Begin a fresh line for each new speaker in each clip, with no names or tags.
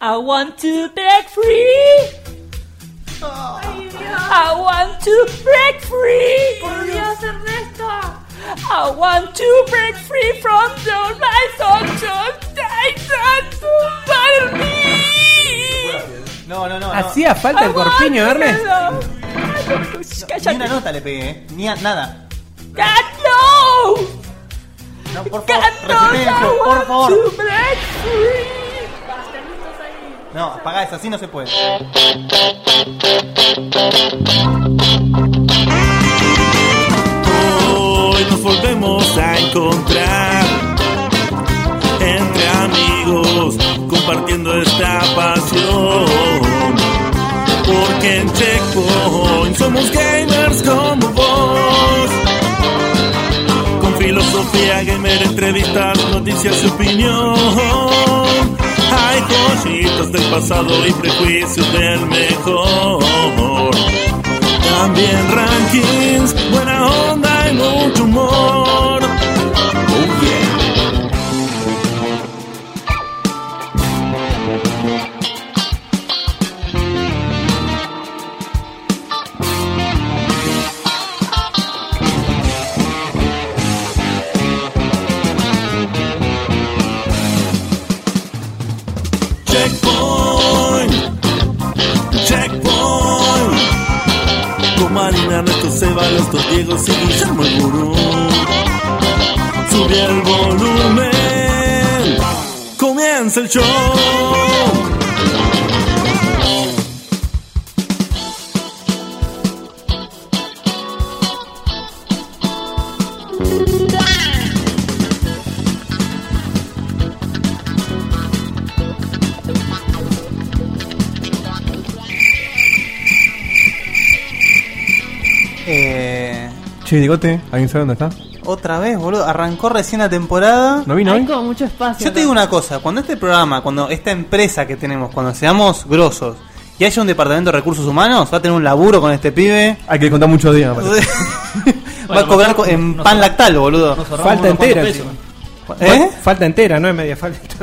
I want to break free. I want to break free.
¡Por Dios, Ernesto!
I want to break free from the lies of just me.
No, no, no. no.
Hacía falta el corpiño, Ernest.
Ernest.
Ni una
Cállate.
nota le pegué, ¿eh? Ni a- nada.
God, no.
No, por favor,
God, no.
resistencia,
I
por
want
favor.
to break free.
¡Basta, Ernesto, salí!
No, apagá eso, así no se puede.
Hoy nos volvemos a encontrar entre amigos compartiendo esta pasión. Porque en Checkpoint somos gamers como vos. Con filosofía gamer, entrevistas, noticias y opinión. Hay cositas del pasado y prejuicios del mejor. También rankings, buena onda y mucho humor. Oh yeah. Checkpoint. Checkpoint. Con Marina, Neto, Seba, los dos Diego y Guillermo el Gurú. Sube el volumen. Comienza el show.
Eh,
Che, Digote, ¿alguien sabe dónde está?
otra vez, boludo. Arrancó recién la temporada.
¿No vino
Hay
hoy?
como mucho espacio.
Yo te digo una cosa, cuando este programa, cuando esta empresa que tenemos, cuando seamos grosos y haya un departamento de recursos humanos, va a tener un laburo con este pibe.
Hay que contar muchos días, me parece.
va a
Bueno,
cobrar
nosotros-
en
nosotros-
pan lactal, boludo.
Nos ahorramos
Falta
unos cuantos
entera.
pesos.
encima.
¿Eh?
Falta entera, no es media falta.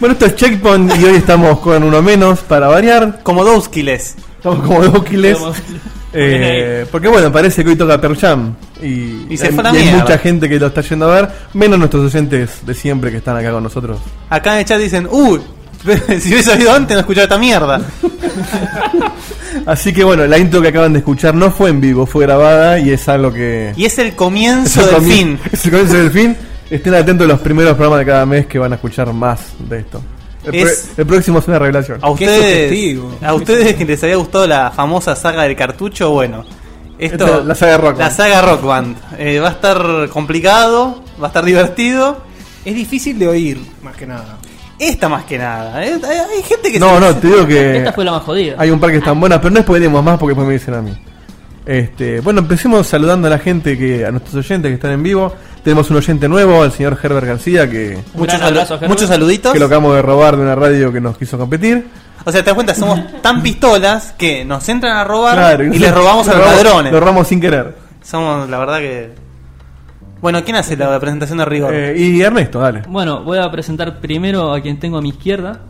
Bueno, esto es Checkpoint y hoy estamos con uno menos para variar.
Como dos kiles.
Estamos como dos kiles.
Estamos-
Eh, porque bueno, parece que hoy toca Pearl Jam y,
Y se
hay-
fue la
y hay
mierda.
mucha gente que lo está yendo a ver, menos nuestros oyentes de siempre que están acá con nosotros.
Acá en el chat dicen, uy, si hubiese sabido antes no escuchaba esta mierda.
Así que bueno, la intro que acaban de escuchar no fue en vivo, fue grabada y es algo que...
Y es el
es
comienzo
el
del
comi-
fin.
Es el comienzo del fin. Estén atentos a los primeros programas de cada mes que van a escuchar más de esto. El, pro-
Es-
el próximo es una revelación.
A
Qué
ustedes,
sugestivo.
a ustedes que les había gustado la famosa saga del cartucho, bueno, esto
Esta- la saga de Rock
la
Band.
saga Rock Band. Eh, va a estar complicado, va a estar divertido.
Es difícil de oír, más que nada.
Esta más que nada. eh, Hay, hay gente que
No,
se-
no, te digo que
Esta fue la más jodida.
hay un par que están buenas, pero no spoilemos más porque después me dicen a mí. Este, bueno, empecemos saludando a la gente que, a nuestros oyentes que están en vivo. Tenemos un oyente nuevo, el señor Herbert García, que,
Un gran
muchos, salu-
abrazo, Herbert.
muchos saluditos.
que lo acabamos de robar de una radio que nos quiso competir.
O sea, te das cuenta, somos tan pistolas que nos entran a robar y les
nosotros-
robamos a
lo
los
robamos-
ladrones.
Lo robamos sin querer.
Somos, la verdad que... Bueno, ¿quién hace la presentación de rigor?
Eh, y Ernesto, dale.
Bueno, voy a presentar primero a quien tengo a mi izquierda.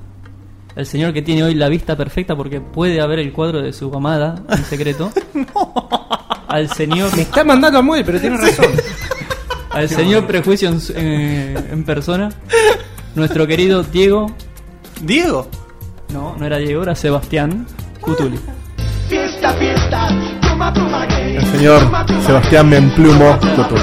El señor que tiene hoy la vista perfecta porque puede haber el cuadro de su amada en secreto. Al señor,
Me está mandando a muere, pero tiene razón.
al señor prejuicio en, su- eh, en persona. Nuestro querido Diego.
Diego.
No, no era Diego, era Sebastián Cutuli.
Ah.
Fiesta, fiesta, toma tu
El señor Sebastián Benplumo Cotote.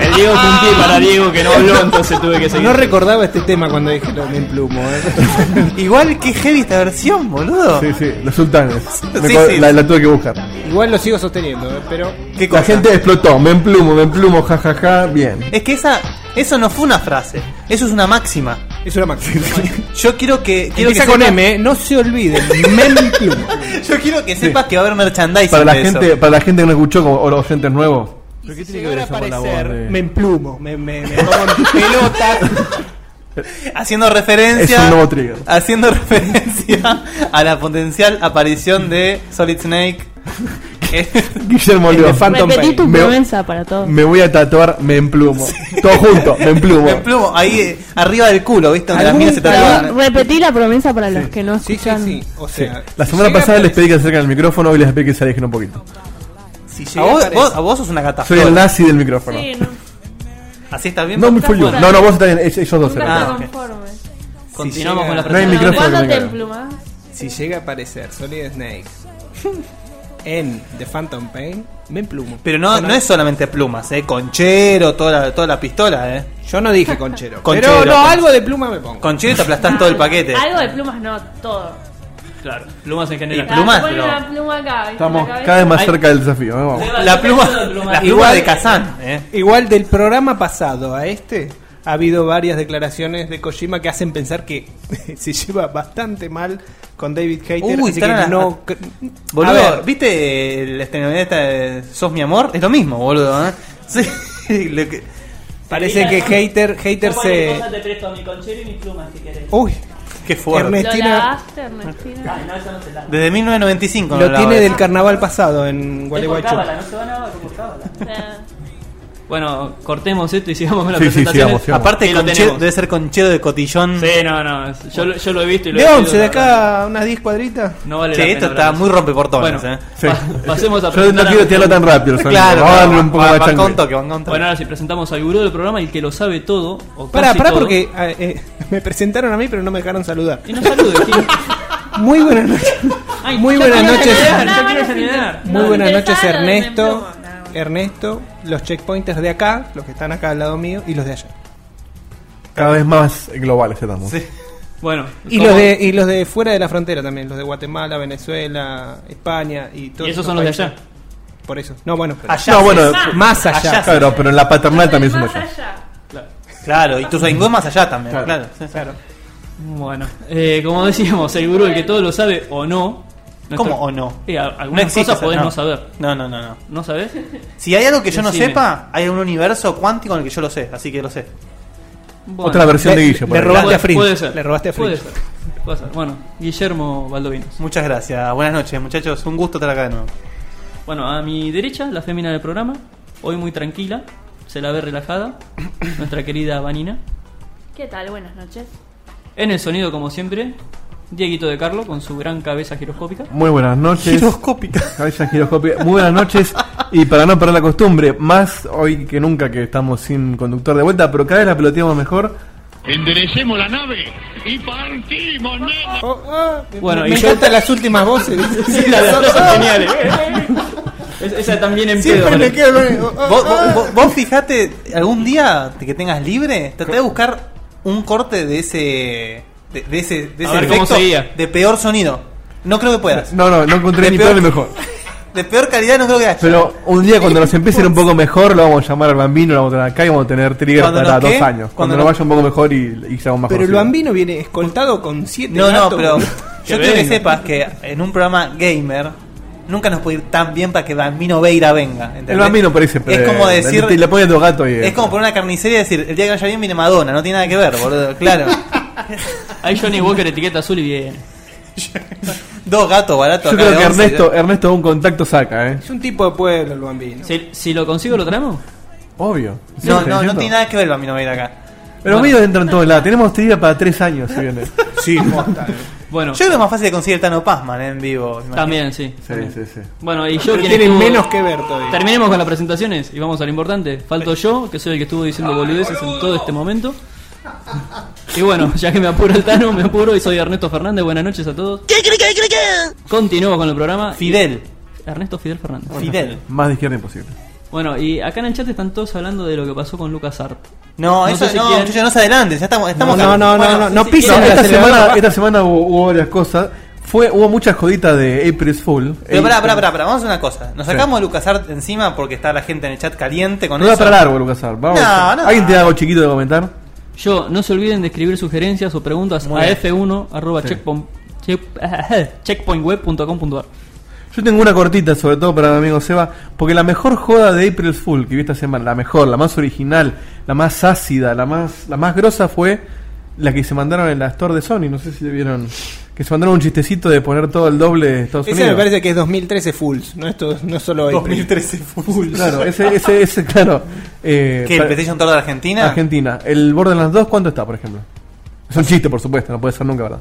El Diego Cunti para Diego que no habló, entonces tuve que
No recordaba este tema cuando dije lo de en plumo. ¿eh?
Igual que heavy esta versión, boludo.
Sí, sí, los sultanes. Me
Sí,
co-
sí.
La, la tuve que buscar.
Igual lo sigo sosteniendo, ¿eh? pero
¿Qué
La
cosa?
gente explotó. Me emplumo, me emplumo, jajaja. Bien.
Es que esa, eso no fue una frase, eso es una máxima.
es una máxima.
Yo quiero que... Quiero
Empieza
que
con
sepas-
M, ¿eh? no se olviden. Men plumo.
Yo quiero que sepas que va a haber merchandising
Para la,
de eso.
gente, para la gente que no escuchó, como- o los oyentes nuevos.
¿Pero
qué tiene que ver eso con la voz de-
Me emplumo, me, me, me pongo en pelota.
Haciendo referencia.
Es un nuevo trigger.
Haciendo referencia a la potencial aparición de Solid Snake
Guillermo
El de
León.
Phantom
Repetí
Pain.
tu
Me-
promesa para todos.
Me voy a tatuar, me emplumo. Todo junto, me emplumo.
El plomo, ahí eh, arriba del culo, ¿viste? Donde las
Algún
minas se
Perdón,
tatúan.
repetí la promesa para los que no
Sí, sí,
escuchan.
sí. O sea,
La
si
semana
llega
pasada
a
les pedí que se acerquen al micrófono, hoy les pedí que se alejen un poquito.
Si llega
A vos-
a vos,
vos-
a vos sos una
Soy el
catástrofe.
nazi del micrófono.
Sí, no,
Así está bien.
No, me
Pablo?
fui yo. No, no, vos estás bien, ellos dos eran.
nunca
Ah,
te
ok.
conformes.
Continuamos
llega-
con la
No hay
presentación.
micrófono.
¿Cuándo te
venga.
emplumas?
Si llega a aparecer Solid Snake en The Phantom Pain, me emplumo.
Pero no, no es solamente plumas, ¿eh? Conchero, toda la, toda la pistola, ¿eh?
Yo no dije conchero.
Conchero,
pero no,
con-
algo de pluma me pongo.
Conchero y te aplastás todo el paquete.
Algo de plumas, no, todo.
Claro, plumas en
Y
general.
Cada-
plumas,
te ponen
pero-
una pluma acá. ¿viste?
Estamos
La cabeza.
cada vez más
Ay.
cerca del desafío. ¿eh? Vamos.
La pluma, la pluma
Igual-
de Kazán, ¿eh?
Igual del programa pasado a este, ha habido varias declaraciones de Kojima que hacen pensar que se lleva bastante mal con David Hayter.
Uy,
así
están
que
a la-
no.
Boludo,
A ver.
¿viste el esta de Sos mi amor? Es lo mismo, boludo, ¿eh? Sí, lo que-
Parece que Hater, Hater se.
te presto mi conchero y mis plumas si querés.
Uy,
Qué fuerte.
Ernesto.
Lola
Cristina-
After, Ernestina.
no, eso no se da.
Desde 1995 no
lo
hablaba
tiene
de
del
eso.
carnaval pasado en Gualeguaychú.
no se van a por cábala.
O sea,
Bueno, cortemos esto y sigamos con la
Sí, sí,
presentación.
sigamos, sigamos.
Aparte,
Sí, lo
Conchero-
tenemos.
debe ser Conchero de cotillón.
Sí, no, no. Yo, lo- yo lo he visto y lo
De
he
11, de
la verdad.
acá a unas 10 cuadritas.
No vale
Sí,
la pena
esto
hablar
está
de
muy
eso.
rompeportones,
Bueno,
¿eh?
Sí.
pa- pasemos a
Yo no
presentar
quiero
a-
tirarlo tan rápido. el sonido.
Claro,
Vamos a
no,
darle un poco
va-
más
va
de
con
chance.
toque, va con toque.
Bueno, ahora sí presentamos al gurú del programa y que lo sabe todo. O
Pará,
casi
pará,
todo.
porque eh, eh, me presentaron a mí, pero no me dejaron saludar.
Y nos salude, Gil.
Muy buenas noches.
Ay,
Muy
yo
buenas
quiero
noches.
saludar, yo
No,
quiero
no,
saludar.
no,
Muy
no,
buenas
te
noches,
paro, me
Ernesto.
emplumo, nada más.
Ernesto, los checkpointers de acá, los que están acá al lado mío, y los de allá.
Cada vez más este globales estamos.
Sí.
Bueno,
Y
¿cómo?
los, de, y los de fuera de la frontera también, los de Guatemala, Venezuela, España y todo.
Y esos son los de allá. Ah,
Por eso. No, bueno, pero-
Allá
no,
sí.
bueno,
más allá.
allá sí.
claro, pero en la paternal también es un
Más
hoyo.
allá.
Claro, y tus aingo más allá también.
Claro.
Claro, sí, sí.
Bueno, eh, como decíamos, el gurú, el que todo lo sabe o no.
¿Cómo o no?
Eh, a-
No
algunas
existe
cosas
esa-
podés no.
no.
saber.
No, no, no, no.
¿No sabés?
Si hay algo que yo no
Decime.
sepa, hay un universo cuántico en el que yo lo sé, así que lo sé.
Bueno,
Otra versión de
Le-
Guille. por
le
ahí.
robaste
puede-
a Fringe.
puede ser.
Le robaste a
Puede
Fringe.
ser. Puede ser. Bueno, Guillermo Baldovinos.
Muchas gracias. Buenas noches, muchachos. Un gusto estar acá de nuevo.
Bueno, a mi derecha, la fémina del programa. Hoy muy tranquila. Se la ve relajada. Nuestra querida Vanina.
¿Qué tal? Buenas noches.
En el sonido, como siempre, Dieguito de Carlo con su gran cabeza giroscópica.
Muy buenas noches.
Giroscópica.
Cabeza giroscopia. Muy buenas noches. Y para no perder la costumbre, más hoy que nunca que estamos sin conductor de vuelta, pero cada vez la peloteamos mejor.
Enderecemos la nave y partimos, nena.
Oh, ah, me-
Bueno,
me,
y yo-
encantan las últimas voces.
Es- esa también en pedo,
Siempre
¿vale?
me quedo con. oh, oh,
Vos,
ah.
vos- vos- vos fijate, algún día que tengas libre, traté de buscar un corte de ese. de, de ese, de
A
ese
ver, ¿cómo
efecto
seguía?
de peor sonido. No creo que puedas.
No, no, no encontré
De
ni
peor-
peor ni mejor.
De peor calidad no creo que haya.
Pero un día cuando nos empiece a ir un poco mejor, lo vamos a llamar al bambino, lo vamos a tener acá y vamos a tener trigger
¿Cuando
para
nos
dos
qué?
años. Cuando
Cuando
nos
nos-
vaya un poco mejor y, y seamos más
Pero el
conocidos.
bambino viene escoltado con siete
no, no,
gatos.
pero yo quiero que
venga.
sepas que en un programa gamer nunca nos puede ir tan bien para que Bambino Veira venga. ¿entendés?
El bambino parece.
Es como decir.
Y le pones dos gatos y.
Es como poner una carnicería y decir, el día que vaya bien viene Madonna, no tiene nada que ver, boludo. Claro.
Ahí Johnny Walker, etiqueta azul y viene.
Dos gatos baratos.
Yo
acá
creo
de
que
once,
Ernesto, Ernesto un contacto saca, ¿eh?
Es un tipo de pueblo el bambino.
Si, si lo consigo, ¿lo traemos?
Obvio. ¿Sí
No, no,
me estás
no
diciendo?
tiene nada que ver el Bambino Veira acá.
Pero medio dentro en todos lados. Tenemos trigger para tres años, si viene.
Sí, posta.
Bueno,
Yo creo que es más fácil de conseguir el Tano Pazman eh, en vivo. imagino.
también, sí.
Sí, sí, sí.
Bueno, y yo
Pero
quien
tienen
estuvo-
menos que eh. ver todavía.
Terminemos con las presentaciones y vamos a lo importante. Falto yo, que soy el que estuvo diciendo boludeces en todo este momento. Y bueno, ya que me apuro el Tano, me apuro y soy Ernesto Fernández. Buenas noches a todos. Continuamos con el programa.
Fidel.
Ernesto Fidel Fernández.
Fidel.
Más de izquierda imposible.
Bueno, y acá en el chat están todos hablando de lo que pasó con Lucas Art.
No,
No
eso
sé si
no,
quieren-
muchachos, no se adelante. Ya estamos. estamos
No, no, no, no, no, no
sí, sí,
pisen
quieren-
el
esta,
acelerador.
semana, esta semana hubo, hubo varias cosas. Fue, hubo muchas joditas de April's Fool.
Pero
Eh,
pará, pará, pará, pará, vamos a hacer una cosa. Nos sacamos a LucasArts encima porque está la gente en el chat caliente con
No da
eso.
para largo, Lucas Ar. Vamos.
No, no.
¿Alguien tiene algo chiquito de comentar?
Yo, no se olviden de escribir sugerencias o preguntas
Muy
a
bien.
f1 arroba checkpoint- check- checkpointweb.com.ar.
Yo tengo una cortita, sobre todo para mi amigo Seba, porque la mejor joda de April's Fool que vi esta semana, la mejor, la más original, la más ácida, la más, la más grosa fue la que se mandaron en la store de Sony. No sé si vieron que se mandaron un chistecito de poner todo el doble de Estados
Ese
Unidos.
me parece que es 2013 Fools, no, esto, no es solo April.
2013 full.
Claro, ese, ese, ese, claro. Eh,
¿Qué? ¿El
para-
PlayStation Store de Argentina?
Argentina. ¿El Borderlands 2 cuánto está, por ejemplo? Es un chiste, por supuesto, no puede ser nunca, ¿verdad?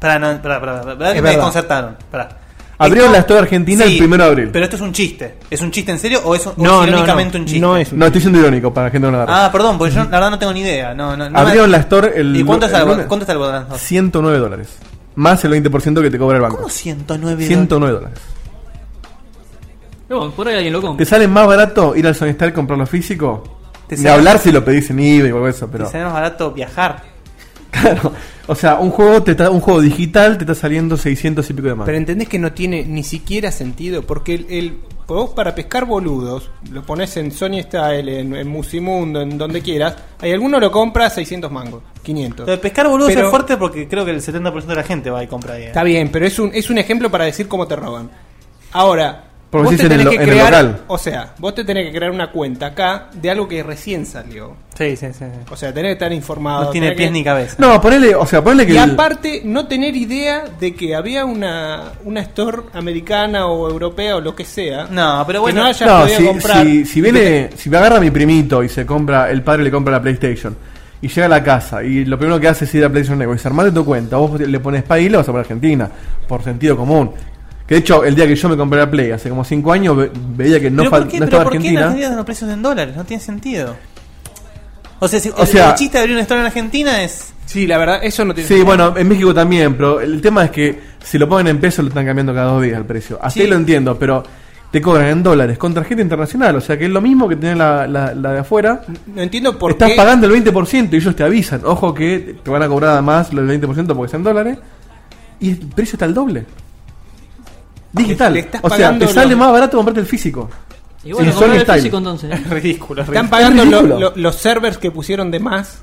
Pará, no, pará, pará, pará, pará,
Es
que me
verdad.
desconcertaron. Pará.
Abrieron
Esto-
la Store Argentina el 1 de abril.
Pero esto es un chiste. ¿Es un chiste en serio o es, un, o
No,
es
no,
irónicamente
no,
un chiste?
no es un-
No, estoy siendo irónico para la gente que no lo agarre.
Ah, perdón, porque yo la verdad no tengo ni idea. No, no, no
Abrieron
me-
la Store el.
¿Y cuánto,
el
está el,
lunes.
bo- cuánto está el Borderlands 2?
109 dólares. Más el 20% que te cobra el banco.
¿Cómo 109 dólares?
109 dólares.
Bueno, por ahí alguien lo
¿Te
compra.
sale más barato ir al Sony Star y comprarlo físico?
Te
De
sale-
hablar si lo pedís en eBay o algo de eso,
Te
pero.
sale más barato viajar.
Claro. O sea, un juego te está, un juego digital te está saliendo 600 y pico de más.
Pero entendés que no tiene ni siquiera sentido, porque el, el- vos para pescar boludos, lo pones en Sony Style, en, en Musimundo, en donde quieras, hay alguno lo compra a 600 mangos, 500.
Lo de pescar, boludo,
Pero-
es fuerte porque creo que el 70% de la gente va y compra ahí. eh.
Está bien, pero es un, es un ejemplo para decir cómo te roban. Ahora,
Porque
vos
decís
te
en el
tenés
lo-
que
en el
crear,
local.
o sea, vos te tenés que crear una cuenta acá de algo que recién salió.
Sí, sí, sí. sí.
O sea, tenés que estar informado.
No tiene
tenés
pies
que-
ni cabeza.
No, ponele, o sea, ponele que.
Y
el-
aparte, no tener idea de que había una, una store americana o europea o lo que sea.
No, pero bueno.
que no hayas
No,
podido
si,
comprar.
si, si viene, si me agarra mi primito y se compra, el padre le compra la PlayStation y llega a la casa y lo primero que hace es ir a PlayStation Network y se armale tu cuenta, vos le pones país y lo vas a poner Argentina, por sentido común. Que de hecho, el día que yo me compré la Play, hace como 5 años, ve- veía que no,
¿Pero
fal-
por qué,
no
pero
estaba
por qué en
Argentina.
Argentina dan los precios en dólares? No tiene sentido. O sea, si,
O
el-
sea-
el chiste de abrir una historia en Argentina es.
Sí, la verdad, eso no tiene
Sí, bueno, en México también, pero el tema es que si lo ponen en pesos lo están cambiando cada dos días el precio. Así
Sí.
lo entiendo, pero te cobran en dólares con tarjeta internacional, o sea que es lo mismo que tener la, la- la de afuera.
No entiendo por
Estás
qué.
pagando el 20% y ellos te avisan. Ojo que te van a cobrar más el 20% porque son dólares. Y el precio está al doble. Digital.
Le estás
o sea,
pagando
te sale
lo-
más barato comprarte el físico.
Y bueno,
Sí,
comprar
Sony
el
Style.
físico entonces.
Ridículo,
Están pagando
Es
lo-
ridículo.
lo- los servers que pusieron de más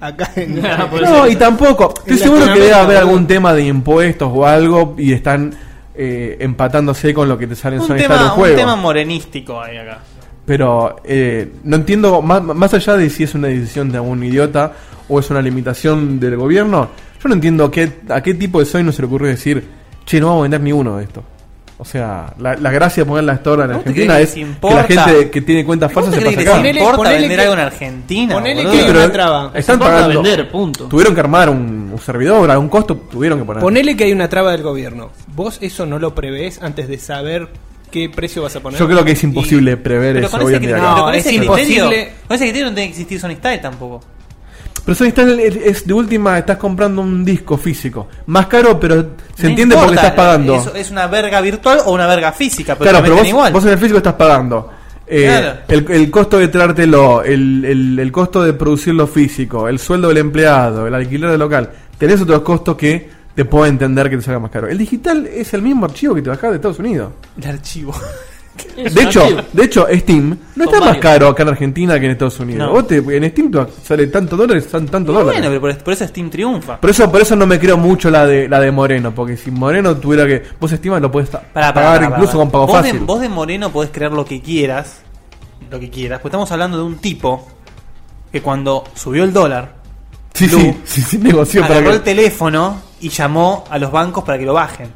acá en.
Ah, por eso.
No, y tampoco.
En
Estoy seguro que debe
Latinoamérica,
haber
boludo.
algún tema de impuestos o algo y están eh, empatándose con lo que te sale en
Un
Sony Star el
tema, un
juego.
tema morenístico hay acá.
Pero eh, no entiendo, más, más allá de si es una decisión de algún idiota o es una limitación del gobierno, yo no entiendo qué, a qué tipo de soy no se le ocurrió decir, che, no vamos a vender ni uno de esto. O sea, la, la gracia de poner la store en
¿Vos te
Argentina
crees
es
que
que
les
la
importa?
gente que tiene cuentas falsas
¿Te
se
crees
pasa
que
acá.
les
Ponele-
importa
ponele
vender
que-
algo en Argentina?
ponele
boludo?
que-
Sí, pero
una traba.
están
Importa
pagando.
vender, punto.
Tuvieron que armar un, un servidor, algún costo tuvieron que poner.
Ponele que hay una traba del gobierno. ¿Vos eso no lo prevés antes de saber qué precio vas a poner?
Yo creo que es imposible prever
Pero
eso
con
hoy
ese
en día.
criterio,
no.
pero con
es
ese criterio,
imposible.
con ese criterio no tiene que existir Sony Style tampoco.
Pero Sony Star es, es de última, estás comprando un disco físico. Más caro, pero se
No
entiende por qué
importa,
estás pagando.
eso ¿Es, una verga virtual o una verga física? Pero
claro, pero vos,
igual.
vos en el físico estás pagando. eh,
Claro.
el, el costo de traértelo, el, el, el costo de producirlo físico, el sueldo del empleado, el alquiler del local. Tenés otros costos que te puedo entender que te salga más caro. El digital es el mismo archivo que te bajás de Estados Unidos.
El archivo.
Es
de
un
hecho,
activo.
de hecho, Steam no
Son
está más
varios.
caro acá en Argentina que en Estados Unidos.
No.
Vos te- en Steam te sale tanto dólares, tan- tanto dólares.
Bueno, pero por, por eso Steam triunfa.
Por eso, por eso no me creo mucho la de la de Moreno, porque si Moreno tuviera que. Vos estimas lo puedes
Pará, pará,
pagar
pará,
incluso
pará.
con pago
vos
fácil.
De, vos de Moreno podés crear lo que quieras. Lo que quieras. Pues estamos hablando de un tipo que cuando subió el dólar,
sí,
Lu,
sí, sí, sí, negoció para
agarró
que-
el teléfono y llamó a los bancos para que lo bajen.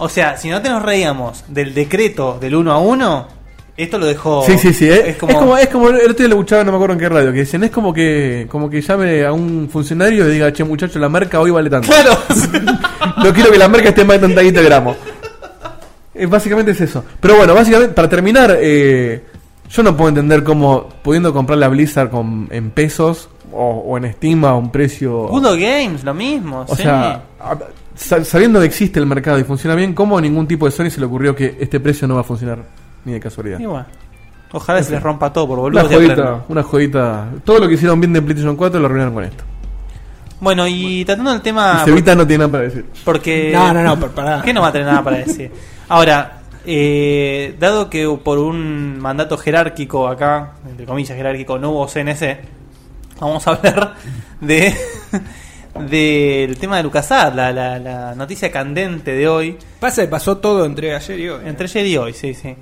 O sea, si no te nos reíamos del decreto del 1 a 1, esto lo dejó.
Sí, sí, sí. eh.
Es como.
Es como, es como el otro día lo escuchaba, no me acuerdo en qué radio, que dicen, es como que, como que llame a un funcionario y diga, che muchacho, la marca hoy vale tanto.
Claro.
No quiero que la marca esté más de 30 gramos. Eh, básicamente es eso. Pero bueno, básicamente, para terminar, eh, yo no puedo entender cómo pudiendo comprar la Blizzard con, en pesos o, o en Steam a un precio.
Goodo Games, lo mismo.
O
sí.
sea, a- sa- sabiendo que existe el mercado y funciona bien, ¿cómo a ningún tipo de Sony se le ocurrió que este precio no va a funcionar ni de casualidad?
Y bueno, Ojalá se les rompa todo por
Una
boludo.
jodita, una jodita. Todo lo que hicieron bien de PlayStation 4 lo arruinaron con esto.
Bueno, y tratando el
y
tema.
Cevita no tiene nada para decir.
Porque.
No, no, no, pero pará.
Que no va a tener nada para decir. Ahora, eh, dado que por un mandato jerárquico acá, entre comillas jerárquico, no hubo CNC, vamos a hablar de del tema de LucasArts, la, la, la noticia candente de hoy.
Pasa que pasó todo entre ayer y hoy.
Entre ayer y hoy, sí, sí.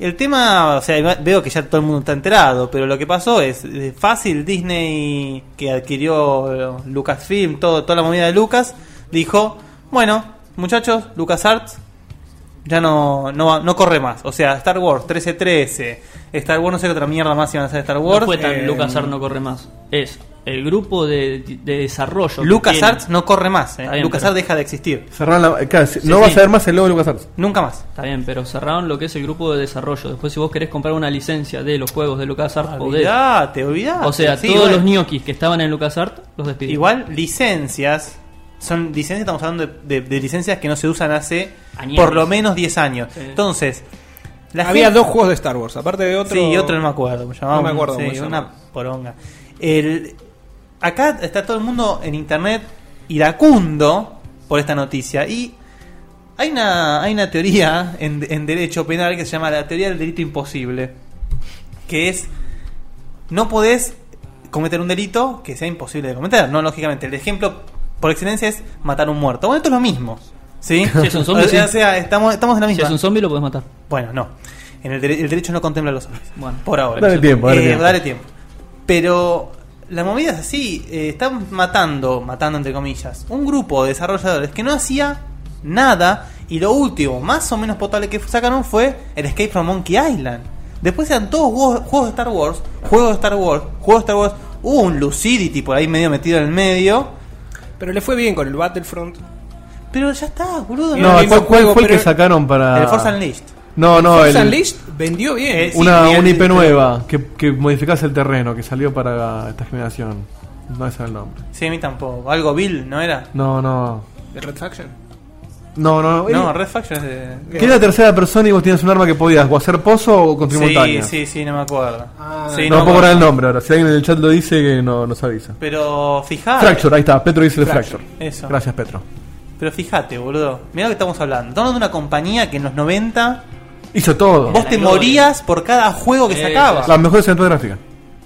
El tema, o sea, veo que ya todo el mundo está enterado, pero lo que pasó es eh, fácil Disney que adquirió eh, Lucasfilm, todo, toda la movida de Lucas, dijo, Bueno, muchachos, LucasArts ya no, no, va- no corre más. O sea, Star Wars 1313, Star Wars no sé qué otra mierda más iban a hacer Star Wars.
No fue tan
Eh,
LucasArts no corre más. Es el grupo de, de desarrollo. que
LucasArts
tiene.
no corre más. eh.
Está bien,
LucasArts
pero-
deja de existir.
Cerraron la- eh, claro, si- no
Sí,
vas
sí.
a ver más el logo de LucasArts.
Nunca más.
Está bien, pero cerraron lo que es el grupo de desarrollo. Después, si vos querés comprar una licencia de los juegos de LucasArts, podés.
Olvidate, olvidate.
O sea,
Sí,
todos
igual-
los ñoquis que estaban en LucasArts los despidieron.
Igual, licencias. Son licencias, estamos hablando de, de- de licencias que no se usan hace
Añeros.
por lo menos 10 años.
Sí.
Entonces, la
Había
gente-
dos juegos de Star Wars, aparte de otro.
Sí, otro no me acuerdo. me llamaba
No me
un-
acuerdo
sí,
cómo se
una
llamaba.
poronga. El, acá está todo el mundo en internet iracundo por esta noticia. Y hay una, hay una teoría en, en derecho penal que se llama la teoría del delito imposible. Que es, no podés cometer un delito que sea imposible de cometer. No, lógicamente. El ejemplo por excelencia es matar a un muerto. Bueno, esto es lo mismo. ¿Sí?
Si es un zombie,
o sea,
sí.
estamos, estamos en la
Si
misma.
es un zombie, lo podés matar.
Bueno, no. En el, dere- el derecho no contempla los hombres.
Bueno.
por ahora.
Dale tiempo, dale
Eh,
tiempo.
Pero la movida es así. eh, están matando, matando entre comillas, un grupo de desarrolladores que no hacía nada. Y lo último, más o menos potable que sacaron fue el Escape from Monkey Island. Después eran todos juegos, juegos de Star Wars, juegos de Star Wars, juegos de Star Wars. Hubo un Lucidity por ahí medio metido en el medio.
Pero le fue bien con el Battlefront.
Pero ya está, boludo.
No,
el
¿cuál,
mismo
cuál
juego,
fue el
pero-
que sacaron para.
El Force Unleashed.
No, no,
Force
el-
Unleashed vendió bien.
Eh, sí,
una,
y el-
una IP nueva que, que modificase el terreno que salió para esta generación. No es el nombre.
Sí, a mí tampoco. Algo Bill, ¿no era?
No, no.
¿De Red Faction?
No, no.
No,
eh,
Red Faction es de...
que era la tercera persona y vos tenías un arma que podías o hacer pozo o construir montaña.
Sí, sí, sí, no me acuerdo.
Ah.
Sí,
no
me
puedo
acuerdo.
poner el nombre ahora. Si alguien en el chat lo dice, que no, nos avisa.
Pero fijate.
Fracture, ahí está. Petro dice el Fracture.
Ah, Eso.
Gracias, Petro.
Pero fíjate, boludo. Mirá lo que estamos hablando. Estamos hablando de una compañía que en los 90
Hizo todo.
vos te
gloria.
morías por cada juego que
Eh,
sacaba.
Las mejores aventuras gráficas.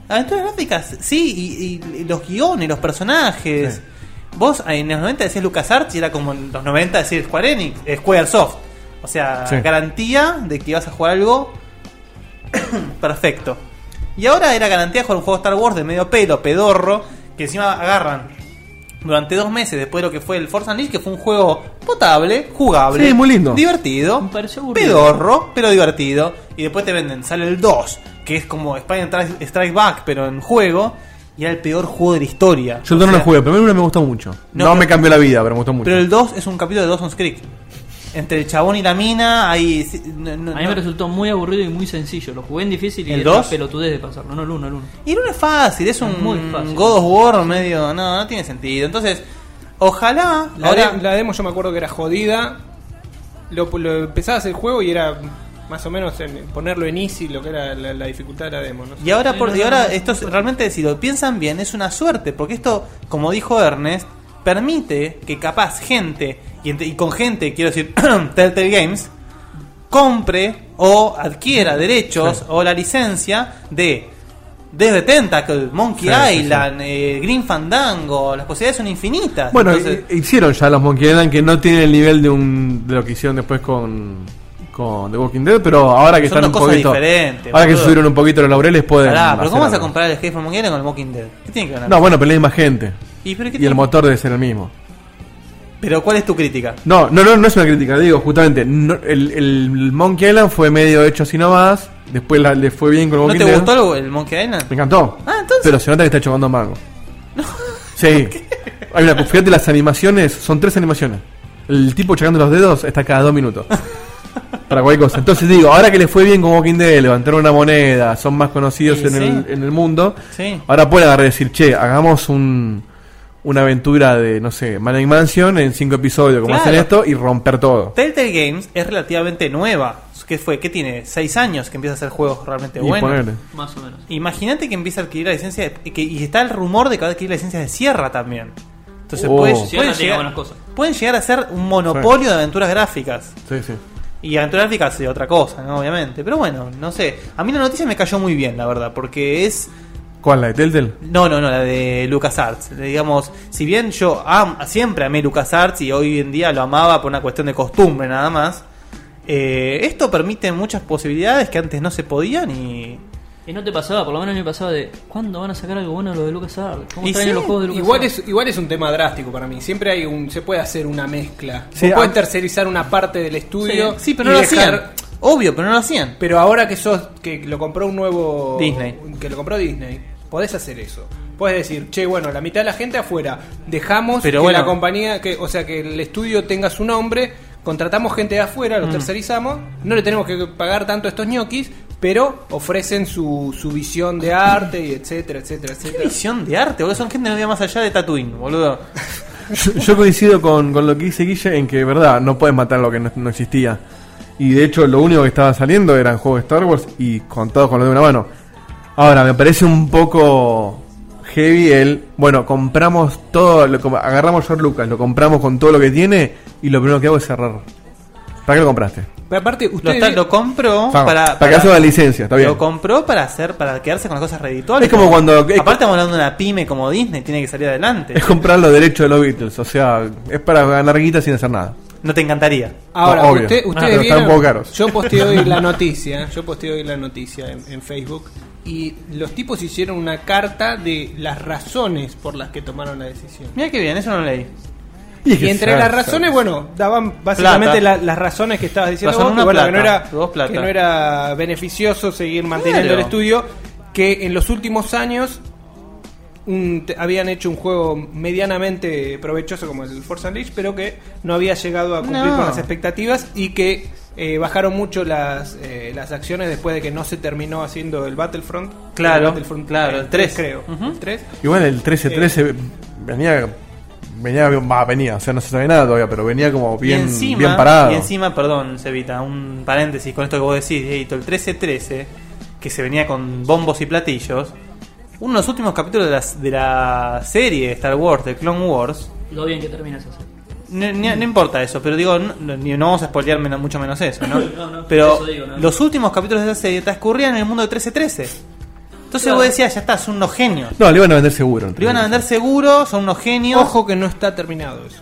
Aventuras gráficas, sí, y, y- y los guiones, los personajes.
Sí.
Vos en los 90 decías LucasArts y era como en los 90 decir Square Enix, eh, Squaresoft. O sea,
Sí.
garantía de que ibas a jugar algo perfecto. Y ahora era garantía de jugar un juego Star Wars de medio pelo, pedorro, que encima agarran durante dos meses después de lo que fue el Force Unleashed, que fue un juego potable, jugable,
Sí, muy lindo.
divertido,
Me pareció aburrido.
pedorro, pero divertido. Y después te venden, sale el 2, que es como Spider Strike, Strike Back, pero en juego, y era el peor juego de la historia.
Yo
O
el no lo
sea,
jugué. Primero uno me gustó mucho.
No,
No,
pero-
me cambió la vida, pero me gustó mucho.
Pero el 2 es un capítulo de Dawson's Creek. Entre el chabón y la mina, ahí. sí, no- no-
A mí
no-
me resultó muy aburrido y muy sencillo. Lo jugué en difícil y
¿El
era una
dos?
pelotudez de pasarlo. No, el uno, el uno.
Y no es fácil, es un
Muy fácil.
God of War medio. No, no tiene sentido. Entonces, ojalá.
La,
ahora-
de- la demo yo me acuerdo que era jodida. Lo, lo empezabas el juego y era más o menos en- ponerlo en easy lo que era la, la dificultad de la demo. ¿no?
Y ahora,
Sí,
por,
no,
y
no,
ahora
no.
esto es- realmente, si lo piensan bien, es una suerte, porque esto, como dijo Ernest, permite que capaz gente, y, ent- y con gente, quiero decir, Telltale Games, compre o adquiera derechos o la licencia de desde Tentacle, Monkey
Sí, sí, sí.
Island, eh, Green Fandango, las posibilidades son infinitas.
Bueno,
Entonces,
hi- hicieron ya los Monkey Island que no tienen el nivel de un de lo que hicieron después con, con The Walking Dead, pero ahora que
Son
están un
dos cosas
poquito
diferentes,
ahora que
boludo.
subieron un poquito los laureles pueden.
pará, pero ¿cómo vas
hacer
a
algo.
comparar el Escape from Monkey Island con el Walking Dead? ¿Qué tiene que ver?
No, bueno, pero hay más gente
¿Y, pero, qué
y
tiene-
el motor debe ser el mismo.
pero ¿cuál es tu crítica?
No, no, no, no es una crítica, digo, justamente no- el, el Monkey Island fue medio hecho así nomás, después la- le fue bien con
¿No
Walking
te
Dead.
gustó algo el Monkey Island?
Me encantó.
Ah, entonces-
Pero se nota que está chocando mango. Sí. Hay una, fíjate las animaciones, son tres animaciones. El tipo chocando los dedos está cada dos minutos. Para cualquier cosa. Entonces digo, ahora que le fue bien con Walking Dead, levantaron una moneda, son más conocidos
Sí,
en,
sí.
El, en el mundo.
Sí.
Ahora pueden agarrar y decir, che, hagamos un, una aventura de, no sé, Manic Mansion en cinco episodios, como
Claro.
hacen esto, y romper todo.
Telltale Games es relativamente nueva. ¿Qué fue? ¿Qué tiene? ¿Seis años que empieza a hacer juegos realmente
Y
buenos?
ponele.
Más o menos.
Imagínate que empieza a adquirir la licencia de- que- y está el rumor de que va a adquirir la licencia de Sierra también. Entonces
Oh.
puede-
Sierra
pueden,
tiene
llegar,
buenas cosas.
pueden llegar a ser un monopolio de aventuras gráficas.
Sí, sí.
Y aventuras gráficas es otra cosa, ¿no? obviamente. Pero bueno, no sé. A mí la noticia me cayó muy bien, la verdad, porque es...
¿Cuál? ¿La de Telltale?
No, no, no, la de LucasArts. Digamos, si bien yo am- siempre amé LucasArts y hoy en día lo amaba por una cuestión de costumbre nada más, eh, esto permite muchas posibilidades que antes no se podían y,
Y no te pasaba, por lo menos a mí me pasaba de ¿cuándo van a sacar algo bueno de lo de LucasArts? ¿Cómo
Y
extraño
sí,
los juegos de LucasArts?
igual es igual es un tema drástico para mí. Siempre hay un se puede hacer una mezcla.
Sí,
se puede
a-
tercerizar una parte del estudio.
Sí, pero
y
no lo
dejar-
hacían. Obvio, pero no lo hacían.
Pero ahora que sos que lo compró un nuevo
Disney.
que lo compró Disney, podés hacer eso. Podés decir, "Che, bueno, la mitad de la gente afuera, dejamos
Pero
que
bueno.
la compañía que, o sea, que el estudio tenga su nombre, contratamos gente de afuera, lo
Mm.
tercerizamos, no le tenemos que pagar tanto a estos ñoquis, pero ofrecen su, su visión de arte y etcétera, etcétera,
¿Qué
etcétera."
visión de arte, boludo? Son gente que no veía más allá de Tatooine, boludo.
Yo, yo coincido con, con lo que dice Guille en que, verdad, no puedes matar lo que no, no existía. Y de hecho, lo único que estaba saliendo eran juegos de Star Wars y contados con lo de una mano. Ahora, me parece un poco heavy el. Bueno, compramos todo, lo, com- agarramos George Lucas, lo compramos con todo lo que tiene y lo primero que hago es cerrar. ¿Para qué lo compraste?
Pero aparte,
Lo,
ustedes
está- lo compró
Vamos,
para.
para que haga una licencia, está bien.
Lo compró para hacer, para quedarse con las cosas redituales.
Es como cuando- es-
Aparte estamos hablando de una pyme como Disney, tiene que salir adelante.
Es comprar los derechos de los Beatles, o sea, es para ganar guita sin hacer nada.
No te encantaría.
Ahora,
No, obvio.
usted-
Ah,
ustedes
pero están
vieron-
un poco caros.
yo posteé hoy la noticia, yo posteé hoy la noticia en, en Facebook y los tipos hicieron una carta de las razones por las que tomaron la decisión.
Mira que bien, eso no lo leí.
Y, es que
Y entre
se-
las
se-
razones, bueno, daban básicamente
Plata.
la- las razones que estabas diciendo
Razón
vos, que,
una,
bueno,
plata.
que, no
Dos,
era,
plata.
que no era beneficioso seguir manteniendo
Claro.
el estudio, que en los últimos años un- te- habían hecho un juego medianamente provechoso como el Force Unleashed, pero que no había llegado a cumplir
No.
con las expectativas y que eh, bajaron mucho las, eh, las acciones después de que no se terminó haciendo el Battlefront.
Claro,
el Battlefront,
claro,
eh,
el tres.
creo.
Ujú.
el tres.
Igual el 13-13 venía, venía, va, venía, o sea, no se sabe nada todavía, pero venía como bien,
y encima,
bien parado.
Y encima, perdón, Cevita, un paréntesis con esto que vos decís, Dieguito, el 13-13, que se venía con bombos y platillos, uno de los últimos capítulos de la, de la serie de Star Wars, de Clone Wars,
Lo bien que terminas así.
no, ni- no importa eso, pero digo, no, no- ni- no vamos a spoilear menos- mucho menos eso, ¿no?
No, no,
pero
eso digo, no.
los últimos capítulos de esa serie transcurrían en el mundo de 13-13. Entonces
Claro.
vos decías, ya está, son unos genios.
No, le iban a vender seguro.
Lo iban a vender seguro, son unos genios.
Ojo que no está terminado eso.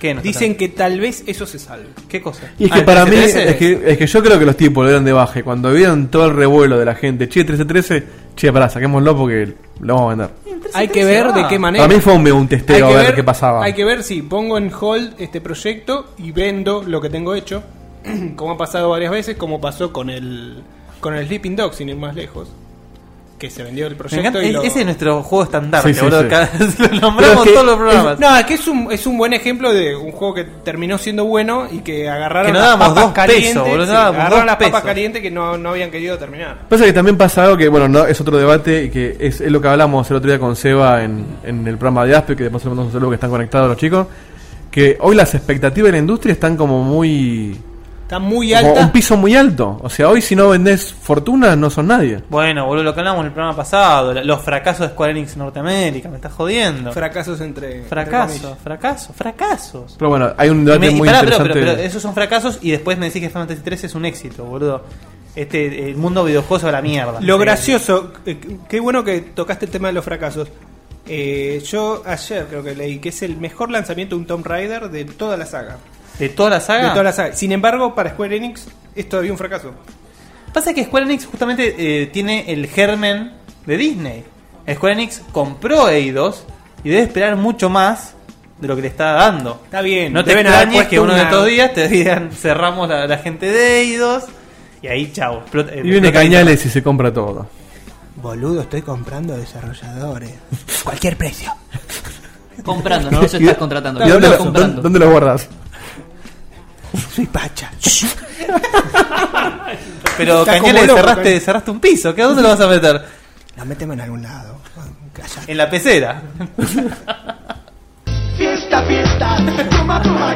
¿Qué no está
Dicen
tan-
que tal vez eso se salve.
¿Qué cosa?
Y es que
Ah,
para mí,
13-13.
es que, es que yo creo que los tipos lo dieron de baje. Cuando vieron todo el revuelo de la gente, che, 13-13, che, pará, saquémoslo porque lo vamos a vender.
Hay que ver de qué manera.
Para mí fue un, un
hay
testeo a ver, qué pasaba.
Hay que ver si pongo en hold este proyecto y vendo lo que tengo hecho, como ha pasado varias veces, como pasó con el con el Sleeping Dog, sin ir más lejos, que se vendió el
Me
proyecto.
encanta,
y
es-
lo-
ese es nuestro juego estándar,
Sí, sí,
boludo.
sí.
Cada vez lo nombramos
Pero es que
en todos los
es-
programas.
Ah, no, es que es un, es un buen ejemplo de un juego que terminó siendo bueno y que agarraron
Que no
las
dábamos
papas
dos
calientes.
pesos, boludo,
sí,
no dábamos
agarraron
dos
las papas
pesos.
calientes que no, no habían querido terminar.
Pasa que también pasa algo que, bueno, no, es otro debate y que es, es lo que hablamos el otro día con Seba en, en el programa de Aspe, que después le mandamos un saludo que están conectados los chicos. Que hoy las expectativas de la industria están como muy.
Está muy
como
alta.
un piso muy alto. O sea, hoy si no vendés fortuna, no son nadie.
Bueno, boludo, lo que hablamos en el programa pasado, la- los fracasos de Square Enix en Norteamérica, me estás jodiendo.
Fracasos entre. entre
fracaso,
comillas.
fracaso, fracasos.
Pero bueno, hay un
Y
debate
me- y
muy
pará, pero,
interesante.
pero- pero esos son fracasos y después me decís que Final Fantasy 13 es un éxito, boludo. Este, el mundo videojuego se va a la mierda.
Lo
Eh,
gracioso, eh, qué bueno que tocaste el tema de los fracasos. Eh, yo ayer creo que leí que es el mejor lanzamiento de un Tomb Raider de toda la saga.
De toda la saga.
De toda la saga. Sin embargo, para Square Enix es todavía un fracaso.
Pasa que Square Enix justamente eh, tiene el germen de Disney. Square Enix compró Eidos y debe esperar mucho más de lo que le está dando.
Está bien,
No te
deben haber
extrañes que
puesto
uno de
una-
estos días te digan cerramos la, la gente de Eidos y ahí chao.
Y viene Cañales y se compra todo.
Boludo, estoy comprando desarrolladores. Cualquier precio.
Comprando, no los
Y-
estás contratando.
¿Y
los
dónde,
estás
lo,
comprando.
dónde- dónde lo guardas?
Soy pacha.
Pero
Está como
Cañales
loco,
cerraste,
Cañales.
cerraste un piso. ¿Qué, ¿Dónde lo vas a meter?
La meteme en algún lado.
En la pecera.
Fiesta, fiesta, toma, toma,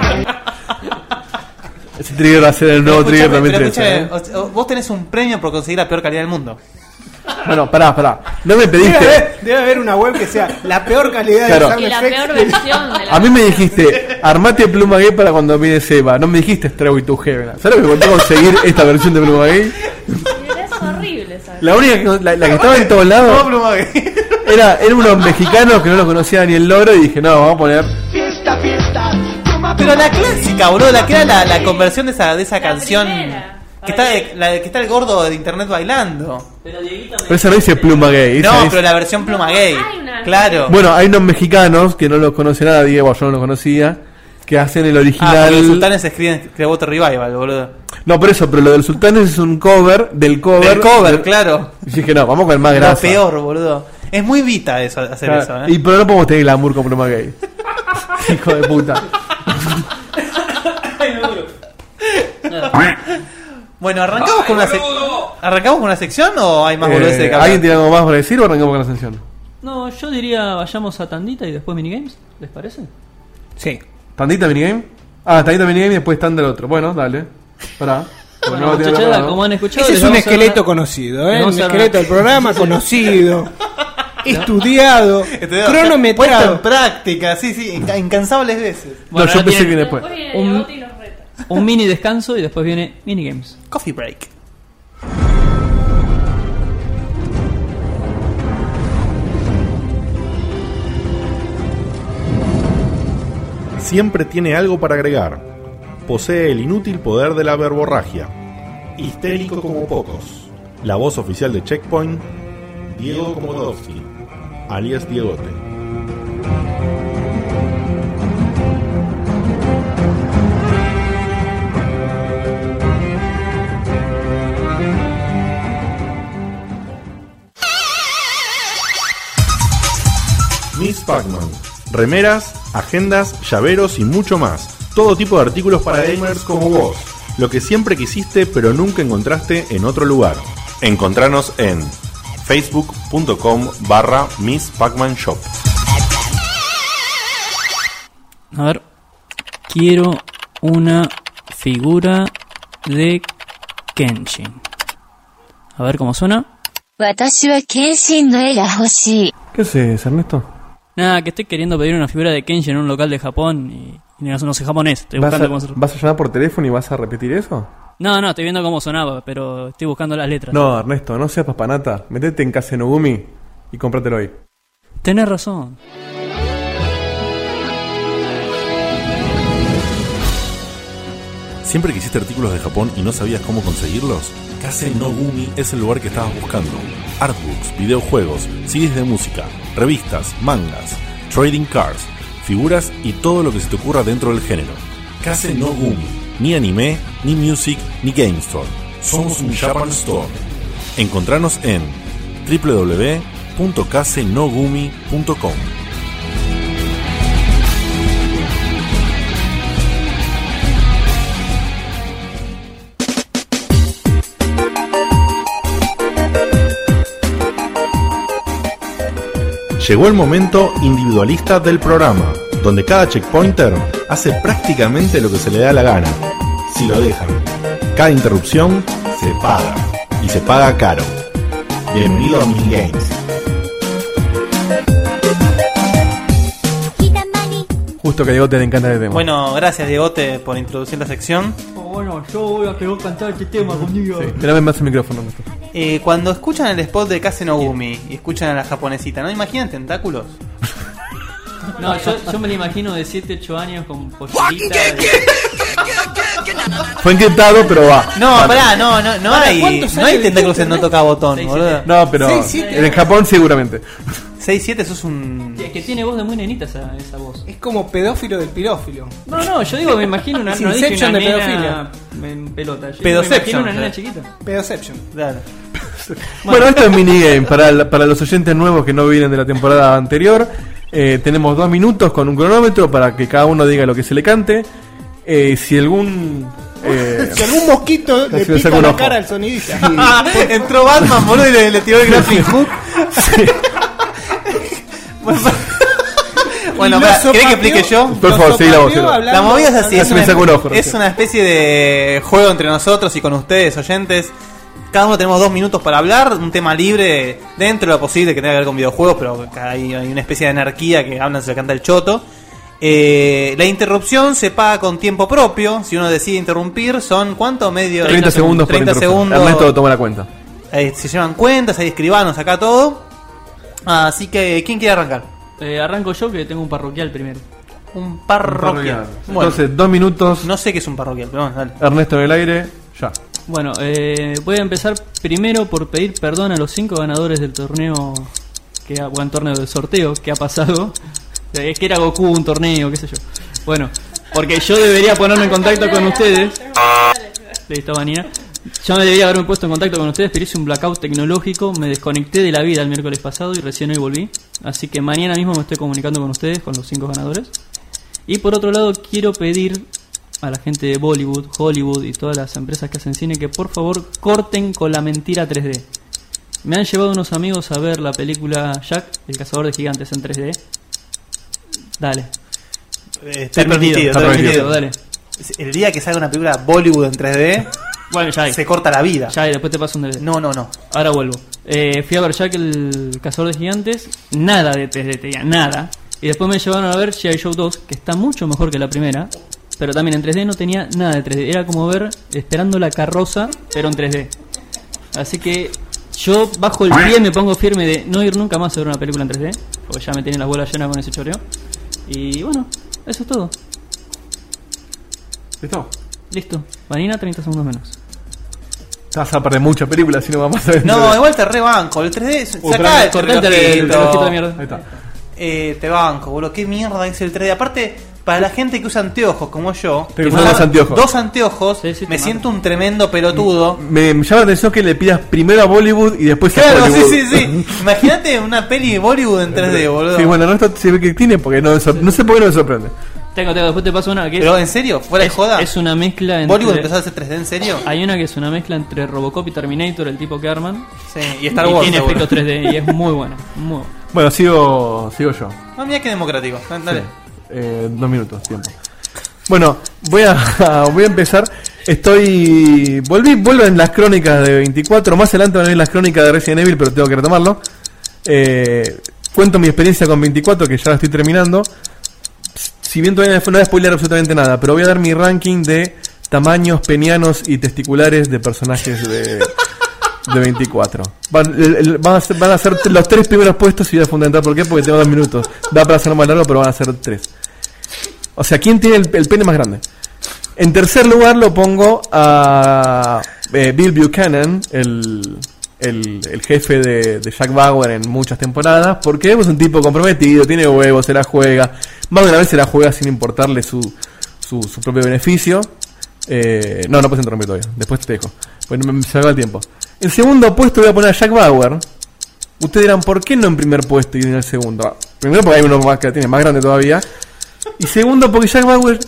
Ese trigger va a ser el nuevo
Pero
trigger
escúchame,
también
pero
13. ¿eh?
escúchame, o- o- Vos tenés un premio por conseguir la peor calidad del mundo.
Bueno, pará, pará. No me
Debe
pediste.
haber, debe haber una web que sea la peor calidad
Claro.
de
Y la
sound effects
peor
del-
versión de la.
A mí me dijiste, armate pluma gay para cuando viene Seba. No me dijiste Strago y tu Heaven. ¿Sabes lo que me costó conseguir esta versión de pluma gay?
Es horrible, ¿sabes?
La única que, la, la que estaba en todos lados era, era unos mexicanos que no los conocía ni el logro y dije, no, vamos a poner.
fiesta, fiesta, toma,
Pero
toma,
la clásica, boludo, la que era la, la conversión de esa, de esa
La
canción.
primera.
Que está, de- la de- que está el gordo de internet bailando.
Pero Dieguito me
Pero esa no dice pluma gay.
No,
esa dice-
pero la versión pluma gay.
Hay una-
Claro.
Bueno, hay unos mexicanos que no los conoce nadie, bueno, yo no los conocía, que hacen el
Ah, porque los
original.
sultanes escriben Clearwater Revival, boludo.
no, pero eso, pero lo del Sultanes es un cover del cover.
Del cover, claro.
Y dije, no, vamos con el más
Lo
grasa.
peor, boludo. Es muy vita eso, hacer
Claro,
eso,
Y
¿eh?
pero no podemos tener glamour con pluma gay. Hijo de puta.
Bueno, ¿arrancamos con una sección? ¿Arrancamos con una sección o hay más boludeces
Eh,
de cable?
¿Alguien tiene algo más para decir o arrancamos con la ascensión?
No, yo diría vayamos a Tandita y después minigames. ¿Les parece?
Pues
Sí.
¿Tandita minigame? Ah, tandita minigame y después tanda el otro. Bueno, dale. Pará. Porque
Bueno,
no lo tiene
muchachada,
anotado.
como han escuchado,
Ese
les
es un
vamos a dar
esqueleto
una- les
conocido, ¿eh? Un
vamos a dar
esqueleto del
una-
programa conocido,
Estudiado,
estudiado,
Puesto en
cronometrado.
práctica, sí, sí, inca- incansables veces.
Bueno,
no, yo
ahora
pensé que
tienen
después.
viene
Un-
Diegote y nos reta.
Un mini descanso y después viene minigames.
Coffee break.
Siempre tiene algo para agregar. Posee el inútil poder de la verborragia. Histérico como pocos. La voz oficial de Checkpoint, Diego Komodowski, alias Diegote. Miss Pac-Man. Remeras, agendas, llaveros y mucho más. Todo tipo de artículos para gamers como vos. Lo que siempre quisiste pero nunca encontraste en otro lugar. Encontranos en facebook.com barra Miss Pac-Man Shop.
A ver. Quiero una figura de Kenshin. A ver cómo suena.
私は謙信の絵が欲しい。
¿Qué haces, Ernesto?
Nada, que estoy queriendo pedir una figura de Kenshin en un local de Japón y, y no, no sé japonés. Estoy
¿Vas
buscando
a,
cómo se-
vas a llamar por teléfono y vas a repetir eso?
No, no, estoy viendo cómo sonaba, pero estoy buscando las letras.
No, Ernesto, no seas papanata. Metete en Kasenogumi y cómpratelo hoy.
Tenés razón.
¿Siempre quisiste artículos de Japón y no sabías cómo conseguirlos? Kase no Gumi es el lugar que estabas buscando. Artbooks, videojuegos, CDs de música, revistas, mangas, trading cards, figuras y todo lo que se te ocurra dentro del género. Kase no Gumi, ni anime, ni music, ni game store. Somos un Japan Store. Encontranos en www.kasenogumi.com. Llegó el momento individualista del programa, donde cada checkpointer hace prácticamente lo que se le da la gana, si lo dejan. Cada interrupción se paga, y se paga caro. Bienvenido a Minigames.
Justo que a Diego te le encanta este tema.
Bueno, gracias Diegote por introducir la sección.
Oh, bueno, yo voy a querer cantar este tema conmigo.
Sí, tirame más el micrófono. Ernesto.
Eh, cuando escuchan el spot de Kase Nogumi y escuchan a la japonesita, ¿no imaginan tentáculos?
No, yo, yo me lo imagino de 7, 8 años con pollerita.
Fue intentado, pero va.
No, pará, no, no, no hay,
¿cuántos
no
años
hay
le
tentáculos
dijiste,
en no toca botón,
Seis,
boludo.
No, pero
Seis, siete.
en Japón seguramente.
6-7, sos un.
Es que tiene voz de muy nenita esa, esa voz.
Es como pedófilo del pilófilo.
No, no, yo digo, me imagino una,
Es
no dije
Inception
una
de
nena en pelota. Yo me imagino
Pedoception,
una nena
claro.
chiquita.
Pedoception.
Claro.
Bueno, esto es minigame. Para, la- para los oyentes nuevos que no vienen de la temporada anterior, eh, tenemos dos minutos con un cronómetro para que cada uno diga lo que se le cante. Eh, si algún. eh,
Si algún mosquito le
Casi le saco
pica
un
la
ojo.
cara al sonidista.
Ah, Entró Batman, boludo, y le, le tiró el grappling hook. Bueno, bueno,
Lo
pará, ¿querés que
sopapeó-
explique yo?
Por
lo
favor, seguí la voz,
sopapeó
seguí la voz.
hablando-
la movida es así,
hablando-
es
Me saco un
una,
ojo,
es
recién.
una especie de juego entre nosotros y con ustedes, oyentes. Cada uno tenemos dos minutos para hablar, un tema libre dentro de lo posible que tenga que ver con videojuegos, pero acá hay, hay una especie de anarquía que hablan, se le canta el choto. Eh, la interrupción se paga con tiempo propio. Si uno decide interrumpir, son ¿cuánto? Medio
30 segundos por
30
interrupción.
segundos.
Ernesto toma la cuenta.
Eh, se llevan cuentas, hay escribanos acá todo. Así que, ¿quién quiere arrancar?
Eh, arranco yo que tengo un parroquial primero.
Un parroquial. Bueno,
Entonces, dos minutos.
no sé qué es un parroquial, pero bueno, dale.
Ernesto en el aire. Ya.
Bueno, eh, voy a empezar primero por pedir perdón a los cinco ganadores del torneo, que ha, bueno, torneo del sorteo que ha pasado. Eh, Es que era Goku un torneo, qué sé yo. Bueno, porque yo debería ponerme en contacto con ustedes. Listo, Vanina. Yo me debería haberme puesto en contacto con ustedes, pero hice un blackout tecnológico, me desconecté de la vida el miércoles pasado y recién hoy volví. Así que mañana mismo me estoy comunicando con ustedes, con los cinco ganadores. Y por otro lado, quiero pedir a la gente de Bollywood, Hollywood y todas las empresas que hacen cine que por favor corten con la mentira 3D. Me han llevado unos amigos a ver la película Jack, el cazador de gigantes en 3D. Dale.
Está permitido, está permitido. El día que salga una película Bollywood en 3D,
bueno, ya hay.
se corta la vida.
Ya, y después te paso un DVD.
No, no, no.
Ahora vuelvo. Eh, fui a ver Jack el cazador de gigantes, nada de 3D tenía, nada. Y después me llevaron a ver G.I. Show 2, que está mucho mejor que la primera, pero también en 3D no tenía nada de 3D. Era como ver esperando la carroza, pero en 3D. Así que yo bajo el pie me pongo firme de no ir nunca más a ver una película en 3D, porque ya me tienen las bolas llenas con ese choreo. Y bueno, eso es todo.
¿Listo?
Listo. Vanina, 30 segundos menos.
Estás a perder mucha película si no vas más a ver.
No, igual te rebanco. El 3D,
Otra
sacá
vez,
el
cortate el- el
relojito.
relojito de mierda. Ahí está.
Eh, te banco, boludo. ¿Qué mierda es el 3D? Aparte, para la gente que usa anteojos como yo,
Te
que
gustan
usa
los anteojos.
Dos anteojos, me siento un tremendo pelotudo.
Me me llama la atención que le pidas primero a Bollywood y después a
Claro, sí,
Hollywood.
sí, sí. Imagínate una peli de Bollywood en 3D, boludo.
Sí, bueno, el resto se ve que tiene porque no, me sor- no sé por qué no me sorprende.
Tengo, tengo, después te paso una que
Pero, ¿en serio? ¿Fuera de
es-
joda?
Es una mezcla entre.
¿Bollywood empezó a hacer 3D en serio?
Hay una que es una mezcla entre Robocop y Terminator, el tipo que arman.
Sí, y Star Wars,
tiene
seguro.
efectos 3D y es muy buena. Muy buena.
Bueno, sigo, sigo yo.
No, mira qué democrático. Dale.
Sí. Eh, dos minutos, tiempo. Bueno, voy a, voy a empezar. Estoy. Volví, vuelvo en las crónicas de 24. Más adelante van a venir las crónicas de Resident Evil, pero tengo que retomarlo. Eh, cuento mi experiencia con 24, que ya la estoy terminando. Si bien todavía no voy a spoiler absolutamente nada, pero voy a dar mi ranking de tamaños penianos y testiculares de personajes de, de 24. Van, el- el- van a ser, van a ser los tres primeros puestos y voy a fundamentar por qué, porque tengo dos minutos. Da para ser más largo, pero van a ser tres. O sea, ¿quién tiene el, el pene más grande? En tercer lugar lo pongo a eh, Bill Buchanan, el, el- el jefe de, de Jack Bauer en muchas temporadas, porque es un tipo comprometido, tiene huevos, se la juega. Más de una vez se la juega sin importarle su, su, su propio beneficio. Eh, no, no puedes interrumpir todavía, después te dejo. Bueno, me- se me acaba el tiempo. En segundo puesto voy a poner a Jack Bauer. Ustedes dirán, ¿por qué no en primer puesto y en el segundo? Ah, Primero porque hay uno más que la tiene más grande todavía. Y segundo, porque Jack Bauer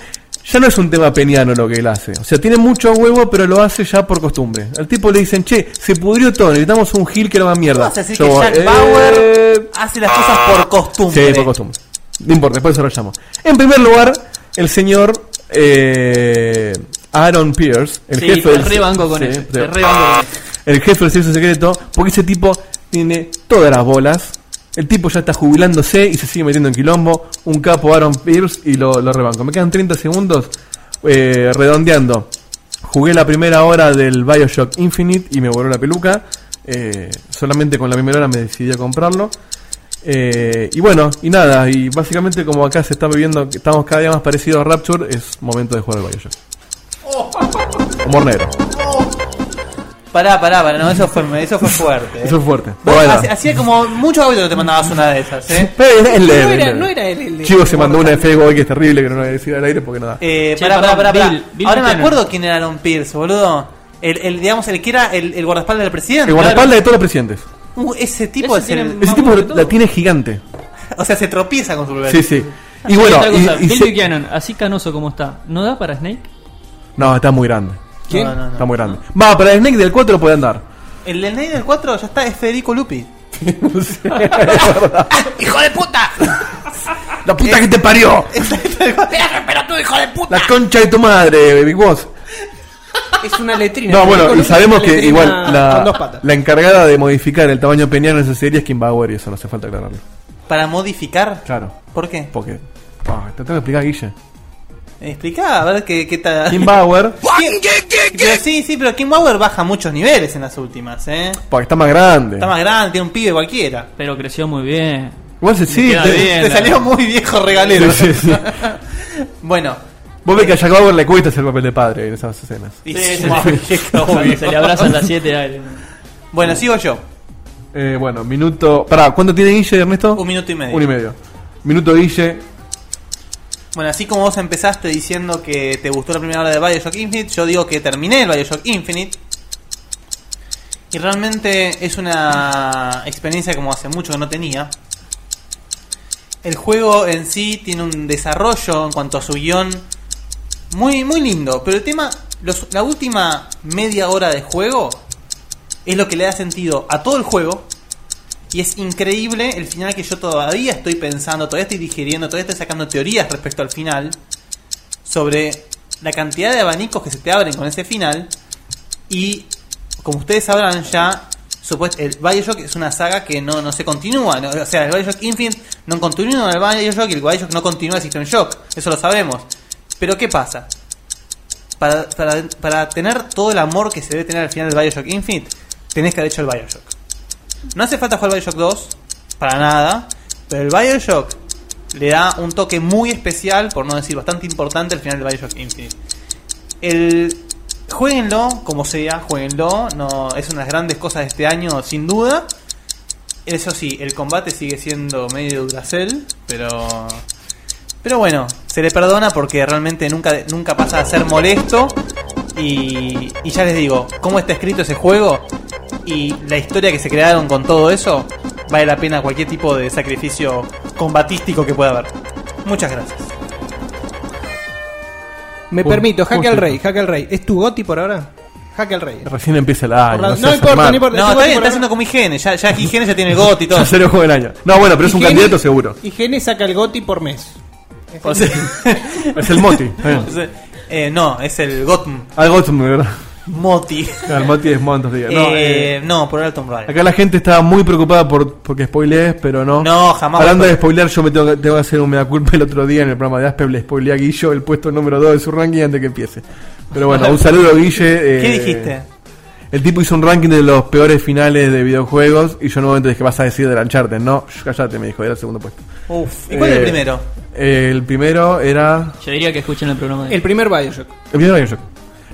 ya no es un tema peniano lo que él hace. O sea, tiene mucho huevo, pero lo hace ya por costumbre. Al tipo le dicen, che, se pudrió todo, necesitamos un Gil que lo haga mierda.
Vas a decir
Yo
que
voy,
Jack
"Eh,
Bauer hace las cosas por costumbre.
Sí, por costumbre. No importa, después desarrollamos. En primer lugar, el señor eh, Aaron Pierce, el
Sí,
jefe
te rebanco con ese, te rebanco con ese.
el jefe del servicio secreto, porque ese tipo tiene todas las bolas. El tipo ya está jubilándose y se sigue metiendo en quilombo. Un capo Aaron Pierce y lo, lo rebanco. Me quedan 30 segundos eh, redondeando. Jugué la primera hora del Bioshock Infinite y me voló la peluca. Eh, solamente con la primera hora me decidí a comprarlo. Eh, y bueno, y nada, y básicamente como acá se está viviendo, que estamos cada día más parecidos a Rapture, es momento de jugar al Bioshock. Humor negro.
Pará, pará, pará, no, eso fue, eso fue fuerte. eh.
Eso es fuerte.
Vos
Bueno.
hacía- Hacía como muchos audios que te mandabas una de esas, ¿eh?
Pero era el leve,
era-
el leve.
no era él el de-
Chivo se mandó una de Facebook hoy que es terrible que no lo voy a decir al aire porque nada.
Eh,
Che,
pará, pará,
perdón,
pará, pará.
Bill- Bill
Ahora me
Buchanan.
acuerdo quién era Aaron Pierce, boludo. El, el, digamos, el que era el, el guardaespaldas del presidente.
el guardaespaldas de todos los presidentes.
Claro. Uh, ese tipo es el.
Ese tipo la tiene gigante.
O sea, se tropieza con su primer.
Sí, sí. Ah, Y bueno,
otra cosa,
y- y
Bill
se-
Buchanan, así canoso como está, ¿no da para Snake?
No, está muy grande.
¿Quién? No, no, no.
Está muy grande. Va, para el Snake del 4 puede andar.
El del Ney del 4 ya está, es Federico Lupi. ¡Hijo de puta!
¡La puta que te parió!
¡Pero tú, hijo de puta!
¡La concha de tu madre, Big Boss!
Es una letrina.
No,
Te
bueno,
digo,
y
es una
sabemos que
letrina
igual
Con dos
la,
patas.
la encargada de modificar el tamaño peniano en esa serie es Kim Bauer y eso no hace falta aclararlo.
¿Para modificar?
Claro.
¿Por qué?
Porque. Ah, te tengo que explicar, Guille.
Explicá, a ver qué, qué tal.
Kim Bauer.
Kim- Pero sí, sí, pero Kim Bauer baja muchos niveles en las últimas, ¿eh?
Porque está más grande.
Está más grande, tiene un pibe cualquiera.
Pero creció muy bien.
Igual se- sí,
queda
te-
bien,
Te
la-
salió muy viejo regalero.
Sí, sí, sí.
bueno,
Vos ves que a Jack Bauer le cuesta hacer el papel de padre en esas escenas.
Y sí, sí, sí, obvio.
se le abrazan las siete a él.
Bueno, sigo yo.
Eh, bueno, minuto. Pará, ¿cuánto tiene Guille, Ernesto?
Un minuto y medio.
Un y medio. Minuto Guille.
Bueno, así como vos empezaste diciendo que te gustó la primera hora de Bioshock Infinite, yo digo que terminé el Bioshock Infinite. Y realmente es una experiencia como hace mucho que no tenía. El juego en sí tiene un desarrollo en cuanto a su guión muy, muy lindo. Pero el tema, los- la última media hora de juego es lo que le da sentido a todo el juego. Y es increíble el final que yo todavía estoy pensando, todavía estoy digiriendo, todavía estoy sacando teorías respecto al final. Sobre la cantidad de abanicos que se te abren con ese final. Y como ustedes sabrán ya, supuest- el Bioshock es una saga que no, no se continúa. ¿no? O sea, el Bioshock Infinite no continúa el Bioshock y el Bioshock no continúa el System Shock. Eso lo sabemos. Pero ¿qué pasa? Para, para, para tener todo el amor que se debe tener al final del Bioshock Infinite, tenés que haber hecho el Bioshock. No hace falta jugar al Bioshock 2, para nada, pero el Bioshock le da un toque muy especial, por no decir bastante importante, al final del Bioshock Infinite. El, jueguenlo, como sea, jueguenlo, no, es una de las grandes cosas de este año, sin duda. Eso sí, el combate sigue siendo medio duracel, pero pero bueno, se le perdona porque realmente nunca, nunca pasa a ser molesto. Y, y ya les digo, cómo está escrito ese juego y la historia que se crearon con todo eso, vale la pena cualquier tipo de sacrificio combatístico que pueda haber. Muchas gracias.
Me
Pun-
permito, Jaque al
puntito.
Rey, Jaque al Rey. ¿Es tu Goti por ahora? Jaque al Rey.
Recién empieza el año.
Por la-
No,
no
seas
importa,
mal.
no importa.
No, está bien,
por
está haciendo como higiene, ya, ya higiene ya tiene el gote y todo.
Ya se lo juega el año. No, bueno, pero es un
Higiene-
candidato seguro.
Y Gene saca el Goti por mes.
O sea-
Es el Moti, está bien.
O sea, eh, no, es el Gotham.
Al Gotham, de verdad.
Moti.
Al Moti es Montos, diga. No, eh,
Eh, no, por ahora el Tomb Raider.
Acá la gente estaba muy preocupada por porque spoilees, pero no.
No, jamás.
Hablando de
voy
spoiler, yo me tengo que, tengo que hacer un mea culpa el otro día en el programa de Asper. Le spoileé a Guillo el puesto número 2 de su ranking antes que empiece. Pero bueno, un saludo, Guille. eh,
¿Qué dijiste?
El tipo hizo un ranking de los peores finales de videojuegos. Y yo en un momento dije, vas a decir de lancharte. No, sh- callate, me dijo, era el segundo puesto.
Uf, ¿y cuál es el
Eh,
primero?
El primero era.
Yo diría que escuchen el programa de
El primer Bioshock.
El primero era yo.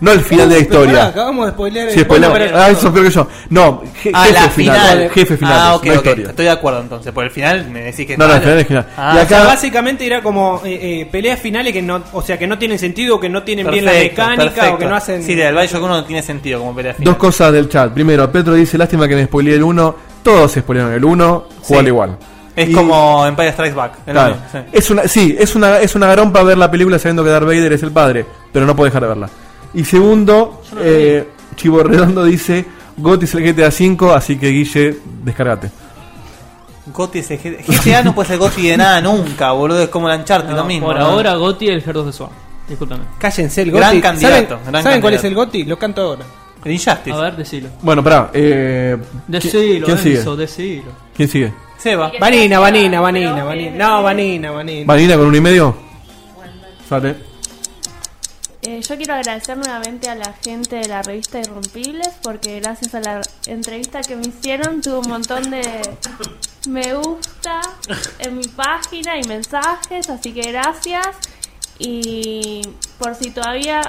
No el final
Uh,
de la
pero pará,
historia.
acabamos de spoilear
Sí, spoiler.
Bueno, pero-
Ah, eso creo que yo. No, je-
Ah,
jefe
la
final.
final.
Jefe final.
Ah, ok,
no
ok.
historia.
Estoy de acuerdo entonces. Por el final me decís que es
No, no, el
malo.
final es final.
Ah,
y
O sea,
acá.
básicamente era como eh, eh, peleas finales que no, o sea, que no tienen sentido, que no tienen bien
perfecto,
la mecánica o
perfecto.
que no hacen.
Sí, del Bioshock 1 no tiene sentido como pelea final.
Dos cosas del chat. Primero, Petro dice, lástima que me spoileé el 1. Todos se spoilearon el 1. Jugar
Sí.
igual.
Es
Y-
como Empire Strikes Back. el
Claro.
uno, sí.
Es una, sí, es una, es una garompa ver la película sabiendo que Darth Vader es el padre, pero no puedo dejar de verla. Y segundo, eh, Chivo Redondo dice, Gotti es el GTA V, así que Guille, descargate.
Gotti es el G- GTA no puede ser Gotti de nada nunca, boludo. Es como lancharte lo mismo.
Por
¿no?
ahora, Gotti y el Gerdos de Swan. Discúlpame.
Cállense el Goti.
Gran
¿Saben-
candidato, gran
¿Saben, cuál
candidato.
es el Goti? Lo canto ahora.
El Injustice.
A ver, decilo.
Bueno, pará. Eh, ¿qui-
Decilo,
¿Quién sigue?
Enzo, decilo.
¿Quién sigue?
Seba.
Vanina, Vanina, Vanina, Vanina. No, Vanina, Vanina.
¿Vanina con un y medio? Sale.
Eh, yo quiero agradecer nuevamente a la gente de la revista Irrompibles porque gracias a la entrevista que me hicieron tuve un montón de me gusta en mi página y mensajes, así que gracias. Y por si todavía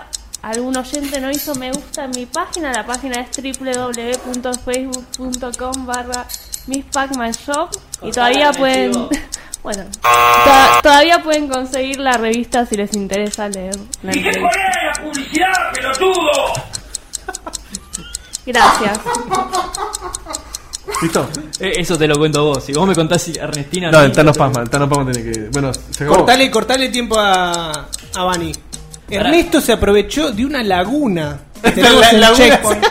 algún oyente no hizo me gusta en mi página, la página es www.facebook.com barra Miss Pacman Shop y todavía pueden... Bueno, to- todavía pueden conseguir la revista si les interesa leer. la entrevista.
la publicidad, pelotudo!
Gracias.
¿Listo?
Eh, eso te lo cuento a vos. Si vos me contás si Ernestina.
No,
a mí,
el Thanos
yo te-
Pasma, el Thanos Pasma tiene que... Bueno, se acabó.
Cortale, cortale tiempo a, a Vani. Ernesto se aprovechó de una laguna. que tenemos
La-
en
laguna.
Checkpoint,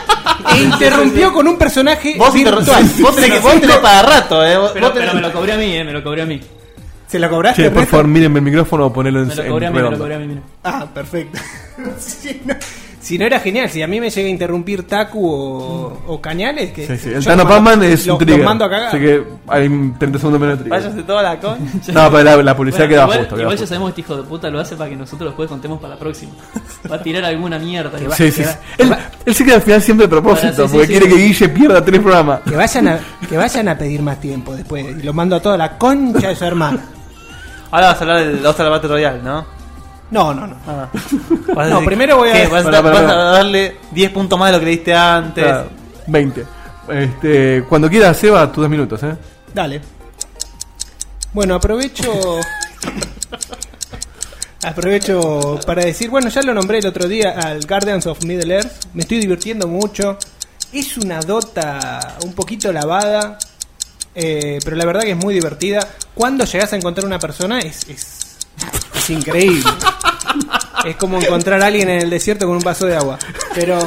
e interrumpió con un personaje
Vos, te,
virtual.
vos tenés que vos tenés para rato, eh. Vos-
Pero,
vos tenés-
pero me lo cobré a mí, eh, me lo cobré a mí.
¿Se la cobraste?
Che, por
Ernesto?
favor, mírenme el micrófono o ponelo en,
Me lo
en
cobré a mí, me lo
redondo.
cobré a mí. mira.
Ah, perfecto. si, no, si no era genial, si a mí me llega a interrumpir Taku o, o Cañales, que
Sí, sí, El
Eh, yo
Thanos
lo mando-
Pasman es
lo-
un trigger.
lo mando a cagar.
Así que hay 30 segundos menos de trigger.
Váyase toda la con.
No, pero la, la publicidad
Bueno,
queda justo.
igual,
queda
igual ya
justo.
sabemos que este hijo de puta lo hace para que nosotros después contemos para la próxima. Va a tirar alguna mierda. que va-
Sí,
que
sí,
va-
sí. Él, él se queda al final siempre a propósito,
Ahora, sí, sí,
porque
sí,
quiere
sí.
que Guille pierda tres programas.
Que vayan, a, que vayan a pedir más tiempo después. Y lo mando a toda la concha de su hermana.
Ahora vas a hablar del Oscar Battle Royale, ¿no?
No, no, no.
Vas a
no,
decir,
primero voy a.
¿qué? Vas, a- vas a darle 10 puntos más de lo que le diste antes.
Claro, 20. Este, cuando quieras, Seba, tus dos minutos, ¿eh?
Dale. Bueno, aprovecho. aprovecho para decir, bueno, ya lo nombré el otro día al Guardians of Middle Earth. Me estoy divirtiendo mucho. Es una dota un poquito lavada. eh, pero la verdad que es muy divertida. Cuando llegas a encontrar una persona es, es, es increíble. Es como encontrar a alguien en el desierto con un vaso de agua. Pero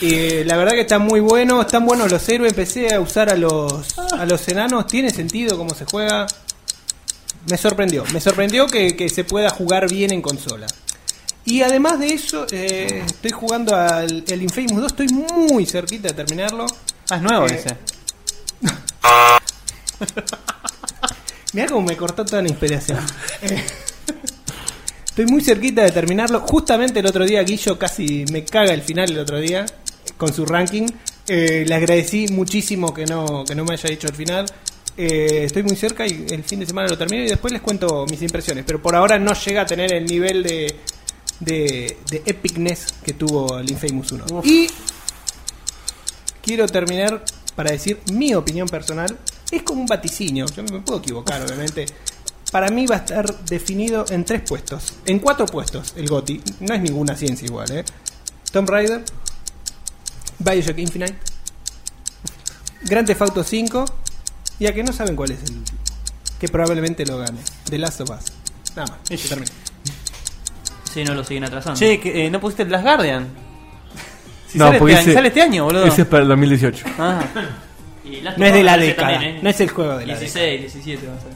y la verdad que está muy bueno, están buenos los héroes, empecé a usar a los a los enanos, tiene sentido cómo se juega. Me sorprendió, me sorprendió que, que se pueda jugar bien en consola. Y además de eso, eh, estoy jugando al el Infamous 2, estoy muy cerquita de terminarlo.
Ah, es nuevo
Eh,
ese.
Mirá cómo me cortó toda la inspiración. Eh, Estoy muy cerquita de terminarlo. Justamente el otro día, Guillo casi me caga el final el otro día con su ranking. Eh, le agradecí muchísimo que no, que no me haya dicho el final. Eh, estoy muy cerca y el fin de semana lo termino y después les cuento mis impresiones. Pero por ahora no llega a tener el nivel de, de, de epicness que tuvo el Infamous 1. Y quiero terminar para decir mi opinión personal. Es como un vaticinio, yo me puedo equivocar, obviamente. Para mí va a estar definido en tres puestos, en cuatro puestos el GOTI. No es ninguna ciencia igual, ¿eh? Tomb Raider, Bioshock Infinite, Grand Theft Auto 5, y a que no saben cuál es el último, que probablemente lo gane, The Last of Us. Nada más, se termina.
Sí, no lo siguen atrasando.
Che, que, eh, ¿no pusiste el Last Guardian? Si
no,
sale,
porque
este año,
ese-
sale este año, boludo.
Ese es para el 2018.
Ah.
No es de la década,
¿eh?
no es el juego de la
16, 17 va a ser.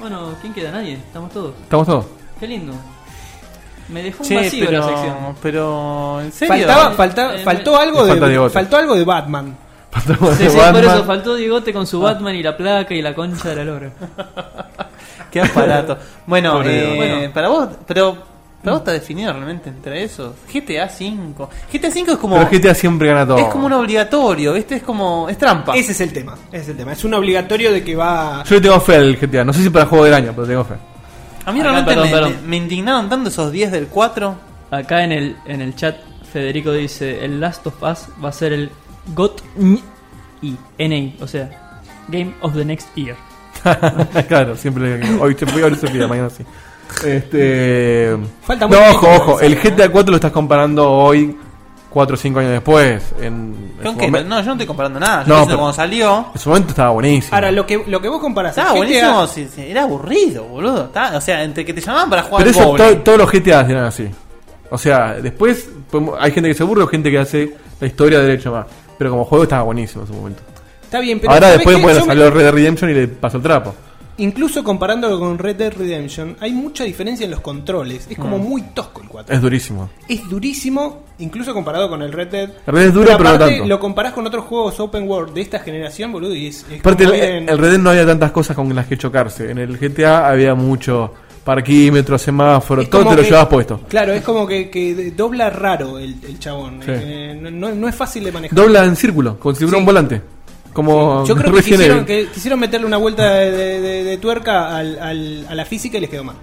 Bueno, ¿quién queda? Nadie. Estamos todos.
¿Estamos todos?
Qué lindo. Me dejó un
Che,
vacío
pero-
la sección.
Pero, ¿en serio?
Faltaba, falta-
Eh,
faltó, algo
falta
de,
Diegote.
faltó algo de Batman.
Sí, sí, por
Batman.
eso faltó Diegote con su Batman y la placa y la concha de la lora.
Qué aparato. Bueno,
Pobre
eh,
Dios. Bueno.
para vos, pero para
Mm.
vos está definido realmente entre esos. GTA V. GTA V es como.
Pero GTA siempre gana todo.
Es como un obligatorio, este es como. es trampa.
Ese es el tema, ese es el tema. Es un obligatorio de que va...
Yo le tengo fe al GTA, no sé si para juego del año, pero tengo fe.
A mí
Acá,
realmente
Ah, perdón,
me,
perdón.
me indignaron tanto esos 10 del 4.
Acá en el, en el chat, Federico dice: El Last of Us va a ser el GOT y NA, o sea, Game of the Next Year.
claro, siempre le digo que hoy se pide, hoy se pide, mañana sí. Este.
Falta
no,
muy
ojo,
poco,
ojo. El GTA 4 lo estás comparando hoy, 4 o 5 años después. En, en
¿Con
su
qué?
momen-
No, yo no estoy comparando nada. Yo estoy
No,
diciendo
pero-
cuando salió.
En su momento estaba buenísimo.
Ahora, lo que, lo que vos comparás...
Ah,
Estaba
el GTA
buenísimo, sí, sí, era aburrido, boludo. Estaba- o sea, entre que te llamaban para jugar
Pero
al
eso
Bowling.
to- todos los GTA eran así. O sea, después podemos- hay gente que se burla, gente que hace la historia de derecho más. Pero como juego estaba buenísimo en su momento.
Está bien, pero
Ahora
¿sabés
después,
qué?
bueno,
Yo me-
salió Red Dead Redemption y le pasó el trapo.
Incluso comparándolo con Red Dead Redemption, hay mucha diferencia en los controles. Es como muy tosco el 4.
Mm. Es durísimo.
Es durísimo, incluso comparado con el Red Dead.
El Red Dead es duro, pero no
aparte,
tanto.
Lo comparás con otros juegos open world de esta generación, boludo, y es. es
Aparte, el,
como bien-
el Red Dead no había tantas cosas con las que chocarse. En el GTA había mucho parquímetro, semáforo,
es
todo
como
te lo
que-
llevabas puesto.
Claro, es como que, que dobla raro el, el chabón.
Sí.
Eh, no- no, no es fácil de manejar.
Dobla en círculo, como si fuera un volante. Como
Yo creo que
Resident
quisieron,
Evil.
que quisieron meterle una vuelta de, de- de- de tuerca al- al- a la física y les quedó mal.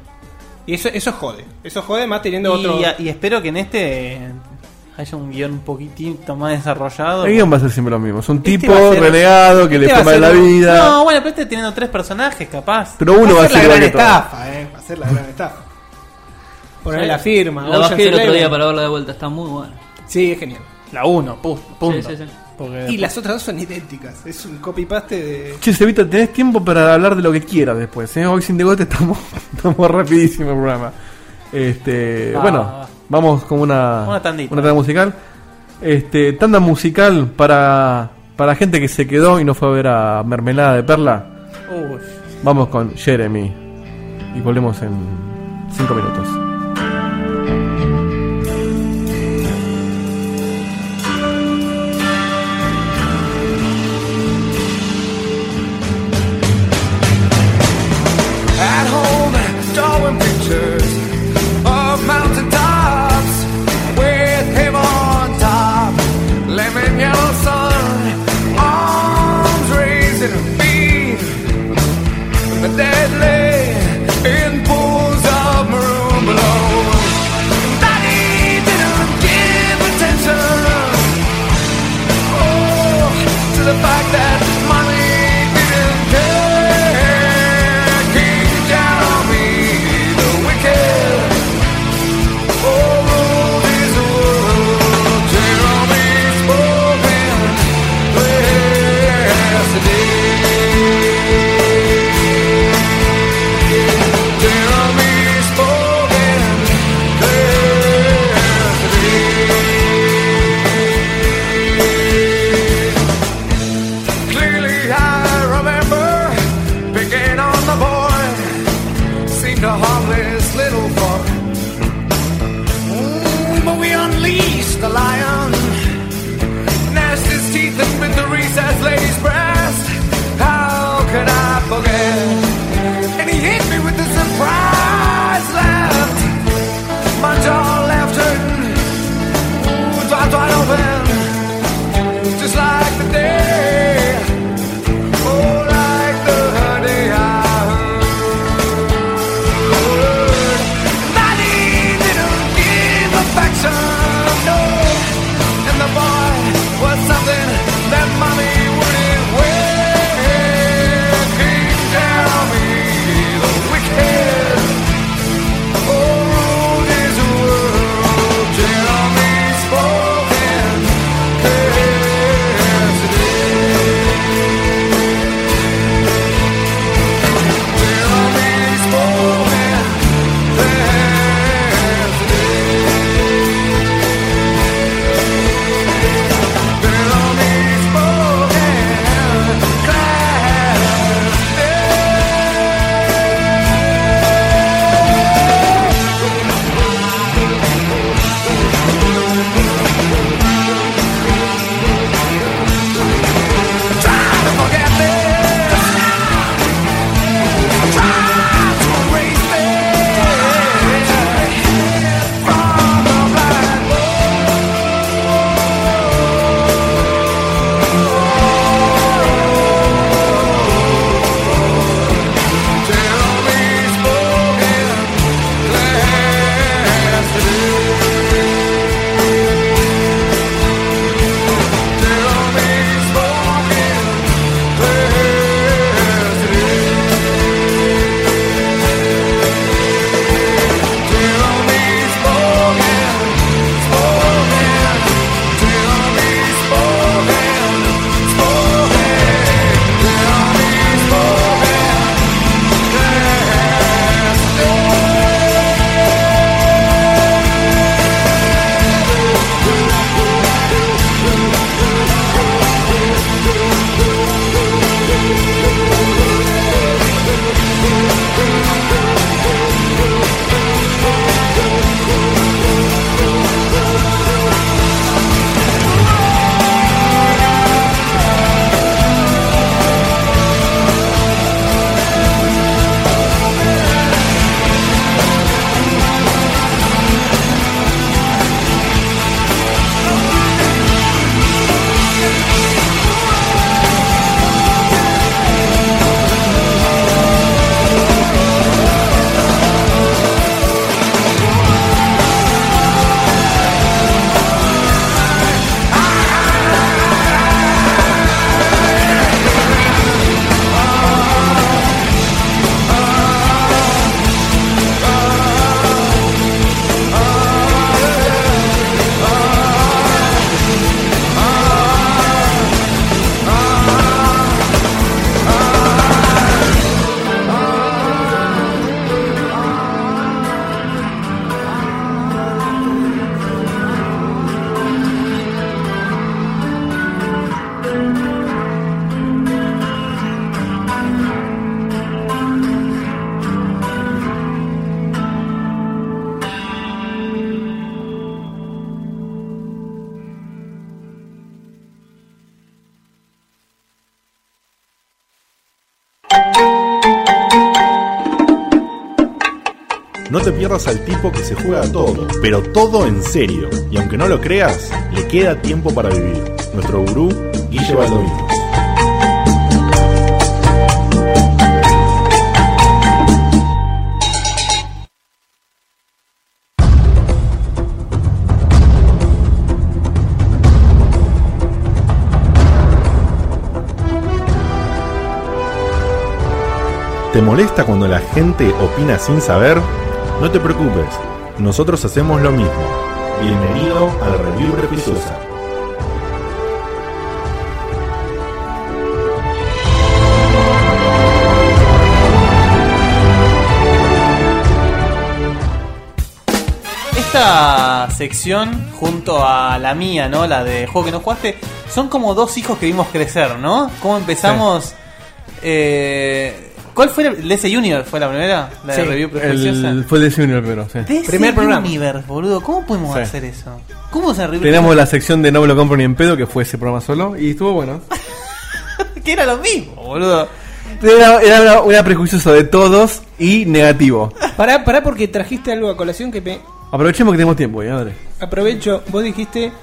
Y eso, eso jode. Eso jode más teniendo
y,
otro.
y espero que en este haya un guión un poquitito más desarrollado.
El guión va a ser siempre lo mismo. Es un
Este
tipo
va a ser-
renegado que
Este
le
va
fue
a
mal
ser
la
un-
vida.
No, bueno, pero este teniendo tres personajes, capaz.
Pero uno va a ser
la gran
igual que todo.
estafa, eh. Va a ser la gran estafa. Poner la firma.
La
Ocean's
bajé el otro
Eleven.
día para verla de vuelta, está muy buena.
Sí, es genial.
La uno, pu- punto.
Sí, sí, sí.
Porque-
Y las otras dos son idénticas. Es un copy-paste de.
Che, Cevita, tenés tiempo para hablar de lo que quieras después. ¿eh? Hoy sin degote estamos, estamos rapidísimo el programa. Este,
Ah.
bueno, vamos con una,
Una tandita.
una tanda musical. Este, tanda musical para, para gente que se quedó y no fue a ver a Mermelada de Perla.
Uy.
Vamos con Jeremy. Y volvemos en 5 minutos.
At home, drawing pictures of mountaintops with him on top. Lemon yellow sun, arms raising a beam. Deadly in Oh,
Mm,
No te pierdas al tipo que se juega todo, pero todo en serio. Y aunque no lo creas, le queda tiempo para vivir. Nuestro gurú, Guille Baldovino. ¿Te molesta cuando la gente opina sin saber? No te preocupes, nosotros hacemos lo mismo. Bienvenido a la Review Repiciosa.
Esta sección, junto a la mía, ¿no? La de juego que no jugaste, son como dos hijos que vimos crecer, ¿no? ¿Cómo empezamos? Eh, ¿Cuál fue? el- ¿DC Junior fue la primera? ¿La de review prejuiciosa?
el, Fue el de Junior primero, sí.
DC
Primer programa.
Universe, boludo. ¿Cómo podemos
Sí.
hacer eso? ¿Cómo se review
Tenemos la sección de No me lo compro ni en pedo, que fue ese programa solo, y estuvo bueno.
Que era lo mismo, boludo.
Era, era una, una prejuiciosa de todos y negativo.
Pará, pará porque trajiste algo a colación que me
Aprovechemos que tenemos tiempo, ¿eh? ya, dale.
aprovecho. Vos dijiste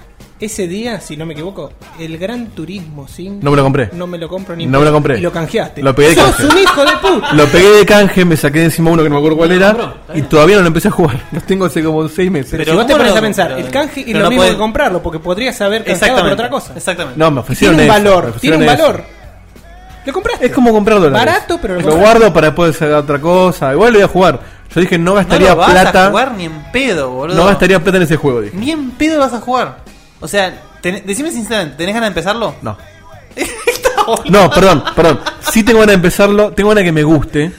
ese día, si no me equivoco, el Gran Turismo 5.
No me lo compré.
No me lo compro ni
No me lo compré.
Y lo canjeaste.
Lo pegué de
¡Sos
canje.
un hijo de puta!
Lo pegué de canje, me saqué de encima uno que no me acuerdo cuál era, y todavía no lo empecé a jugar. Los tengo hace como seis meses.
Pero, si vos te pones a pensar, el canje es lo mismo que comprarlo, porque podrías haber canjeado por
Exactamente,
otra cosa.
Exactamente.
No, me ofrecieron
tiene un
eso,
valor,
me
tiene
ofrecieron
un
eso.
valor. Lo compraste.
Es como comprar dólares.
Barato, pero lo
lo
compraste.
guardo para después hacer otra cosa. Igual lo voy a jugar. Yo dije, no
No lo
gastaría
vas
plata.
a jugar ni en pedo, boludo.
no gastaría plata en ese juego, dije.
Ni en pedo vas a jugar. O sea, ten- decime sinceramente, ¿tenés ganas de empezarlo?
No. No, perdón, perdón. Sí tengo ganas de empezarlo, tengo ganas de que me guste.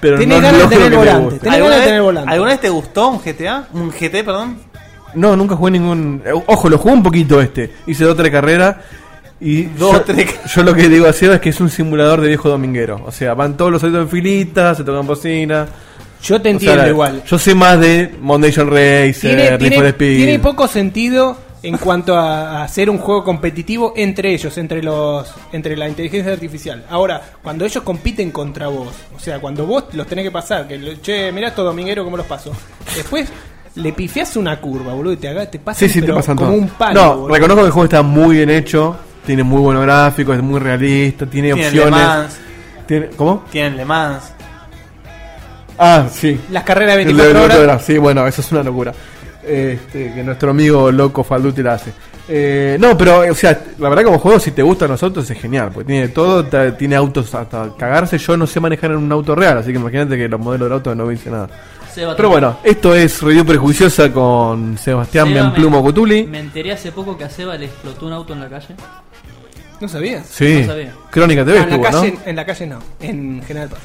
Pero no logro que me guste.
¿Alguna vez- ¿Alguna vez te gustó un GTA? ¿Un GT, perdón?
No, nunca jugué ningún. eh, Ojo, lo jugué un poquito este. Hice dos o tres carreras. Y yo, yo lo que digo a Seba es que es un simulador de viejo dominguero. O sea, van todos los solitos en filita, se tocan bocina.
Yo te entiendo igual.
Yo sé más de Mondation
tiene,
Racer, Need for
tiene,
Speed.
tiene poco sentido en cuanto a, a hacer un juego competitivo entre ellos, entre los, entre la inteligencia artificial. Ahora, cuando ellos compiten contra vos, o sea, cuando vos los tenés que pasar, que lo- che, mirá estos domingueros cómo los paso. Después le pifias una curva, boludo, y te, haga- te pasan,
Sí, sí, te
pero
pasan
como
todas.
un palo.
No,
boludo.
reconozco que el juego está muy bien hecho. Tiene muy buenos gráficos, es muy realista, tiene,
Tiene Le Mans.
opciones. Tiene, ¿Cómo?
Tienen Le Mans.
Ah, sí.
Las carreras de
El
24
de
horas.
Sí, bueno, eso es una locura. Este, que nuestro amigo loco Falduti la hace. Eh, no, pero, o sea, la verdad, como juego, si te gusta a nosotros, es genial. Porque tiene todo, ta- tiene autos hasta cagarse. Yo no sé manejar en un auto real, así que imagínate que los modelos de autos no dicen nada.
Seba,
Pero
te-
bueno, esto es Review Prejuiciosa con Sebastián
Seba, me-
Benplumo Cutuli.
Me enteré hace poco que a Seba le explotó un auto en la calle.
¿No sabías?
Sí.
No sabía.
Crónica TV
Ah, en, la
estuvo, ¿no?
calle, en la calle no, en General Paz.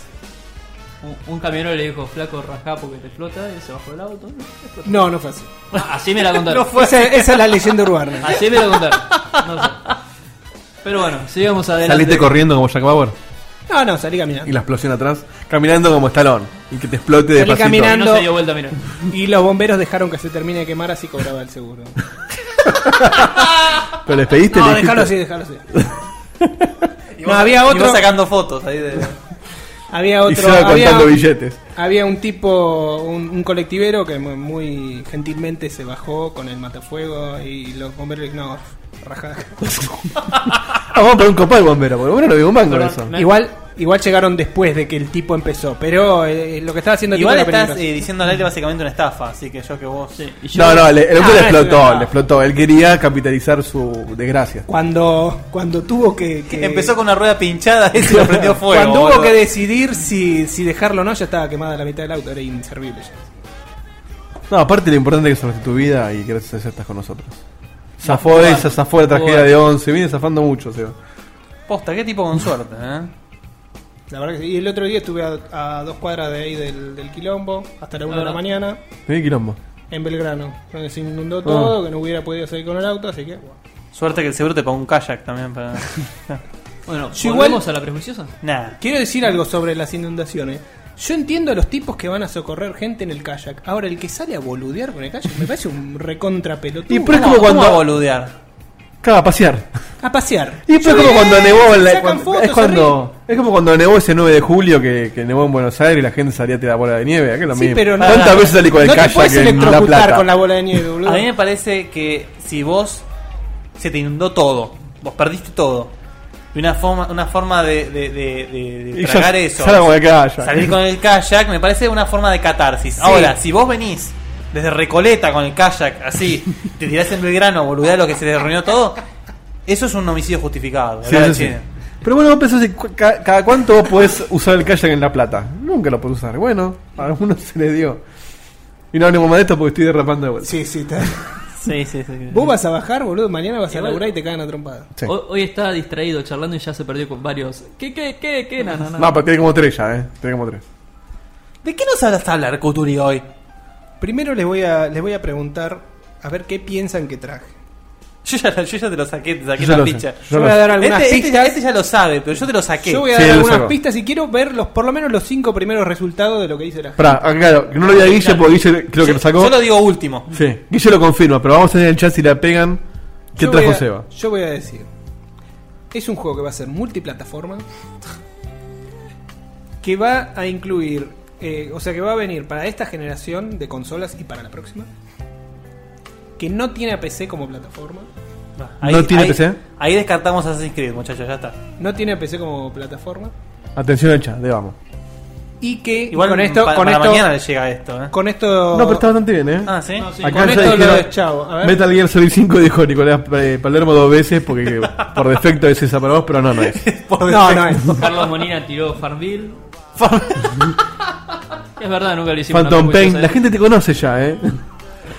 Un, un camionero le dijo, flaco, rajá porque te explota y se bajó del auto. Explotó.
No, no fue así.
Ah, así me la contaron.
No fue así. Esa- esa es la leyenda urbana.
Así me la contaron. No sé. Pero bueno, sigamos adelante.
Saliste corriendo como Jack Bauer
No, no, salí caminando.
y la explosión atrás. Caminando como Stallone y que te explote de
Salí
pasito.
caminando.
vuelta, mira.
Y los bomberos dejaron que se termine de quemar, así cobraba el seguro.
¿Pero les pediste?
No,
¿Le
dejalo así,
dijiste?
dejalo así. No, había otro.
sacando fotos ahí de.
Había
Y
otro.
se va
había
contando
un-
billetes.
Había un tipo, un, un colectivero que muy, muy gentilmente se bajó con el matafuego y los bomberos le dijeron, no, rajá.
Ah, vamos a poner un copo de bombero, porque bueno no veo un mango en eso.
Igual, igual llegaron después de que el tipo empezó, pero eh, lo que estaba haciendo el
Igual
tipo era
estás eh,
peligroso.
diciendo al aire básicamente una estafa, así que yo que vos.
No, no, le- el hombre
Ah,
le
es
explotó,
verdad.
le explotó. Él quería capitalizar su desgracia.
Cuando, cuando tuvo que, que-
Empezó con una rueda pinchada y se lo prendió fuego.
Cuando hubo
boludo.
que decidir si, si dejarlo o no, ya estaba quemada la mitad del auto, era inservible ya.
No, aparte lo importante es que salvaste tu vida y gracias a eso estás con nosotros. Zafó esa, zafó la tragedia
bueno.
de 11, viene zafando mucho, o sea.
Posta, qué tipo con suerte, eh.
La verdad que sí. Y el otro día estuve a, a dos cuadras de ahí del, del quilombo, hasta la una de la
Ahora.
mañana,
Mirá el quilombo.
en Belgrano, donde se inundó todo, que no hubiera podido salir con el auto, así que... bueno.
Suerte que el seguro te pagó un kayak también para.
Bueno,
Yo
¿volvemos
igual-
a la prejuiciosa?
Nah.
Quiero decir algo sobre las inundaciones. Yo entiendo a los tipos que van a socorrer gente en el kayak. Ahora, el que sale a boludear con el kayak me parece un recontra pelotudo.
Y pero es como cuando.
boludear?
Claro, a pasear.
A pasear.
Y pero es como cuando nevó en la-
Sacan
cuando-
fotos,
Es
se
cuando. Es como cuando nevó ese 9 de julio que, que nevó en Buenos Aires y la gente salía a tirar bola de nieve. Acá es lo
Sí,
mismo.
pero no-
¿Cuántas veces salí con el
no te
kayak
puedes
en La
electrocutar
Plata?
con la bola de nieve, boludo.
A mí me parece que si vos se te inundó todo, vos perdiste todo. Y una forma, una forma de, de, de- de- de
Y ya
tragar eso.
salgo con el kayak.
Salir con el kayak me parece una forma de catarsis.
Sí.
Ahora, si vos venís desde Recoleta con el kayak, así, te tirás en Belgrano, boludeás lo que se te arruinó todo, eso es un homicidio justificado.
Sí,
¿verdad,
eso sí.
Chino?
Pero bueno, vos pensás, que cu- ca- ¿cada cuánto vos podés usar el kayak en La Plata? Nunca lo podés usar. Bueno, a algunos se les dio. Y no hablemos más de esto porque estoy derrapando de vuelta.
Sí, sí, está.
Sí, sí, sí.
Vos vas a bajar, boludo, mañana vas a
Igual-
laburar y te cagan a trompada.
Sí.
Hoy, hoy está distraído charlando y ya se perdió con varios. ¿Qué, qué, qué, qué? No, no, no.
No, pero tiene como tres ya, ¿eh? Tiene como tres.
¿De qué nos hablas hablar, Cuturi, hoy?
Primero les voy a les voy a preguntar a ver qué piensan que traje.
Yo ya, yo ya te lo saqué, te saqué
Yo
la
ya lo sé,
ficha.
yo Yo voy lo a sé. dar algunas
Este- este,
pistas.
ya- este ya lo sabe, pero yo te lo saqué.
Yo voy a dar algunas pistas y quiero ver los por lo menos los cinco primeros resultados de lo que dice la gente.
Pará, ah, claro, que no lo diga Guille porque Guille creo que lo sacó.
yo lo digo último.
Sí, Guille lo confirma, pero vamos a tener el chat si la pegan. ¿Qué
Yo
trajo
voy a-
Seba?
Yo voy a decir. Es un juego que va a ser multiplataforma. Que va a incluir. eh, o sea, que va a venir para esta generación de consolas y para la próxima. Que no tiene a PC como plataforma.
¿No tiene PC?
Ahí descartamos Assassin's Creed, muchachos, ya está.
No tiene a PC como plataforma.
Atención al chat, le vamos.
Y que
Igual
con esto.
para-
con
para
esto-
mañana le llega esto, ¿eh?
Con esto.
No, pero está bastante bien, ¿eh?
Ah, ¿sí?
Acá
Con
ya
esto
dijeron,
lo deschavo. A ver.
Metal Gear Solid 5 dijo Nicolás eh, Palermo dos veces porque por defecto es esa para vos, pero no, no es.
No, no es.
Carlos Monina tiró Farmville. es verdad, nunca lo hicimos.
Phantom
una película,
Pain,
¿sabes?
la gente te conoce ya, ¿eh?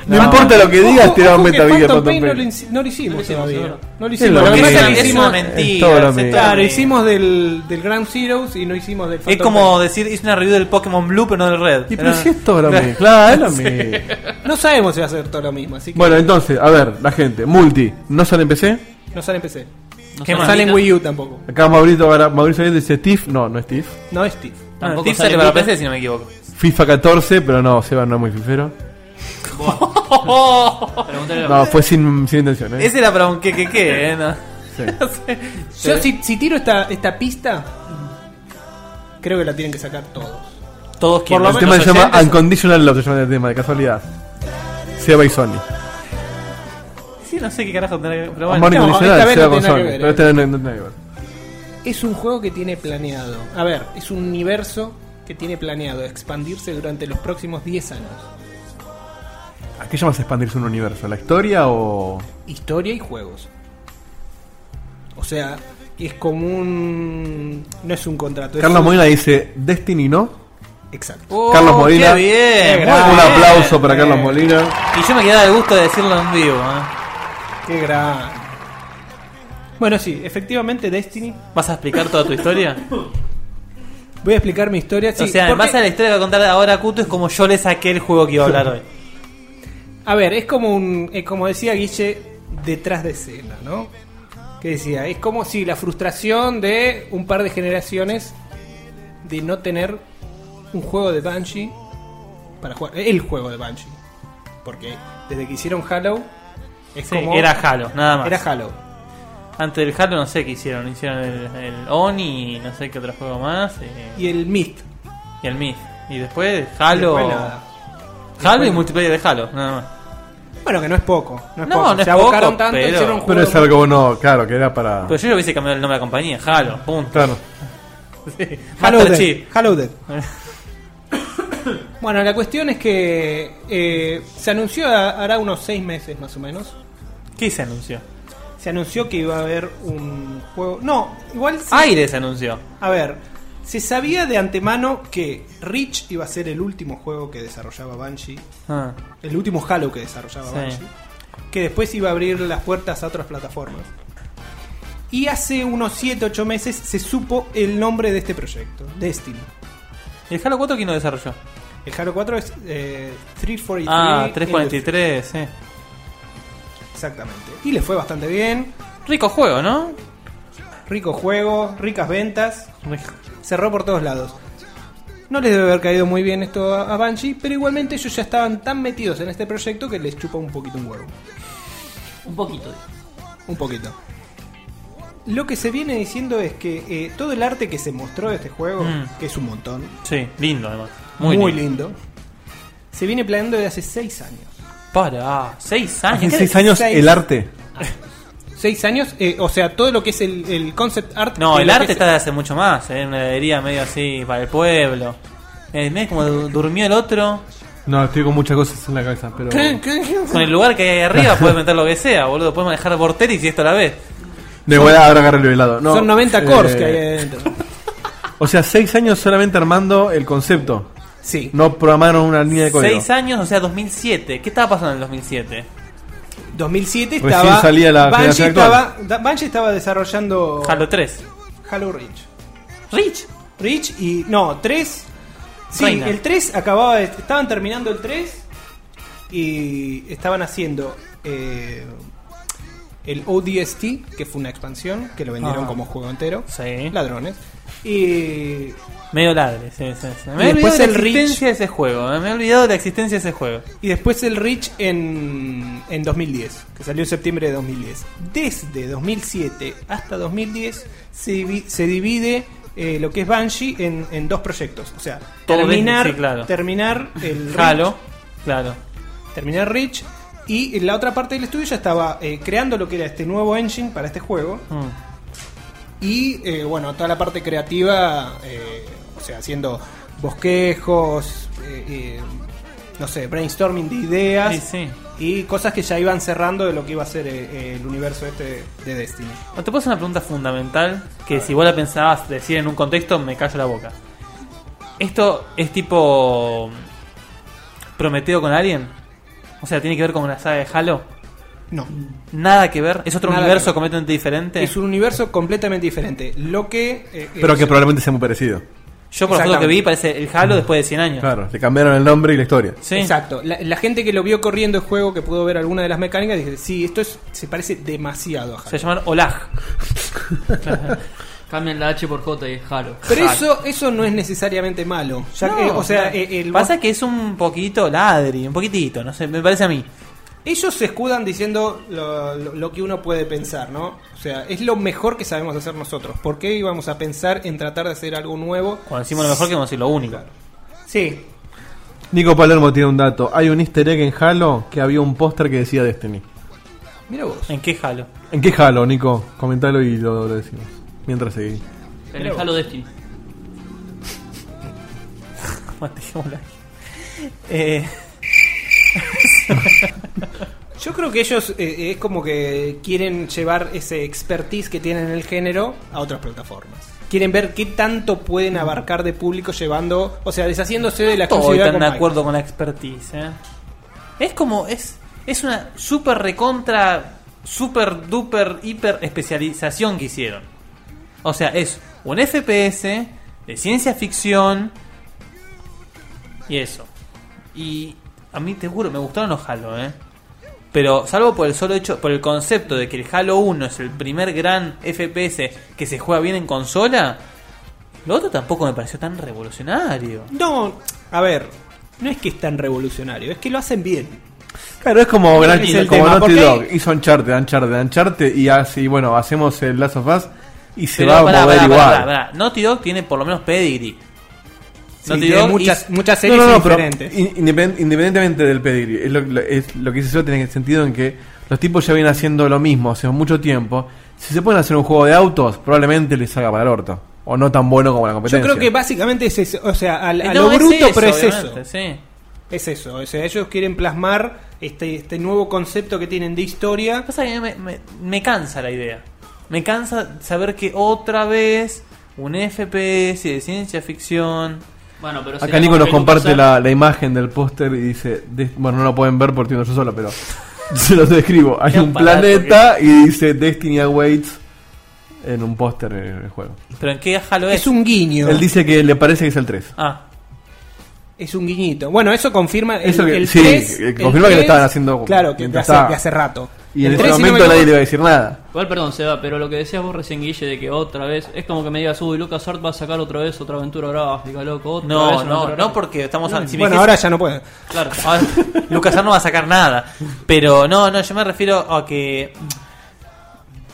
No,
No.
importa lo que
Ojo,
digas, te va a
ojo que
Metal Gear
Phantom
Phantom
Pain no
Pain.
lo, inci- no lo hicimos todavía. No lo
Es
hicimos.
lo
Lo que
mismo.
pasa es
Es
que hicimos-
todo lo Claro, mismo.
Claro, hicimos del, del Ground Zeroes y no hicimos del
Es
Phantom
como decir, hice una review del Pokémon Blue, pero no del Red.
Y pero
Era-
si es todo lo
Claro.
mismo. Claro, es lo
Sí.
mismo.
Pain. No sabemos si va a ser todo lo mismo, así que
Bueno, entonces, a ver, la gente, multi, ¿no sale en PC?
no sale en PC.
¿Qué
no
más?
sale en Wii U tampoco.
Acá Maurito, Gara- Mauricio Ariel dice Tiff, no, no es Tiff.
No es Steve.
Bueno, Steve sale para PC, si no me equivoco.
FIFA 14, pero no, Seba no es muy fifero.
Oh,
Pregúntale a la-
No, fue sin, sin intención, ¿eh?
Ese era para un que que que, ¿eh? No.
Sí.
No sé.
Yo si, si tiro esta, esta pista, creo que la tienen que sacar todos.
Todos
Por
el
lo
tema
menos
se llama
oyentes-
Unconditional Love, se llama el tema, de casualidad. Seba y Sony.
Sí, no sé qué carajo tendrá que. Pero bueno.
Amor
no, esta
incondicional,
vez
Seba
no
con
tiene nada
Sony.
que ver,
Pero
eh.
este no, no- no tiene que ver.
Es un juego que tiene planeado. A ver, es un universo que tiene planeado expandirse durante los próximos 10 años.
¿A qué llamas expandirse un universo? ¿La historia o.?
Historia y juegos. O sea, es como un. No es un contrato. es
Carlos
un-
Molina dice Destiny, ¿no?
Exacto.
Carlos Molina.
Oh, qué bien,
un
muy bien.
aplauso para Carlos Molina.
Y yo me quedaba el gusto de decirlo en vivo, ¿eh?
Qué gran. Bueno, sí, efectivamente Destiny.
¿Vas a explicar toda tu historia?
Voy a explicar mi historia. sí,
o sea, en
porque-
base a la historia que va a contar ahora Cuto, es como yo le saqué el juego que iba a hablar hoy.
A ver, es como un. eh, como decía Guille, detrás de escena, ¿no? Que decía, es como si la frustración de un par de generaciones de no tener un juego de Banshee para jugar. El juego de Banshee. Porque desde que hicieron Halo. Es
Sí,
como,
era Halo, nada más.
Era Halo.
Antes del Halo no sé qué hicieron. Hicieron el, el Oni, no sé qué otro juego más. eh,
Y el Myst.
y el Myth. Y después Halo.
Y después nada.
Halo y
Después-
multiplayer de Halo, nada más.
Bueno, que no es poco. No es
No,
poco.
no
Se
es
abocaron
poco,
tanto,
pero-
hicieron un
Pero
juego.
es algo no, claro, que era para.
Pero yo le hubiese cambiado el nombre de la compañía, Halo, punto.
Claro.
Sí.
Hello
Master
Dead.
Chief.
Hello Dead. bueno, la cuestión es que eh, se anunció a- hará unos seis meses más o menos.
¿Qué se anunció?
Se anunció que iba a haber un juego. No, igual. se-
Aire se anunció.
A ver, se sabía de antemano que Reach iba a ser el último juego que desarrollaba Banshee.
Ah,
El último Halo que desarrollaba
Sí.
Banshee. Que después iba a abrir las puertas a otras plataformas. Y hace unos 7-8 meses se supo el nombre de este proyecto, Destiny.
¿Y el Halo 4 quién lo desarrolló?
El Halo 4 es eh, 343.
Ah, 343, sí.
Exactamente. Y le fue bastante bien.
Rico juego, ¿no?
Rico juego, ricas ventas. Cerró por todos lados. No les debe haber caído muy bien esto a, a Bungie, pero igualmente ellos ya estaban tan metidos en este proyecto que les chupa un poquito un huevo.
Un poquito.
Un poquito. Lo que se viene diciendo es que eh, todo el arte que se mostró de este juego,
Mm.
que es un montón,
Sí, lindo además.
muy,
Muy,
lindo. se viene planeando desde hace 6 años.
Para, seis años.
¿En
seis años el arte.
6 años, eh, o sea, todo lo que es el, el concept art.
No,
de
el
lo que
arte
es-
está de hace mucho más. ¿eh? Una heladería medio así para el pueblo. Eh, mirá como du- durmió el otro.
No, estoy con muchas cosas en la cabeza, pero.
Con el lugar que hay arriba puedes meter lo que sea, boludo. Puedes manejar Vorterix y esto a la vez.
De igual ahora agarra el helado. No,
Son 90
eh,
cores que hay adentro.
O sea, seis años solamente armando el concepto.
Sí.
No programaron una línea de código.
Seis años, o sea, 2007. ¿Qué estaba pasando en el 2007?
2007
Recién
estaba.
salía la
Banshee
generación actual.
estaba, da- Banshee estaba desarrollando.
Halo 3.
Halo Reach.
Reach.
Reach y. No, 3. Sí,
Reina.
el 3 acababa de. Estaban terminando el 3 y estaban haciendo. eh, el ODST, que fue una expansión, que lo vendieron
Ah.
como juego entero.
Sí.
Ladrones. Y.
Medio ladre, sí, sí, sí. Me
Y
he olvidado de
después
la
el Reach.
existencia de ese juego. eh. Me he olvidado de la existencia de ese juego.
Y después el Reach en, en 2010, que salió en septiembre de 2010. Desde 2007 hasta 2010 se, divi- se divide eh, lo que es Banshee en, en dos proyectos. O sea,
Todo
terminar,
Disney, sí, claro.
terminar el Reach,
Halo, claro.
terminar Reach. Y en la otra parte del estudio ya estaba eh, creando lo que era este nuevo engine para este juego.
Mm.
Y eh, bueno, toda la parte creativa, eh, o sea, haciendo bosquejos, eh, eh, no sé, brainstorming de ideas
Sí, sí.
y cosas que ya iban cerrando de lo que iba a ser eh, eh, el universo este de- de Destiny.
No, Te puedo hacer una pregunta fundamental que si vos la pensabas decir en un contexto, me callo la boca. ¿Esto es tipo Prometeo con alguien? O sea, ¿tiene que ver con la saga de Halo?
No.
Nada que ver. ¿Es otro
Nada que
universo
ver.
completamente diferente?
Es un universo completamente diferente. Lo que. eh,
Pero
es-
que probablemente sea muy parecido.
Yo por la foto que vi parece el Halo después de 100 años.
Claro, le cambiaron el nombre y la historia.
Exacto. La, la gente que lo vio corriendo el juego, que pudo ver alguna de las mecánicas, dice: Sí, esto es, se parece demasiado a Halo.
Se llaman Olaj.
Cambian la H por J y es Halo.
Pero
Halo.
eso, eso no es necesariamente malo. Ya que,
Ah. No,
o sea,
claro.
eh, el
Pasa que es un poquito ladri, un poquitito, no sé, me parece a mí.
Ellos se escudan diciendo lo, lo- lo que uno puede pensar, ¿no? O sea, es lo mejor que sabemos hacer nosotros. ¿Por qué íbamos a pensar en tratar de hacer algo nuevo?
Cuando decimos lo mejor, queremos decir lo único.
Sí,
Nico Palermo tiene un dato. Hay un easter egg en Halo que había un póster que decía Destiny.
mira vos.
¿En qué Halo?
¿En qué Halo, Nico? Comentalo y lo, lo decimos. Mientras seguí.
En el Halo Destiny.
Matejémosla. Eh,
Yo creo que ellos eh, es como que quieren llevar ese expertise que tienen en el género a otras plataformas. Quieren ver qué tanto pueden abarcar de público llevando, o sea, deshaciéndose de la
estoy
exclusividad
tan
con
de
Microsoft.
acuerdo con la expertise. eh. Es como, es, es una super recontra, super duper, hiper especialización que hicieron. O sea, es un FPS de ciencia ficción y eso. Y a mí te juro, me gustaron los Halo, eh. Pero salvo por el solo hecho, por el concepto de que el Halo 1 es el primer gran FPS que se juega bien en consola, lo otro tampoco me pareció tan revolucionario.
No, a ver, no es que es tan revolucionario, es que lo hacen bien.
Claro, es como,
Ese
gran-
es el
como
tema,
Naughty
porque-
Dog. Hizo Uncharted, Uncharted, Uncharted. Y así, bueno, hacemos el Last of Us y se
Pero
va
pará,
a mover
pará,
igual.
pará, pará. Naughty Dog tiene por lo menos pedigree.
Sí, tiene muchas- muchas series
No, no, no, pero
diferentes.
in- independ- independientemente del pedigree, es lo, lo- es lo que dice yo tiene sentido en que los tipos ya vienen haciendo lo mismo hace mucho tiempo. Si se pueden hacer un juego de autos, probablemente les salga para el orto. O no tan bueno como la
Yo
competencia.
creo que básicamente es eso, o sea, al- a,
Eh, No,
lo
es
bruto,
eso,
pero es eso.
obviamente, sí.
Es eso, o sea, ellos quieren plasmar este, este nuevo concepto que tienen de historia.
Pasa que me, me- me cansa la idea. Me cansa saber que otra vez un FPS de ciencia ficción.
Bueno, pero
Acá Nico nos comparte la, la imagen del póster y dice, de- bueno, no lo pueden ver porque estoy yo solo, pero se los describo. Hay
Qué
un
aparato
planeta y dice Destiny Awaits en un póster en el juego.
Pero en qué Halo es.
Es un guiño.
Él dice que le parece que es el 3.
Ah,
Es un guiñito. Bueno, eso confirma el,
Eso que-
el
sí,
3,
que
el
confirma que lo
3,
estaban haciendo
Claro, que de
mientras
hace,
estaba.
de hace rato.
Y en
El
ese
3, si no me
momento nadie le
equivoco,
iba a decir nada.
Igual, perdón, Seba, pero lo que decías vos recién, Guille, de que otra vez. Es como que me digas, uy, Lucas Art va a sacar otra vez otra aventura gráfica, loco. Otra
No,
vez una
no,
aventura
no,
gráfica".
porque estamos a- si me
Bueno,
dijese-
ahora ya no puede.
Claro, ahora Lucas no va a sacar nada. Pero no, no, yo me refiero a que.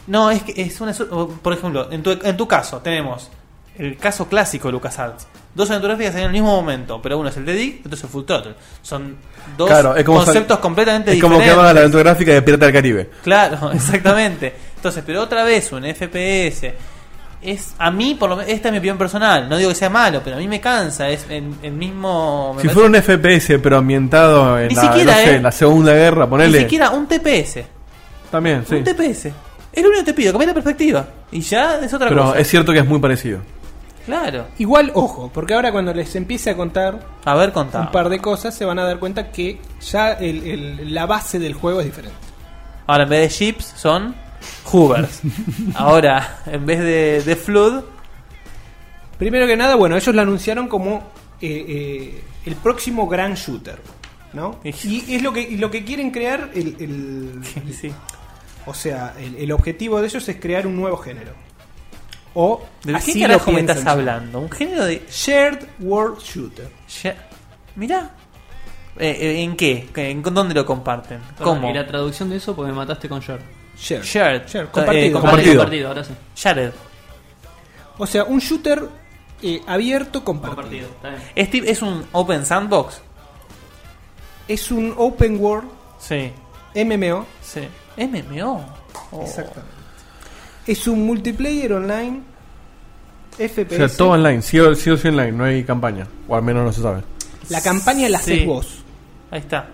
No, es que es una. su- Por ejemplo, en tu, en tu caso tenemos el caso clásico de LucasArts. Dos aventuras que salen en el mismo momento, pero uno es el de Dick, otro es el Full Throttle. Son dos
Claro, es como
conceptos
sal-
completamente
es
diferentes.
como que hagas la aventura gráfica de Pirata del Caribe.
Claro, exactamente. Entonces, pero otra vez un FPS es a mí por lo menos esta es mi opinión personal, no digo que sea malo, pero a mí me cansa, es el, el mismo me
Si
parece-
fuera un FPS, pero ambientado en
Ni
la,
siquiera,
no sé,
eh.
en la Segunda Guerra, ponele.
ni siquiera un TPS,
También, sí.
un TPS. Es lo único que te pido, cambia la perspectiva y ya es otra
Pero
cosa.
es cierto que es muy parecido.
Claro.
Igual, ojo, porque ahora cuando les empiece a contar
A ver, contá.
un par de cosas, se van a dar cuenta que ya el- el- la base del juego es diferente.
Ahora en vez de ships son hoovers. Ahora en vez de, de flood
Primero que nada, bueno, ellos lo anunciaron como eh, eh, el próximo gran shooter, ¿no? Y es lo que, y lo que quieren crear, el, el- o sea, el, el objetivo de ellos es crear un nuevo género. O
¿De
así
qué
lo
carajo me
piensan
estás
ya.
hablando? Un género de
Shared World Shooter.
Mirá. Eh, eh, ¿En qué? ¿En con- dónde lo comparten?
¿Cómo?
¿Cómo?
Y la traducción de eso, porque me mataste con Share.
Shared.
Shared.
Shared,
Eh,
compartido.
compartido.
Compartido. compartido, ahora sí.
Shared.
O sea, un shooter eh, abierto compartido.
Este es un open sandbox.
Es un open world
Sí.
MMO.
Sí. MMO. Oh.
Exactamente. Es un multiplayer online
O
FPS.
sea, todo online, sí o sí, o sí online, no hay campaña. O al menos no se sabe.
La campaña la haces
Sí.
vos.
Ahí está.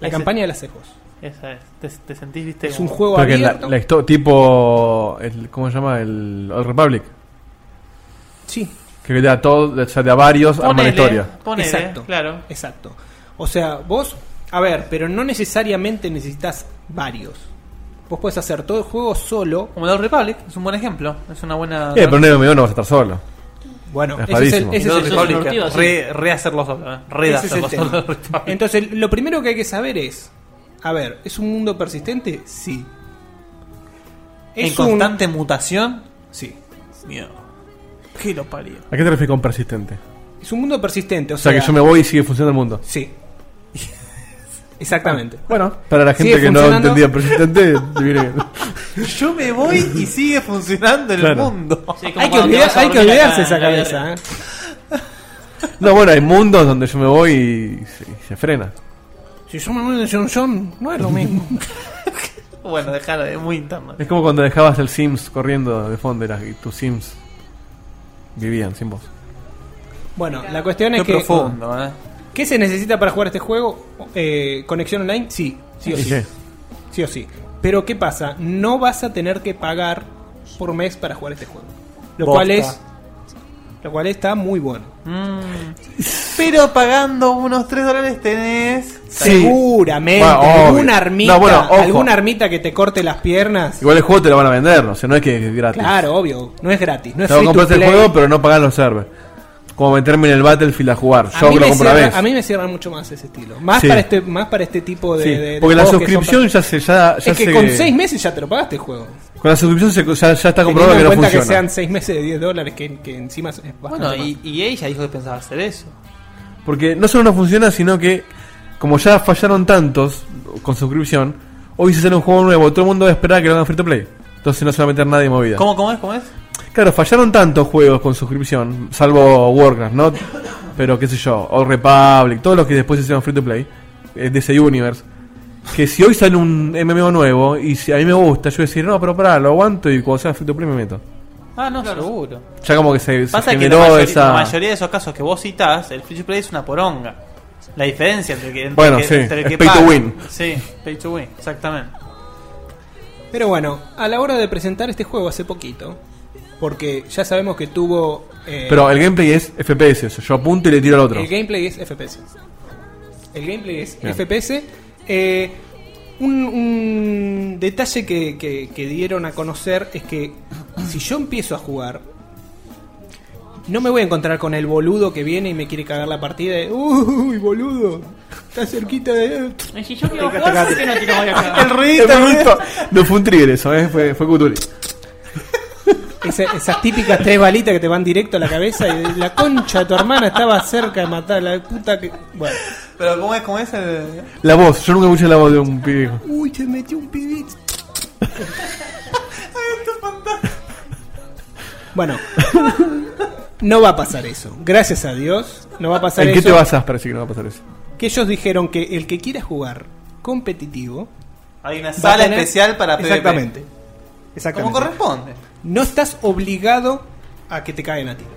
La
Ese-
campaña la haces vos.
Esa es. Te, te sentís, viste.
Es un
como-
juego
Pero que la-
abierto.
la histo- tipo. el- ¿Cómo se llama? El Old Republic.
Sí.
Que de a, todo, o sea, de a varios arma la
Ponele.
historia.
Ponele,
Exacto.
claro.
Exacto. O sea, vos, a ver, pero no necesariamente necesitas varios. Vos podés hacer todo el juego solo.
Como el Old Republic, es un buen ejemplo. Es una buena.
Eh, pero no, no vas a estar solo.
Bueno,
es
ese es el-
rarísimo.
ese es
El
el-
Old Republic, re, rehacerlo solo. eh.
Ese es el
Rehacerlo
tema.
solo.
Entonces, lo primero que hay que saber es, a ver, ¿es un mundo persistente? Sí.
en constante mutación.
Sí.
Miedo. ¿Qué lo parió?
¿A qué te refieres con persistente?
Es un mundo persistente,
O sea, que yo me voy y sigue funcionando el mundo.
Sí. Exactamente.
Bueno, Para la gente
Sigue
que no
funcionando.
entendía persistente, te viene bien.
Yo me voy y sigue funcionando el
Claro.
mundo.
Sí, como
Hay que,
cuando te
olvidar-
vas a
hay que
dormir
olvidarse
acá
esa
en la vida
cabeza.
real.
¿eh?
No, bueno, hay mundos donde yo me voy y se, se frena.
Si yo me voy de John John, no es lo mismo.
Bueno, dejar es muy interno.
Es como cuando dejabas el Sims corriendo de fondo y las- y tus Sims vivían sin vos.
Bueno, la cuestión
Qué
es que...
profundo, ¿eh?
¿Qué se necesita para jugar este juego? Eh, ¿Conexión online? Sí, sí o
Sí,
sí.
sí.
Sí o sí. Pero ¿qué pasa? No vas a tener que pagar por mes para jugar este juego. Lo
Bosta.
cual es... Lo cual está muy bueno.
Pero pagando unos 3 dólares tenés.
Seguramente.
Bueno, obvio.
alguna armita,
No, bueno, ojo.
alguna armita que te corte las piernas.
Igual el juego te lo van a vender, o sea, no es que es gratis.
Claro, obvio. No es gratis. No es
Yo
free to
compraste el
play.
juego, pero no pagan los servers. Como meterme en el Battlefield a jugar.
A
Yo
mí,
lo
me
compro una
cierra,
vez.
a mí me cierra mucho más ese estilo. Más,
Sí.
para, este, más para este tipo de.
Sí,
de- de
porque la
juegos que son
suscripción ya se. Ya,
para-
ya
es que
se-
con 6 meses ya te lo pagaste el juego.
con la suscripción se- ya, ya está
Teniendo
comprobado
en
que no
cuenta
funciona.
que sean 6 meses de 10 dólares, que, que encima es bastante
Bueno,
más.
y, y ella dijo que pensaba hacer eso.
Porque no solo no funciona, sino que como ya fallaron tantos con suscripción, hoy se sale un juego nuevo, todo el mundo va a esperar a que lo hagan free to play. Entonces no se va a meter nadie en movida.
¿Cómo, cómo es? ¿Cómo es?
Claro, fallaron tantos juegos con suscripción, salvo Warcraft, ¿no? Pero qué sé yo, Old Republic, todos los que después se hicieron free to play, eh, DC Universe. Que si hoy sale un MMO nuevo y si a mí me gusta, yo voy a decir, no, pero pará, lo aguanto y cuando sea free to play me meto.
Ah, no, seguro.
Ya como que se, se
Pasa que la
generó
mayoría,
esa.
la mayoría de esos casos que vos citás, el free to play es una poronga. La diferencia entre, que, entre
Bueno,
que-
sí,
entre el
es
que
pay to
paga.
win.
Sí, pay to win, exactamente.
Pero bueno, a la hora de presentar este juego hace poquito, porque ya sabemos que tuvo. eh,
Pero el gameplay es FPS, o sea, yo apunto y le tiro al otro.
El gameplay es FPS. El gameplay es
Bien.
FPS. Eh, un, un detalle que, que- que dieron a conocer es que si yo empiezo a jugar, no me voy a encontrar con el boludo que viene y me quiere cagar la partida. de, Uy, boludo, está cerquita de.
Si yo quiero jugar, ¿por qué no te lo voy a cagar?
El ruidito,
Es muy
¿eh?
lindo. No fue un trigger eso, ¿eh? fue, fue Cthulhu.
Esa- esas típicas tres balitas que te van directo a la cabeza y la concha de tu hermana estaba cerca de matar a la puta que. Bueno.
Pero ¿cómo es? ¿Cómo es el.?
La voz, yo nunca escuché la voz de un pibe.
Uy, se metió un pibito. Bueno, no va a pasar eso. Gracias a Dios, no va a pasar
¿En
eso.
qué te basas para decir que no va a pasar eso?
Que ellos dijeron que el que quiera jugar competitivo.
Hay una
va a
sala
tener-
especial para PvP.
Exactamente. Exactamente.
Como corresponde.
No estás obligado a que te caigan a tiros.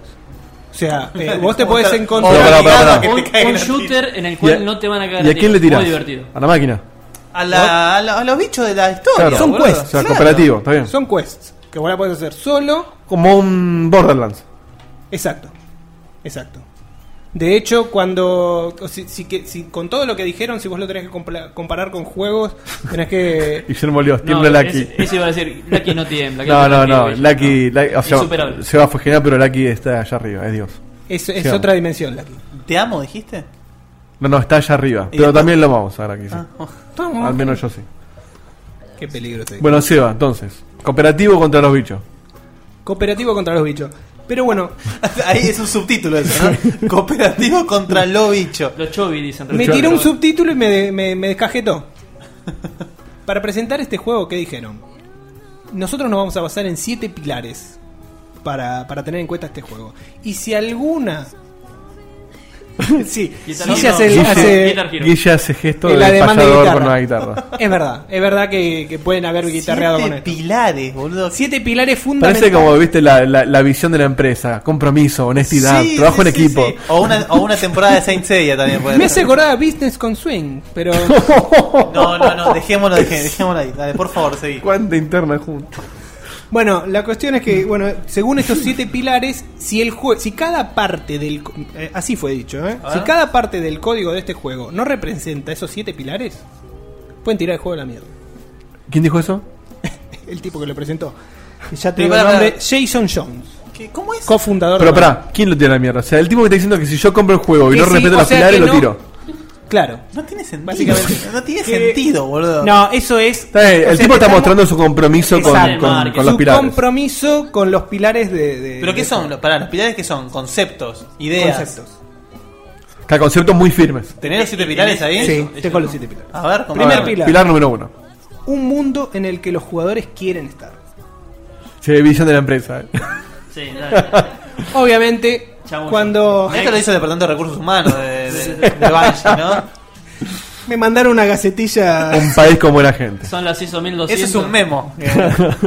O sea, eh, vos te
Como
podés
estar
encontrar.
obligado Oh, Pará, pará, pará.
Un,
caigan
un
a
shooter en el
¿Y
cual
a-
no te van a cagar
¿Y
a
a quién le tirás?
tiros. Muy divertido.
A la máquina.
A, la, a, la- a los bichos de la historia.
Claro.
Son
boludo.
quests.
O sea, cooperativo, está bien.
Son quests. Que vos la podés hacer solo.
Como un Borderlands.
Exacto. Exacto. De hecho, cuando. o Si, si que- si con todo lo que dijeron, si vos lo tenés que compla- comparar con juegos, tenés que.
Y Guillermo Olios,
No,
tiembla Lucky.
Ese, ese iba a decir, Lucky no tiembla.
No, no, no.
Lucky-
Lucky, Lucky- o sea,
Insuperable.
Seba fue genial, pero Lucky está allá arriba, es Dios.
Es, es
Seba.
otra dimensión, Lucky.
¿Te amo, dijiste?
No, no, está allá arriba.
Y
Pero
después-
también lo vamos a ver aquí. sí.
Toma.
Al menos yo sí.
Qué peligro te digo.
Bueno, Seba, entonces. Cooperativo contra los bichos.
Cooperativo contra los bichos. Pero bueno.
Ahí es un subtítulo eso, ¿no? Cooperativo contra lo bicho.
Los chovis dicen.
Me tiró un subtítulo y me, me, me descajetó. Para presentar este juego, ¿qué dijeron? Nosotros nos vamos a basar en siete pilares para, para tener en cuenta este juego. Y si alguna. sí,
Guitar
Guille
Hero.
hace, el-
Guille-
hace-
Guitar Hero.
Guille hace gesto
el
de
ademán de
payador
guitarra.
con una guitarra.
Es verdad, es verdad que, que pueden haber guitarreado
Siete
con esto.
pilares, boludo.
Siete pilares
Parece
fundamentales.
como, viste, la, la, la visión de la empresa. Compromiso, honestidad,
Sí,
trabajo
sí,
en
sí,
equipo.
sí.
O una, o una temporada de Saint Seiya también puede
Me
ser.
hace acordar a Business con Swing, pero.
No, no, no, dejémoslo, dejé- dejémoslo ahí. Dale, por favor, seguí.
¿Cuánta interna junto?
Bueno, la cuestión es que, bueno, según estos siete pilares, si el jue- si cada parte del co- eh, así fue dicho, ¿eh?
A
si
ver.
cada parte del código de este juego no representa esos siete pilares, pueden tirar el juego a la mierda.
¿Quién dijo eso?
El tipo que lo presentó. Ya te
Pero
digo el
pará,
nombre,
pará.
Jason Jones.
¿Cómo es?
Cofundador
Pero
de-
pará, ¿quién lo tira a la mierda? O sea, el tipo que está diciendo que si yo compro el juego y
Que
no
sí,
respeto
o
los
sea,
pilares,
que
lo
no-
tiro.
Claro.
No tiene sentido.
Básicamente.
No tiene
Que-
sentido, boludo.
No, eso es.
Está bien,
o
el
sea,
tipo está
estamos-
mostrando su compromiso con,
Exacto.
con- con los
Su
pilares.
compromiso con los pilares de. de-
¿Pero qué
de-
son? Los- Pará, los pilares que son conceptos, ideas.
Conceptos.
Está, conceptos muy firmes.
¿Tenés los siete pilares ahí?
Sí, tengo los siete pilares.
A ver, ¿cómo
primer
a ver?
pilar.
número uno.
Un mundo en el que los jugadores quieren estar.
Sí, visión de la empresa. eh.
Sí, dale.
Obviamente, cuando
Esto lo hizo el Departamento de Recursos Humanos de, de, de Banshee, ¿no?
me mandaron una gacetilla.
Un país como la gente.
Son las ISO 1200.
Eso es un memo.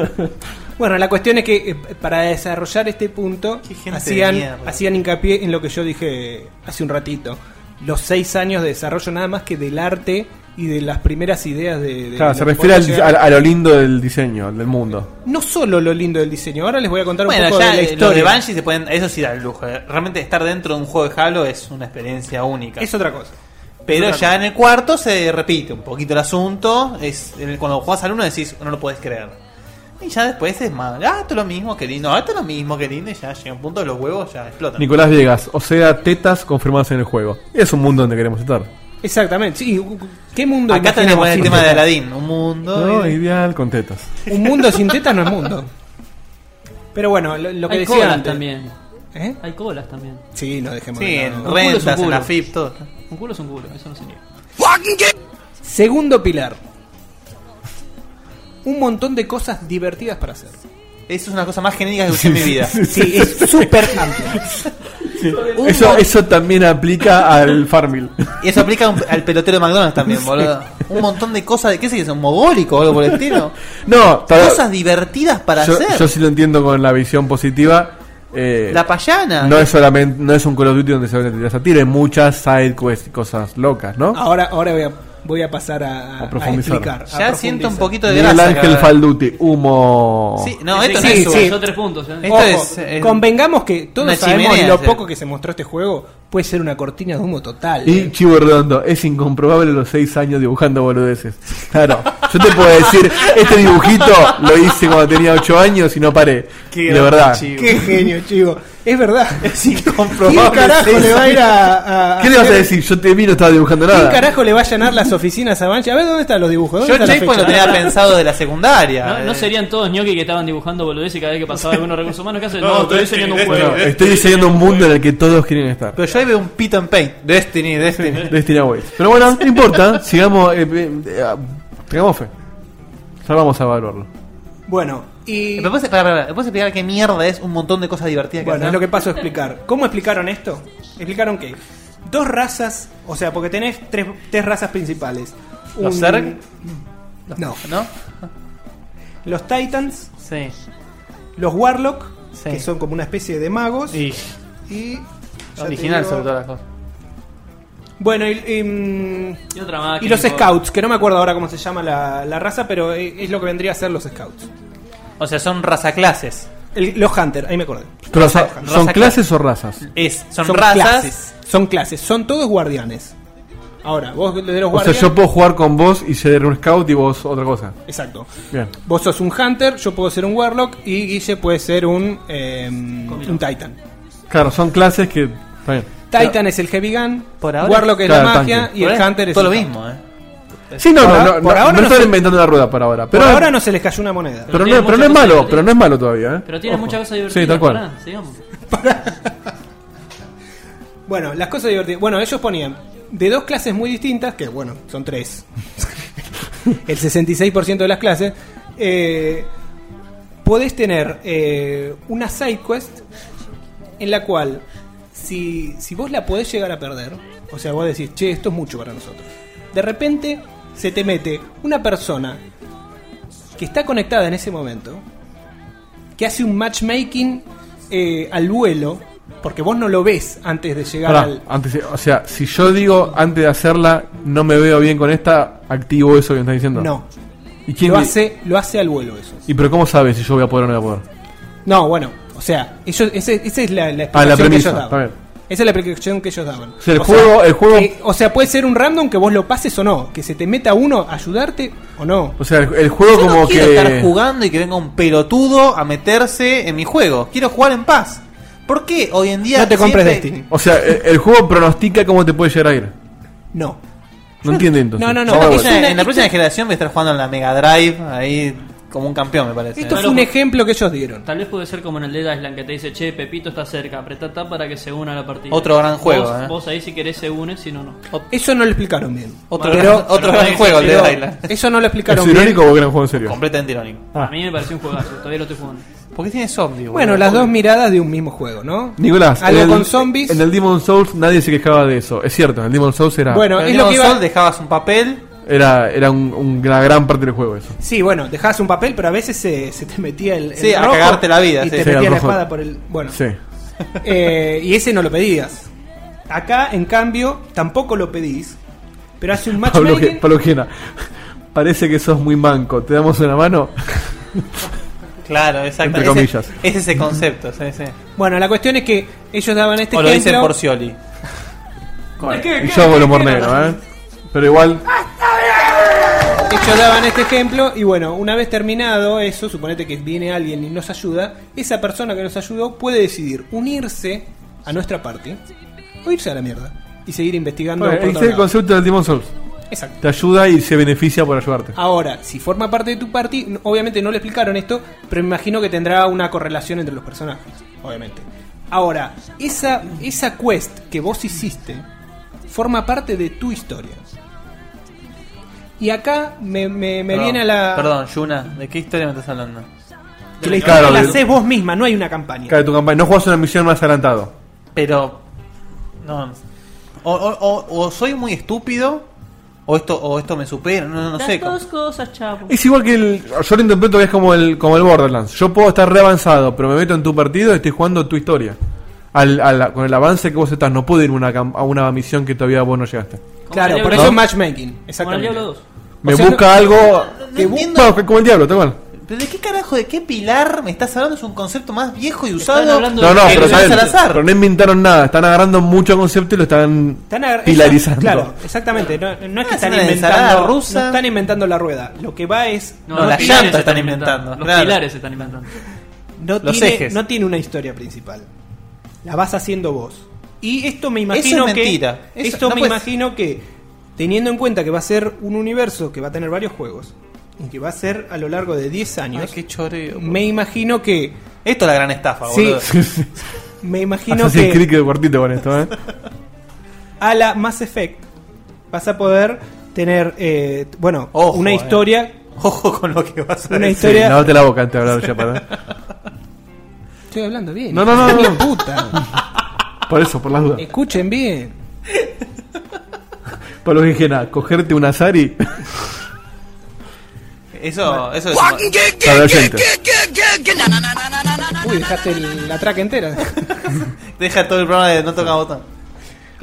Bueno, la cuestión es que eh, para desarrollar este punto
gente de
hacían,
mierda.
hacían hincapié en lo que yo dije hace un ratito. Los seis años de desarrollo nada más que del arte y de las primeras ideas de... de-
Claro,
de
se
lo que
refiere al-
podemos llegar.
al- a, lo lindo del diseño, del mundo.
No solo lo lindo del diseño, ahora les voy a contar un
Bueno,
poco
ya
de la
eh, los de
historia.
Banshee se pueden. Eso sí da el lujo. eh. Realmente estar dentro de un juego de Halo es una experiencia única.
es otra cosa.
Pero
otra
ya en el cuarto se repite un poquito el asunto. Es en el- cuando jugás al uno decís, no lo podés creer. Y ya después es más, ah, esto es lo mismo, qué lindo, ah, esto es lo mismo, qué lindo. Y ya llega un punto de los huevos, ya explotan.
Nicolás Viegas, o sea, tetas confirmadas en el juego. Es un mundo donde queremos estar.
Exactamente, sí. ¿Qué mundo
Acá tenemos
imaginamos
el
sin
tema de
tetas?
Aladdin, un mundo.
No,
y-
ideal con tetas.
Un mundo sin tetas no es mundo. Pero bueno, lo, lo que
Hay
decía
colas
antes.
también.
¿Eh?
Hay colas también.
Sí, no dejemos
Sí,
de
en
lado.
Un culo es un
rentas, en
culo.
la FIP, todo.
Un culo es un culo, eso no se niega.
Segundo pilar. Un montón de cosas divertidas para hacer.
Eso es una cosa más genérica que usé en mi vida.
Sí, es súper amplio.
Un
Eso,
mon-
eso también aplica al Farmil.
Y eso aplica un- al pelotero de McDonald's también, boludo. Un montón de cosas, de, ¿qué sé yo? ¿Son mogólico o algo por el estilo?
No, tal-
Cosas divertidas para
yo,
hacer.
yo sí lo entiendo con la visión positiva. eh,
La payana.
no es solamente no es un Call of Duty donde se van a tirar, hay muchas side quests y cosas locas, ¿no?
Ah,
Ahora, ahora voy, a, voy a pasar a, a-
A profundizar.
a explicar. a
Ya siento un
profundizar.
poquito de
Miguel
grasa.
Ángel
acá.
Falduti, humo.
Sí, no,
Sí,
esto
sí,
no es
sí,
un-
sí.
Yo tres puntos. ¿eh?
Esto
Ojo,
es, es-
convengamos que todos
una
sabemos
chimenea,
lo
sí.
poco que se mostró este juego. Puede ser una cortina de humo total. ¿eh?
Y Chivo Redondo, es incomprobable los seis años dibujando boludeces. Claro, yo te puedo decir, este dibujito lo hice cuando tenía ocho años y no paré.
Qué
de
grande,
verdad.
Chivo.
Qué genio, chivo. Es verdad.
es
¿Quién
incomprobable.
carajo
Sí,
le va a ir a, a-
¿Qué le vas a
hacer-
decir? Yo te vi, no estaba dibujando
¿Quién
nada.
carajo le va a llenar las oficinas a Banshee? A ver, ¿dónde están los dibujos? ¿Dónde
Yo
está la
Checkpoint lo
fecha?
tenía pensado de la secundaria.
No, no
eh.
serían todos ñoqui que estaban dibujando boludeces y cada vez que pasaba algunos recursos humanos. ¿Qué hacen? No,
No,
estoy
estoy
diseñando un
escribiendo
juego.
No, estoy diseñando un mundo en el que todos quieren estar.
Pero yo ahí veo un Pit and Paint. Destiny, Destiny.
Destiny Awaits. Pero bueno, no importa, sigamos. eh, eh, eh, ah, tengamos fe. Ya vamos a evaluarlo.
Bueno, Y...
¿Me puedes, para, para, ¿me puedes explicar qué mierda es un montón de cosas divertidas que
Bueno, es
hacen?
lo que paso a explicar. ¿Cómo explicaron esto? Explicaron que dos razas, o sea, porque tenés tres, tres razas principales.
¿Los
Un-
Zerg?
No.
¿No?
Los Titans.
Sí.
Los Warlock, que son como una especie de magos.
Y.
ya
Original
te digo-
sobre todas las cosas.
Bueno, y, y, mm,
Y otra más
y
que
los
no importa.
Scouts, que no me acuerdo ahora cómo se llama la, la raza, pero es, es lo que vendría a ser los Scouts.
O sea, son razaclases.
El- los Hunter, ahí me acordé.
Pero, ¿son-
Raza-
son clases o razas?
Es, son, razas.
clases, son clases, son todos guardianes. Ahora, vos de los
O sea,
guardianes.
yo puedo jugar con vos y ser un scout y vos otra cosa.
Exacto.
Bien.
Vos sos un Hunter, yo puedo ser un Warlock y Guille puede ser un, eh, un Titan.
Claro, son clases que. Está bien.
Titan es el Heavy Gun,
Por
ahora-
Warlock es
Claro,
la magia
tanque.
y
Por
el
ahora
Hunter es
todo
el
lo
tanque.
mismo, eh.
Sí, no,
Por
no,
ahora-
no,
por
no, no
ahora no
están
se-
inventando la rueda para ahora.
Pero
Pero,
ahora no se les cayó una moneda.
pero, no, pero no es malo, pero no es malo todavía, ¿eh?
Pero tiene
Ojo.
muchas cosas divertidas.
Sí, tal cual.
pará, sigamos.
Bueno, las cosas divertidas. Bueno, ellos ponían de dos clases muy distintas, que bueno, son tres. el 66% de las clases. eh, podés tener eh, una side quest en la cual, si, si vos la podés llegar a perder, o sea, vos decís, che, esto es mucho para nosotros. De repente se te mete una persona que está conectada en ese momento, que hace un matchmaking eh, al vuelo, porque vos no lo ves antes de llegar
Pará, Ah,
al...
antes, o sea, si yo digo antes de hacerla, no me veo bien con esta, activo eso que me estás diciendo.
No.
¿Y quién
lo,
di-
hace, lo hace al vuelo eso.
¿Y pero cómo sabes si yo voy a poder o no voy a poder?
No, bueno, o sea, ellos, ese- esa es la, la
Ah, la
explicación que
premisa,
ellos
está
daban.
bien.
Esa es la explicación que ellos daban.
O sea, el juego- el juego-
que- o sea, puede ser un random que vos lo pases o no, que se te meta uno a ayudarte o no.
O sea, el, el juego
Yo no
como
quiero
que.
estar jugando y que venga un pelotudo a meterse en mi juego. Quiero jugar en paz. ¿Por qué hoy en día siempre-
O sea, el, el juego pronostica cómo te puede llegar a ir.
No.
No entiende entonces.
No, no, no.
Vamos a
porque
ver.
ya en la próxima generación voy a estar jugando en la Mega Drive ahí como un campeón, me parece. ¿eh?
Esto fue un
ejemplo que ellos dieron.
Tal vez puede ser como en el Dead Island que te dice, che, Pepito está cerca, apretá tab para que se una a la partida.
Otro gran
Vos-
juego,
Vos,
eh.
ahí si querés se une, si no, no.
Eso no lo explicaron bien.
Otro gran- otro gran juego, el Dead Island.
Eso no lo explicaron
¿Es
bien.
irónico o gran juego en serio?
Completamente irónico.
Ah.
A mí me pareció un juegazo, todavía lo estoy jugando.
¿Por qué tiene zombie,
Bueno, las dos miradas de un mismo juego, ¿no?
Nicolás,
Algo
en el-
con zombies.
En el Demon Souls nadie se quejaba de eso. Es cierto, en el Demon Souls era.
Bueno, es lo que iba-
dejabas un papel.
Era, era un- un- una gran parte del juego eso.
Sí, bueno, dejabas un papel, pero a veces se, se te metía el. el
Sí, a
rojo
cagarte la vida,
Y
sí.
te
Sí,
metía
al
la
rojo.
espada por el. Bueno.
Sí.
Eh, y ese no lo pedías. Acá, en cambio, tampoco lo pedís. Pero hace un
Pablo,
matchmaking.
Ge- Pablo Gena, parece que sos muy manco. ¿Te damos una mano?
Claro, exacto.
Entre
Ese-
comillas.
Es ese concepto. sí, sí.
Bueno, la cuestión es que ellos daban este
O lo
ejemplo.
dicen por Scioli.
Y yo hago lo mornero, ¿eh? Pero igual,
Ellos daban este ejemplo y bueno, una vez terminado eso, suponete que viene alguien y nos ayuda, esa persona que nos ayudó puede decidir unirse a nuestra parte o irse a la mierda y seguir
Ah,
investigando.
bueno,
por
ese
otro
es el
lado.
concepto del Demon Souls.
Exacto.
Te ayuda y se beneficia por ayudarte.
Ah.
Ahora, si forma parte de tu party, n- obviamente no le explicaron esto, pero me imagino que tendrá una correlación entre los personajes, obviamente. Ahora, esa, esa quest que vos hiciste forma parte de tu historia. Y acá me, me- me
Perdón,
viene a la...
Perdón, Yuna, ¿de qué historia me estás hablando?
Que la historia
Claro,
la
de-
haces vos misma, no hay una campaña.
Cae tu campaña. No juegas una misión más adelantado.
Pero. No. O, o- o- o soy muy estúpido, o esto, o esto me supera. No, no, no
Las
sé.
dos cosas, chavo.
Es igual que el. Yo lo interpreto que es como el, como el Borderlands. Yo puedo estar re avanzado, pero me meto en tu partido y estoy jugando tu historia. Al, al- con el avance que vos estás, no puedo ir una, cam- a una misión que todavía vos no llegaste.
Claro, por
¿No?
eso es matchmaking.
Como el
Exactamente.
Diablo 2.
Me
O sea,
busca
no-
algo.
no
que bu-
entiendo.
bueno, como el diablo, tal cual.
¿Pero de qué carajo, de qué pilar me estás hablando? Es un concepto más viejo y usado.
No, no,
que
pero,
lo usás
saben,
al azar.
pero no inventaron nada. Están agarrando mucho concepto y lo están,
Están agar-
pilarizando.
Claro, exactamente. No, no es que
Ah, es
están
una ensalada
inventando,
rusa.
no están inventando la rueda. Lo que va es.
No, No, los las pilares llantas se están están inventando. inventando.
Los
Claro.
pilares se están inventando.
No,
Los
tiene,
ejes.
no tiene una historia principal. La vas haciendo vos. Y esto me imagino
Eso es
que.
mentira. Eso-
esto
no
me
puedes-
imagino que, teniendo en cuenta que va a ser un universo que va a tener varios juegos y que va a ser a lo largo de 10 años. Me imagino que.
Esto es la gran estafa,
Sí.
boludo.
Me imagino
Assassin's
que.
Creed quedó cortito con esto, ¿eh?
a la Mass Effect vas a poder tener eh, bueno una historia
Ojo con lo que vas a
Una
decir.
historia-
Sí, lavate la boca antes de hablar ya para.
Estoy hablando bien.
No, no, no, no.
Hijo de puta.
Por eso, por las dudas.
Escuchen bien.
Por lo que dije nada, cogerte un Azari.
Eso, eso es.
Para el oyente.
Uy, dejaste el- la track entera.
Deja todo el programa de no toca botón.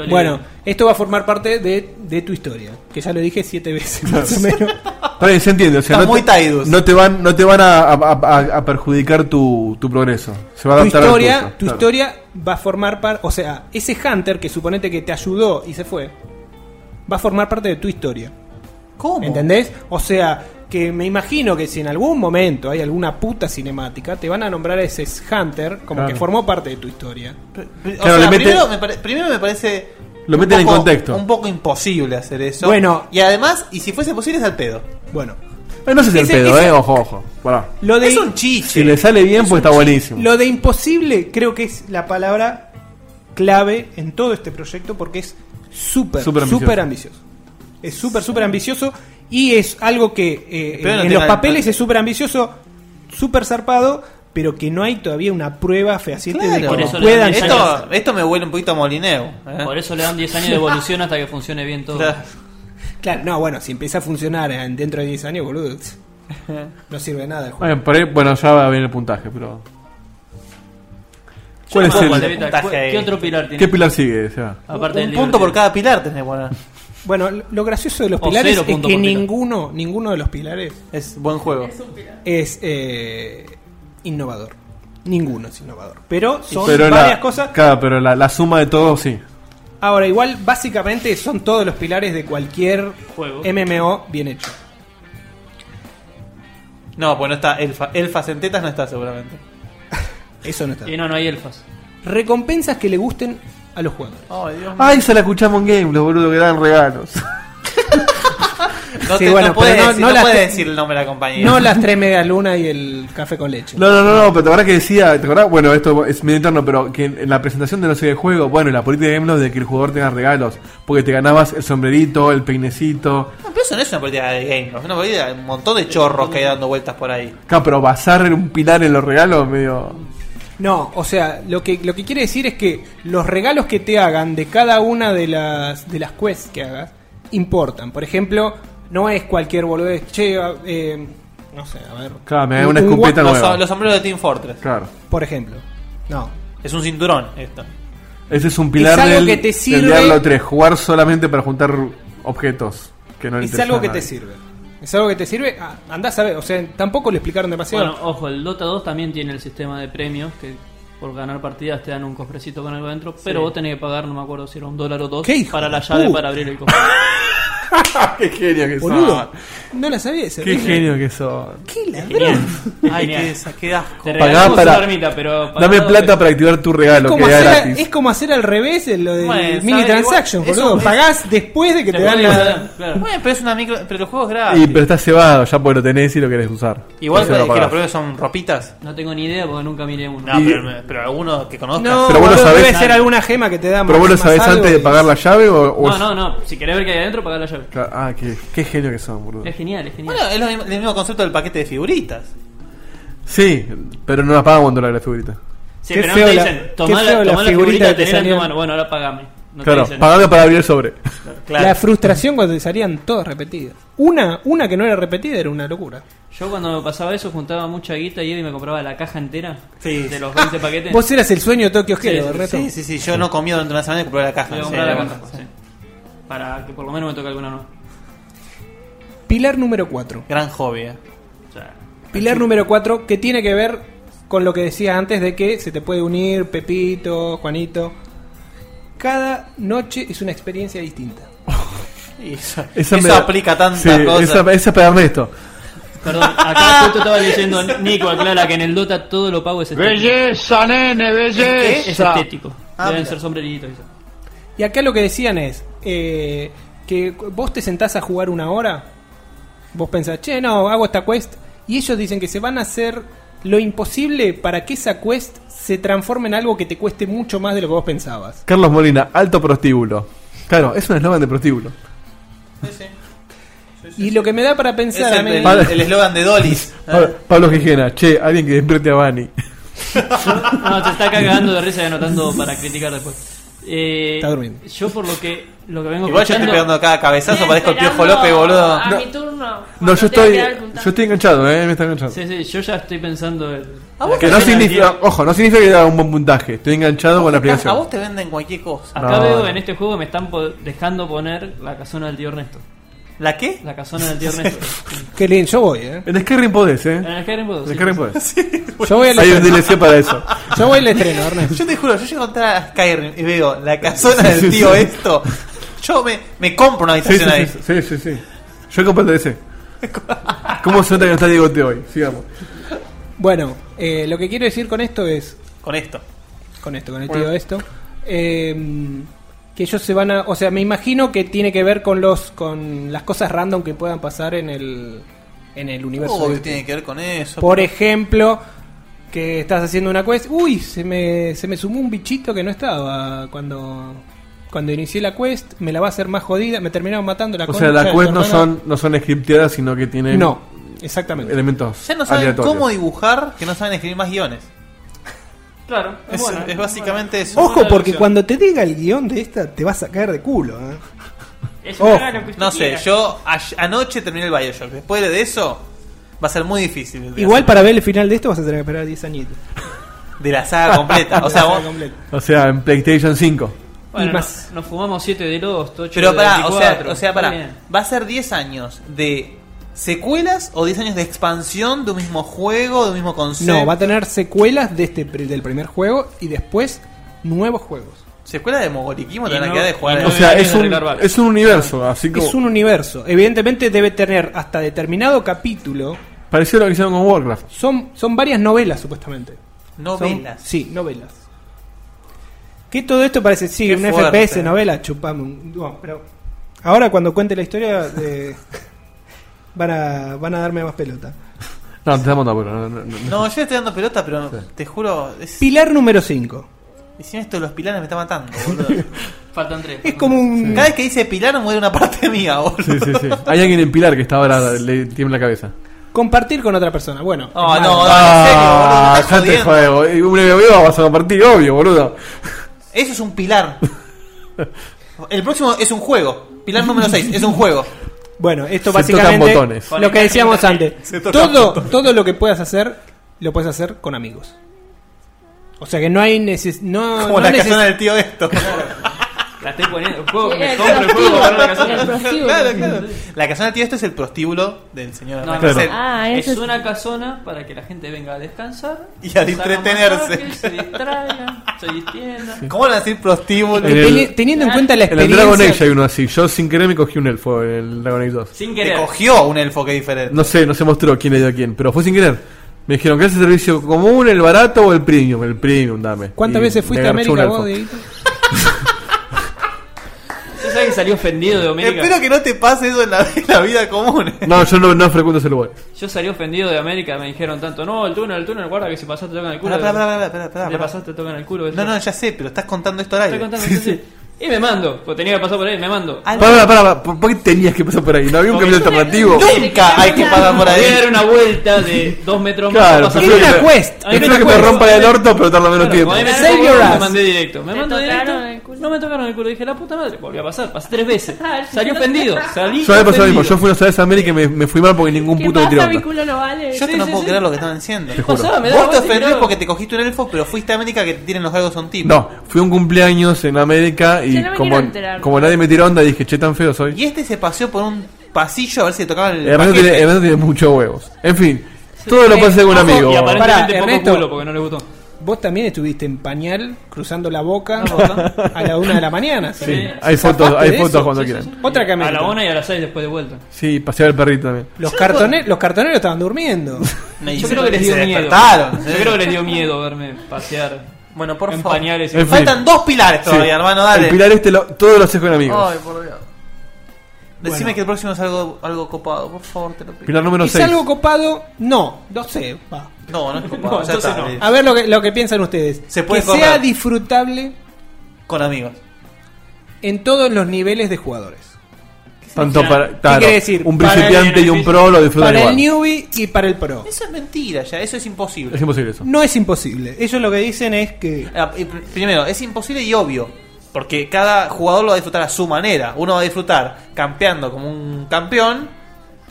Bueno, esto va a formar parte de, de tu historia. Que ya lo dije siete veces más o menos.
Está bien, se entiende. O sea,
Está
no,
muy
te,
Tidus.
no te van, no te van a, a- a- a perjudicar tu, tu progreso. Se va a
Tu
adaptar
historia,
al tuyo,
tu
claro.
historia va a formar parte. O sea, ese Hunter que suponete que te ayudó y se fue. Va a formar parte de tu historia.
¿Cómo?
¿Entendés? O sea, que me imagino que si en algún momento hay alguna puta cinemática, te van a nombrar a ese Hunter como
Claro.
que formó parte de tu historia.
O sea, primero, me pare- primero me parece.
Lo
un
meten en
poco-
contexto.
Un poco imposible hacer eso.
Bueno.
Y además, y si fuese posible, es al pedo.
Bueno.
Eh, no sé si el
Ese-
pedo,
ese-
eh. Ojo, ojo. Pará.
Lo de,
Es un chiste.
Si le sale bien, pues está buenísimo.
lo de imposible creo que es la palabra clave en todo este proyecto porque es súper,
Súper ambicioso.
súper ambicioso. Es súper, súper ambicioso y es algo que eh,
Espero no
en
tenga
los papeles
impacto.
es súper ambicioso, súper zarpado, pero que no hay todavía una prueba fehaciente Este, de
Claro. Por
que
eso le
puedan
dan diez
llegar a
años.
ser.
Esto, esto me huele un poquito a molineo. ¿eh?
Por eso le dan 10 años de evolución hasta que funcione bien todo. Ah,
Claro.
Claro, no, bueno, si empieza a funcionar eh, dentro de 10 años, boludo, tss, no sirve de nada el juego.
Bueno, por ahí- bueno, ya va bien el puntaje, pero.
Yo
¿Cuál
no
es
me
el-
acuerdo, Evita,
puntaje
¿cu-
ahí?
¿Qué otro pilar tiene?
¿Qué pilar sigue? O sea,
Aparte
un
del
punto
libro.
por cada pilar tenés que poner.
Bueno, lo- lo gracioso de los
O
pilares
cero
es que
punto por pilar.
ninguno, ninguno de los pilares
Es buen juego.
es eh, innovador. Ninguno es innovador. Pero son
pero
varias
la,
cosas.
Claro, pero la, la suma de todo sí.
Ahora, igual, básicamente son todos los pilares de cualquier
Juego.
MMO bien hecho.
No, pues no está Elfa. Elfa en tetas no está seguramente.
Eso no está.
Y no, no hay elfas.
Recompensas que le gusten a los jugadores.
Oh.
Ay, se la escuchamos en Game, los boludos que dan regalos.
No,
Sí,
te,
bueno,
no puedes,
pero no-
decir,
no
no
las-
puedes decir el nombre de la compañía.
No las tres medialunas y el café con leche.
No, no, no, no, pero te acordás que decía, te acordás, bueno, esto es medio interno, pero que en en la presentación de no sé qué juego, bueno, la política de Game Love de que el jugador tenga regalos, porque te ganabas el sombrerito, el peinecito,
No, pero eso no es una política de game, ¿no? es una política de un montón de chorros que hay dando vueltas por ahí.
claro, pero basar en un pilar en los regalos, medio...
No, o sea, lo que, lo que quiere decir es que los regalos que te hagan de cada una de las, de las quests que hagas importan. Por ejemplo, no es cualquier boludez. Che, a- eh, no sé, a ver.
Claro, me da una
Un
escopeta
guapo
Los,
nueva.
los sombreros de Team Fortress.
Claro.
Por ejemplo. No.
Es un cinturón esto.
Ese es un pilar
Es algo
del,
que te
del
sirve-
Diablo 3, jugar solamente para juntar objetos. Que no le
Es
interesan
algo que
a
te
nadie.
sirve. Es algo que te sirve. Ah, andás a ver. O sea, tampoco lo explicaron demasiado.
Bueno, ojo, el Dota 2 también tiene el sistema de premios que por ganar partidas te dan un cofrecito con algo adentro, pero vos tenés que pagar, no me acuerdo si era un dólar o dos,
¿Qué hijo
para
de
la llave
puta?
para abrir el cofre.
¡Qué genio que son!
Boludo. No la sabía esa.
ah, ¡Qué genio que son!
¿Qué
Genial.
ladrón?
Ay,
Genial.
qué, sa- qué asco.
Te
Pagá
regalamos
para-
una ermita, pero pagá
Dame
dos
plata
veces.
para activar tu
Es
regalo, que
como,
era
hacer, a-
gratis.
es como hacer al revés en lo de
Bueno, está
mini
bien,
transaction,
igual.
boludo.
Eso es-
Pagás después de que te dan la.
Claro.
Bueno, pero es una micro. Pero el juego es gratis.
Y pero está cebado, ya porque lo tenés y lo querés usar.
Igual que, que
Entonces lo
los
pagás.
premios son ropitas.
No tengo ni idea porque nunca miré uno.
No,
Y-
pero, me- pero algunos que conozcas.
No,
Pero vos lo
boludo,
sabés-
debe ser alguna gema que te dan.
Pero vos lo sabés antes de pagar la llave o, o
No,
es-
no, no. Si querés ver qué hay adentro, pagá la llave.
Claro, Ah, qué, qué genio que son, boludo.
Es genial, es genial.
Bueno, es lo mismo- el mismo concepto del paquete de figuritas.
Sí, pero no la pagan cuando la la figurita.
sí,
qué
pero
feo
no te
la-
dicen,
qué
tomá la,
feo la
tomá la
figurita
figurita,
que te
tenela en tu
salía-
mano. Bueno, ahora pagame. No
claro,
te dicen.
pagame para abrir el sobre.
La frustración cuando te salían todas repetidas. Una, una que no era repetida era una locura.
Yo cuando me pasaba eso juntaba mucha guita y Eddie me compraba la caja entera de los 20 paquetes.
Vos eras el sueño de Tokio Hero,
sí,
Reto.
Sí, sí, sí. Yo no comí durante una semana y compré la caja.
Voy a
Sí,
comprar la
bueno,
caja,
sí.
sí. Para que por lo menos me toque alguna nueva.
Pilar número 4.
Gran hobby. eh.
O sea,
Pilar número 4 que tiene que ver con lo que decía antes de que se te puede unir Pepito, Juanito. Cada noche es una experiencia distinta.
Y Eso,
Esa
eso
me-
aplica tantas
sí,
cosas.
Esa, esa es para Ernesto.
Perdón, acá justo estaba leyendo Nico aclara que en el Dota todo lo pago es estético.
Belleza, nene,
Es
belleza.
estético.
Ah,
Deben
mira.
ser sombreritos. y eso.
Y acá lo que decían es eh, que vos te sentás a jugar una hora, vos pensás, che, no, hago esta quest, y ellos dicen que se van a hacer lo imposible para que esa quest se transforme en algo que te cueste mucho más de lo que vos pensabas.
Carlos Molina, alto prostíbulo. Claro, es un eslogan de prostíbulo.
Y lo que me da para pensar
Es
a mí-
el- el- el eslogan de Dolis.
Pa- Pablo Gijena, che, alguien que despierte a Bani.
No, se está cagando de risa y anotando para criticar después. Eh,
Está durmiendo.
Yo por lo que, lo que vengo
Igual yo estoy
escuchando-
pegando cada cabezazo, parezco el Piojo López, boludo.
A mi turno.
No, yo
cuando tenga que
estoy,
dar el puntaje.
yo estoy enganchado, eh, me está enganchando.
Sí, sí, yo ya estoy pensando en...
Que no significa, ojo, no significa que haga un buen puntaje. Estoy enganchado con la aplicación.
A vos te venden cualquier cosa.
Acá
No.
veo en este juego que me están po- dejando poner la casona del tío Ernesto.
¿La qué?
La casona del tío Ernesto.
Qué lindo, yo voy, eh.
En Skyrim podés, eh.
En Skyrim podés,
En
Ah, sí.
Skyrim podés.
Yo voy al
Hay un
estreno.
DLC para eso.
Yo voy al estreno, Ernesto.
Yo te juro, yo llego a entrar a Skyrim y veo la casona del tío esto. Yo me, me compro una
Sí, sí,
habitación ahí.
sí, sí, sí, sí. Yo compré el DLC. ¿Cómo se nota que no está Diego T hoy? Sigamos.
Bueno, eh, lo que quiero decir con esto es.
Con esto.
Con esto, con el
Bueno.
tío esto. eh, que ellos se van a. O sea, me imagino que tiene que ver con los. con las cosas random que puedan pasar en el. en el universo.
Obvio
de-
tiene que ver con eso.
Por ejemplo, que estás haciendo una quest. Uy, se me, se me sumó un bichito que no estaba cuando. Cuando inicié la quest, me la va a hacer más jodida. Me terminaron matando la
O sea,
concha
las
de
quests
tu
no
hermana.
son, no son scripteadas, sino que tienen
No, exactamente.
elementos.
Ya no saben
aleatorios.
cómo dibujar, que no saben escribir más guiones.
Claro,
es, es básicamente eso.
Ojo, porque cuando te diga el guión de esta, te vas a caer de culo. ¿eh? Ojo.
No sé, yo ay- anoche terminé el Bioshock. Después de eso, va a ser muy difícil. el día
Igual para ver el final de esto vas a tener que esperar 10 añitos.
De la saga completa. O sea,
De la
vos-
saga completa.
O sea, en PlayStation 5.
Bueno,
Y más.
no- nos fumamos 7 de los, 8
Pero
de
pará, o sea,
24.
o sea, pará.
Está bien.
¿Va a ser 10 años de secuelas o 10 años de expansión de un mismo juego, de un mismo concepto?
No, va a tener secuelas de este, pri- del primer juego y después nuevos juegos.
Secuela de Mogoriquimo, te van
Y
a
no-
quedar de jugar.
O sea, es un, es un universo, así como.
Es un universo. Evidentemente debe tener hasta determinado capítulo.
Pareció lo que hicieron con Warcraft.
Son, son varias novelas, supuestamente.
Novelas.
Son- sí, novelas. Que todo esto parece, sí,
Qué
un
fuerte. eh.
FPS, novela, chupame un... no, pero ahora cuando cuente la historia eh, van, a, van a darme más pelota.
No, te estamos dando, no, no, no.
No, yo le estoy dando pelota, pero te juro. Es...
Pilar número 5.
Diciendo esto de los pilares me está matando, boludo.
Faltan 3.
Es como un...
Cada vez que dice pilar muere una parte mía, boludo.
Sí, sí, sí. Hay alguien en Pilar que está ahora, le tiembla la cabeza.
Compartir con otra persona. Bueno.
Oh,
es
no,
malo.
no, en serio, boludo, me
Ah,
estás
ya te
jodiendo.
juego. Y Un MBO vas a compartir, obvio, boludo.
Eso es un pilar. El próximo es un juego. Pilar número 6, es un juego.
Bueno, esto
Se
básicamente
tocan botones.
lo que decíamos antes.
Se tocan
Todo, todo lo que puedas hacer, lo puedes hacer con amigos. O sea que no hay neces no,
Como
no
la
neces-
casona del tío esto.
La estoy poniendo. el Juego,
Sí,
me
el
compro el juego
prostíbulo,
para la
el
casona.
prostíbulo.
Claro, claro. La casona del tío esto este es el prostíbulo del señor.
No, no,
Arnacel.
no.
Ah,
es
eso es-
una casona para que la gente venga a descansar
Y a
se haga
entretenerse.
masajes, Se distraiga, se distienda.
¿Cómo van a decir prostíbulo?
En el-
Teni- Teniendo en cuenta la
En el
experiencia.
Dragon Age hay uno así. Yo sin querer me cogí un elfo en el Dragon Age 2.
Sin
Te
querer.
cogió un enfoque diferente.
No sé, no se mostró quién le dio a quién, pero fue sin querer. Me dijeron, ¿qué es el servicio común, el barato o el premium? El premium, dame. Y
¿Cuántas veces
me
fuiste a
garchó un
América
elfo.
vos, Dieguito?
¿Sabes alguien salió ofendido de América?
Espero que no te pase eso en la, en la vida común.
No, yo no, no frecuento ese lugar.
Yo salí ofendido de América, me dijeron tanto, no, el túnel, el túnel, guarda que si pasaste te tocan el culo.
Pará, pará, pará, pará, pará,
Te
pará.
pasaste te tocan el culo.
No, no, ya sé, pero estás contando esto al aire.
Estoy contando, entonces, Y me mando, pues tenía que pasar por ahí, me mando.
Al-
Pará, pará, pará, ¿por por qué tenías que pasar por ahí? ¿No había un
Porque-
camino alternativo?
Nunca hay que pagar por
Voy a dar
ahí.
una vuelta de dos metros
Claro,
más. para pasar
prefiero
por
que
ahí.
me-
quest.
Ahí
Prefiero
me
que me
tocó-
rompa el orto, pero tarda menos
Claro,
tiempo.
como a mí me
Save
tocó,
your
Me
ass.
mandé directo. Me
Te
mandó directo.
tocaron el culo.
No me tocaron el culo. Dije, la puta madre, volví a pasar. Pasé tres veces.
Ah,
Salí
sí.
ofendido. Salí
Yo me pasó lo mismo,
ofendido.
yo fui una sola vez a América y me, me fui mal porque ningún
¿Qué
puto me tiró
pasa? Mi
onda.
culo no vale.
Yo
Sí,
no
sí,
puedo
sí.
creer lo que están diciendo.
Te juro.
Pasaba, me daba
Vos te
vuelta y
ofendés
miraba.
porque te cogiste un elfo, pero fuiste a América que te tienen los galgos son tipos.
No, fui a un cumpleaños en América y
Yo no me
como,
quiero enterar.
como nadie me tiró onda dije, che, tan feo soy.
Y este se paseó por un pasillo a ver si le tocaban el.
Ernesto tiene,
paquete.
Ernesto tiene muchos huevos. En fin, todo lo pasé con un
Ojo,
amigo.
Y aparentemente
Pará,
poco
Ernesto.
culo porque no le gustó.
Vos también estuviste en pañal, cruzando la
La
boca
boca.
a la una de la mañana.
Sí,
¿sí?
hay fotos,
¿Zafaste
hay
de
fotos
eso?
cuando
Sí, sí,
quieran. Sí,
sí.
Otra que
A
amerita.
la una y a las seis después de vuelta.
pasear el perrito también.
Los, cartone- los cartoneros estaban durmiendo.
Me
Yo creo que les
se
dio miedo.
despertaron.
Yo creo que les dio miedo verme pasear
Bueno, por
en
favor.
pañales. y-
En fin.
Faltan dos pilares todavía,
Sí.
hermano, dale.
El pilar este, lo- todos los sé con amigos.
Ay, por Dios. Decime
Bueno.
que el próximo es algo, algo copado, por favor, te lo pido.
Pilar número
¿Es
6.
algo copado? No, no sé. va.
No, no es copado,
No,
ya
entonces
está.
no.
eh,
A ver lo que, lo que piensan ustedes.
Se puede
que
correr.
sea disfrutable
eh, Con amigos.
en todos los niveles de jugadores.
Tanto para, claro,
quiere decir?
un
Para el-
principiante y un pro lo disfrutan
Para
igual.
el newbie y para el pro.
Eso es mentira, ya, eso es imposible.
Es imposible eso.
No es imposible. Ellos lo que dicen es que.
Ah, eh, pr- Primero, es imposible y obvio. Porque cada jugador lo va a disfrutar a su manera. Uno va a disfrutar campeando como un campeón.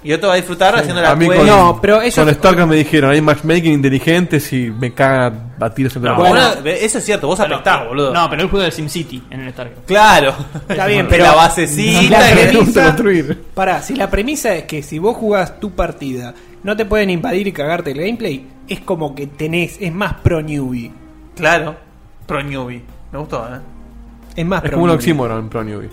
Y otro va a disfrutar haciendo la
A mí
cueva.
con, con StarCraft me dijeron, hay matchmaking inteligentes y me cagan a tiros en
No,
la boca.
boludo, eso es cierto, vos apestás, boludo.
No, pero él juega el SimCity en el StarCraft.
Claro.
Está bien,
Que
pero.
La basecita.
La
que-
premisa- Pará, si la premisa es que si vos jugás tu partida, no te pueden invadir y cagarte el gameplay, es como que tenés, es más pro newbie.
Claro, pro newbie. Me gustó, ¿eh?
Es más
Es
pro
como un
newbie.
oxímoron en Pro Newbie.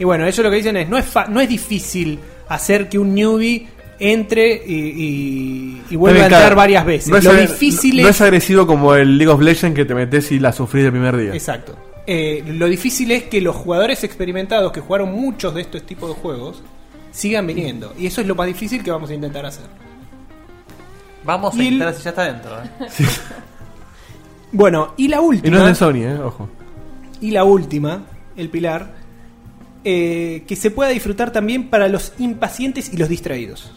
Y bueno, ellos lo que dicen es, no es, fa- no es difícil hacer que un newbie entre y, y- y vuelva a
Está bien,
entrar
claro.
varias veces.
No es
lo
agre-
difícil
no
es...
agresivo como el League of Legends que te metes y la sufrís el primer día.
Exacto. Eh, lo difícil es que los jugadores experimentados que jugaron muchos de estos tipos de juegos sigan viniendo. Y eso es lo más difícil que vamos a intentar hacer.
Vamos a
Y el-
intentar si ya está dentro, ¿eh?
Bueno, y la última.
Y no es de Sony, eh, ojo.
Y la última, el pilar, eh, que se pueda disfrutar también para los impacientes y los distraídos.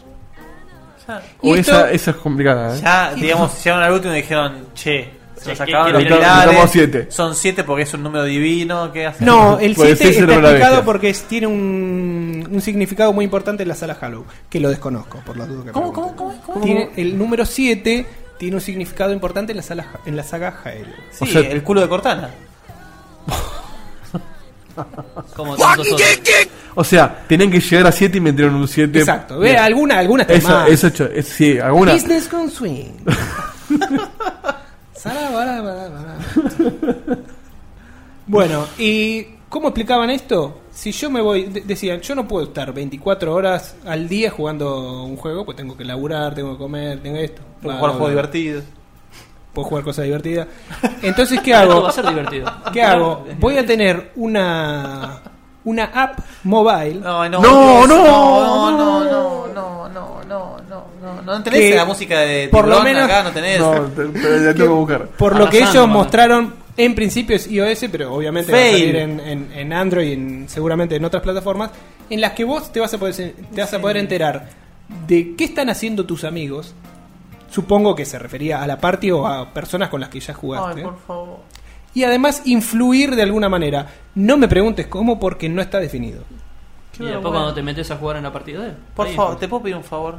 O
Y
esa,
esto-
esa es complicada, eh.
Ya, digamos, llegaron al último y dijeron, che, se nos acabaron
que-
los
que- que-
pilares.
Somos siete.
Son siete porque es un número divino. ¿Qué hacen?
No, el 7
seis
está
era una
explicado
bestia.
porque es- tiene un, un significado muy importante en la sala Halloween, que lo desconozco, por las dudas que ¿Cómo, cómo, cómo, Tiene, El número 7 tiene un significado importante en la, sala, Ja- en la saga Halloween.
Sí, el culo de Cortana.
Como tantos otros.
O sea, tenían que llegar a 7 y metieron un 7.
Exacto, ve, alguna, alguna está
Eso,
mal.
eso, cho- es- sí, alguna.
Business con swing. Sara, bara, bara, bara. bueno, ¿y cómo explicaban esto? Si yo me voy, de- decían, yo no puedo estar 24 horas al día jugando un juego, pues tengo que laburar, tengo que comer, tengo esto.
Puedo
Bla,
jugar
bla,
juegos
bla.
divertidos.
Puedo jugar cosas divertidas. Entonces, ¿qué
Esto
hago?
va a ser divertido.
¿Qué hago? Voy a tener una una app mobile.
No,
no,
no, no, no, no, no, no, no, no, no tenés
Que
la música de
por lo
Tiburón
menos-
acá, no tenés.
No, te- te- la tengo que buscar.
Por lo que
Arrasando,
ellos
mamá.
mostraron, en principio es iOS, pero obviamente va a
Fail.
salir en, en- en Android y en- seguramente en otras plataformas, en las que vos te vas a poder, se- te vas a poder enterar de qué están haciendo tus amigos. Supongo que se refería a la party o a personas con las que ya jugaste.
Ay, por favor.
Y además influir de alguna manera. No me preguntes cómo porque no está definido.
Y después cuando te metes a jugar en la partida de él.
Por
ahí,
favor, ¿te puedo pedir un favor?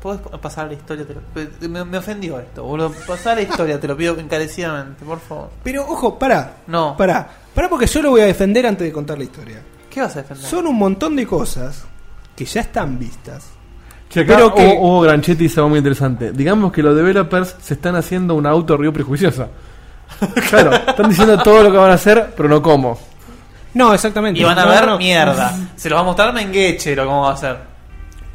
¿Puedes pasar la historia? Te lo- Me, me ofendió esto, boludo. Pasar la historia, te lo pido encarecidamente, por favor.
Pero ojo, pará.
No.
Pará. Pará porque yo lo voy a defender antes de contar la historia.
¿Qué vas a defender?
Son un montón de cosas que ya están vistas.
Che, acá
Pero que-
hubo- hubo Granchetti dice algo muy interesante. Digamos que los developers se están haciendo una auto río prejuiciosa. claro, están diciendo todo lo que van a hacer, pero no cómo.
No, exactamente.
Y van a
No,
ver
no.
mierda. Se los va a mostrar Mengeche, lo cómo va a hacer.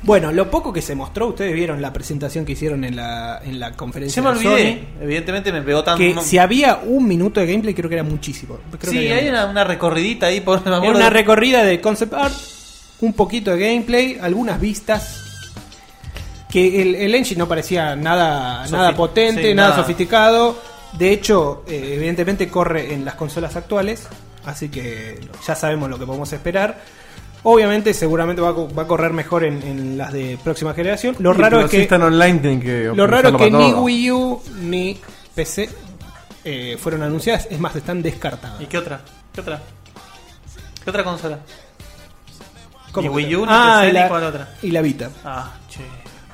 Bueno, lo poco que se mostró, ustedes vieron la presentación que hicieron en la, en la conferencia
Ya me
de
olvidé.
Sony,
Evidentemente me pegó tan.
que si había un minuto de gameplay creo que era muchísimo. Creo
sí,
que
hay
era
una, una recorridita ahí por me
mucho. Era
acuerdo
una
de-
recorrida de concept art, un poquito de gameplay, algunas vistas. Que el, el engine no parecía nada,
Sofi-
nada potente,
sí,
nada,
nada.
sofisticado. De hecho, eh, evidentemente corre en las consolas actuales, así que ya sabemos lo que podemos esperar. Obviamente, seguramente va a, co- va a correr mejor en, en las de próxima generación. Lo
Sí,
raro
pero
es
si
que
están online tienen que
lo raro es
optimizarlo
que
para
ni
todo.
Wii U ni PC eh, fueron anunciadas, es más, están descartadas.
¿Y qué otra? ¿Qué otra? ¿Qué otra consola?
¿Cómo
ni
que
Wii U, ni
otra?
PC,
y
ni
la-
cuál otra.
Y la Vita.
Ah, che.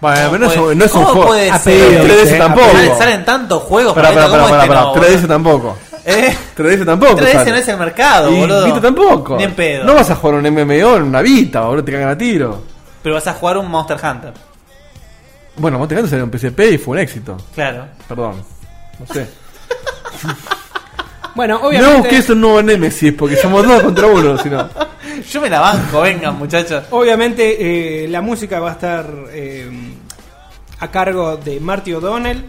Bueno, pero no es
¿Cómo
un-
puede-
no es un
¿Cómo
juego.
puede
A
ser?
pedido, 3DS
¿eh?
tampoco.
Salen- Salen tantos juegos.
Pará, pará,
Juanito,
pará,
¿cómo
pará,
este
pará.
no,
3DS tampoco.
boludo? ¿Eh?
3DS tampoco.
3DS
sale.
no es el mercado,
Y
boludo.
Vita tampoco.
Ni en pedo.
No vas a jugar un MMO en una Vita, boludo, te cagan a tiro.
Pero vas a jugar un Monster Hunter.
Bueno, Monte Carlo salió en PCP y fue un éxito.
Claro.
Perdón. No sé.
Bueno,
No
obviamente,
busques un nuevo Nemesis, porque somos dos contra uno, si no.
Yo me la banco, vengan, muchachos.
obviamente eh, la música va a estar eh, a cargo de Marty O'Donnell,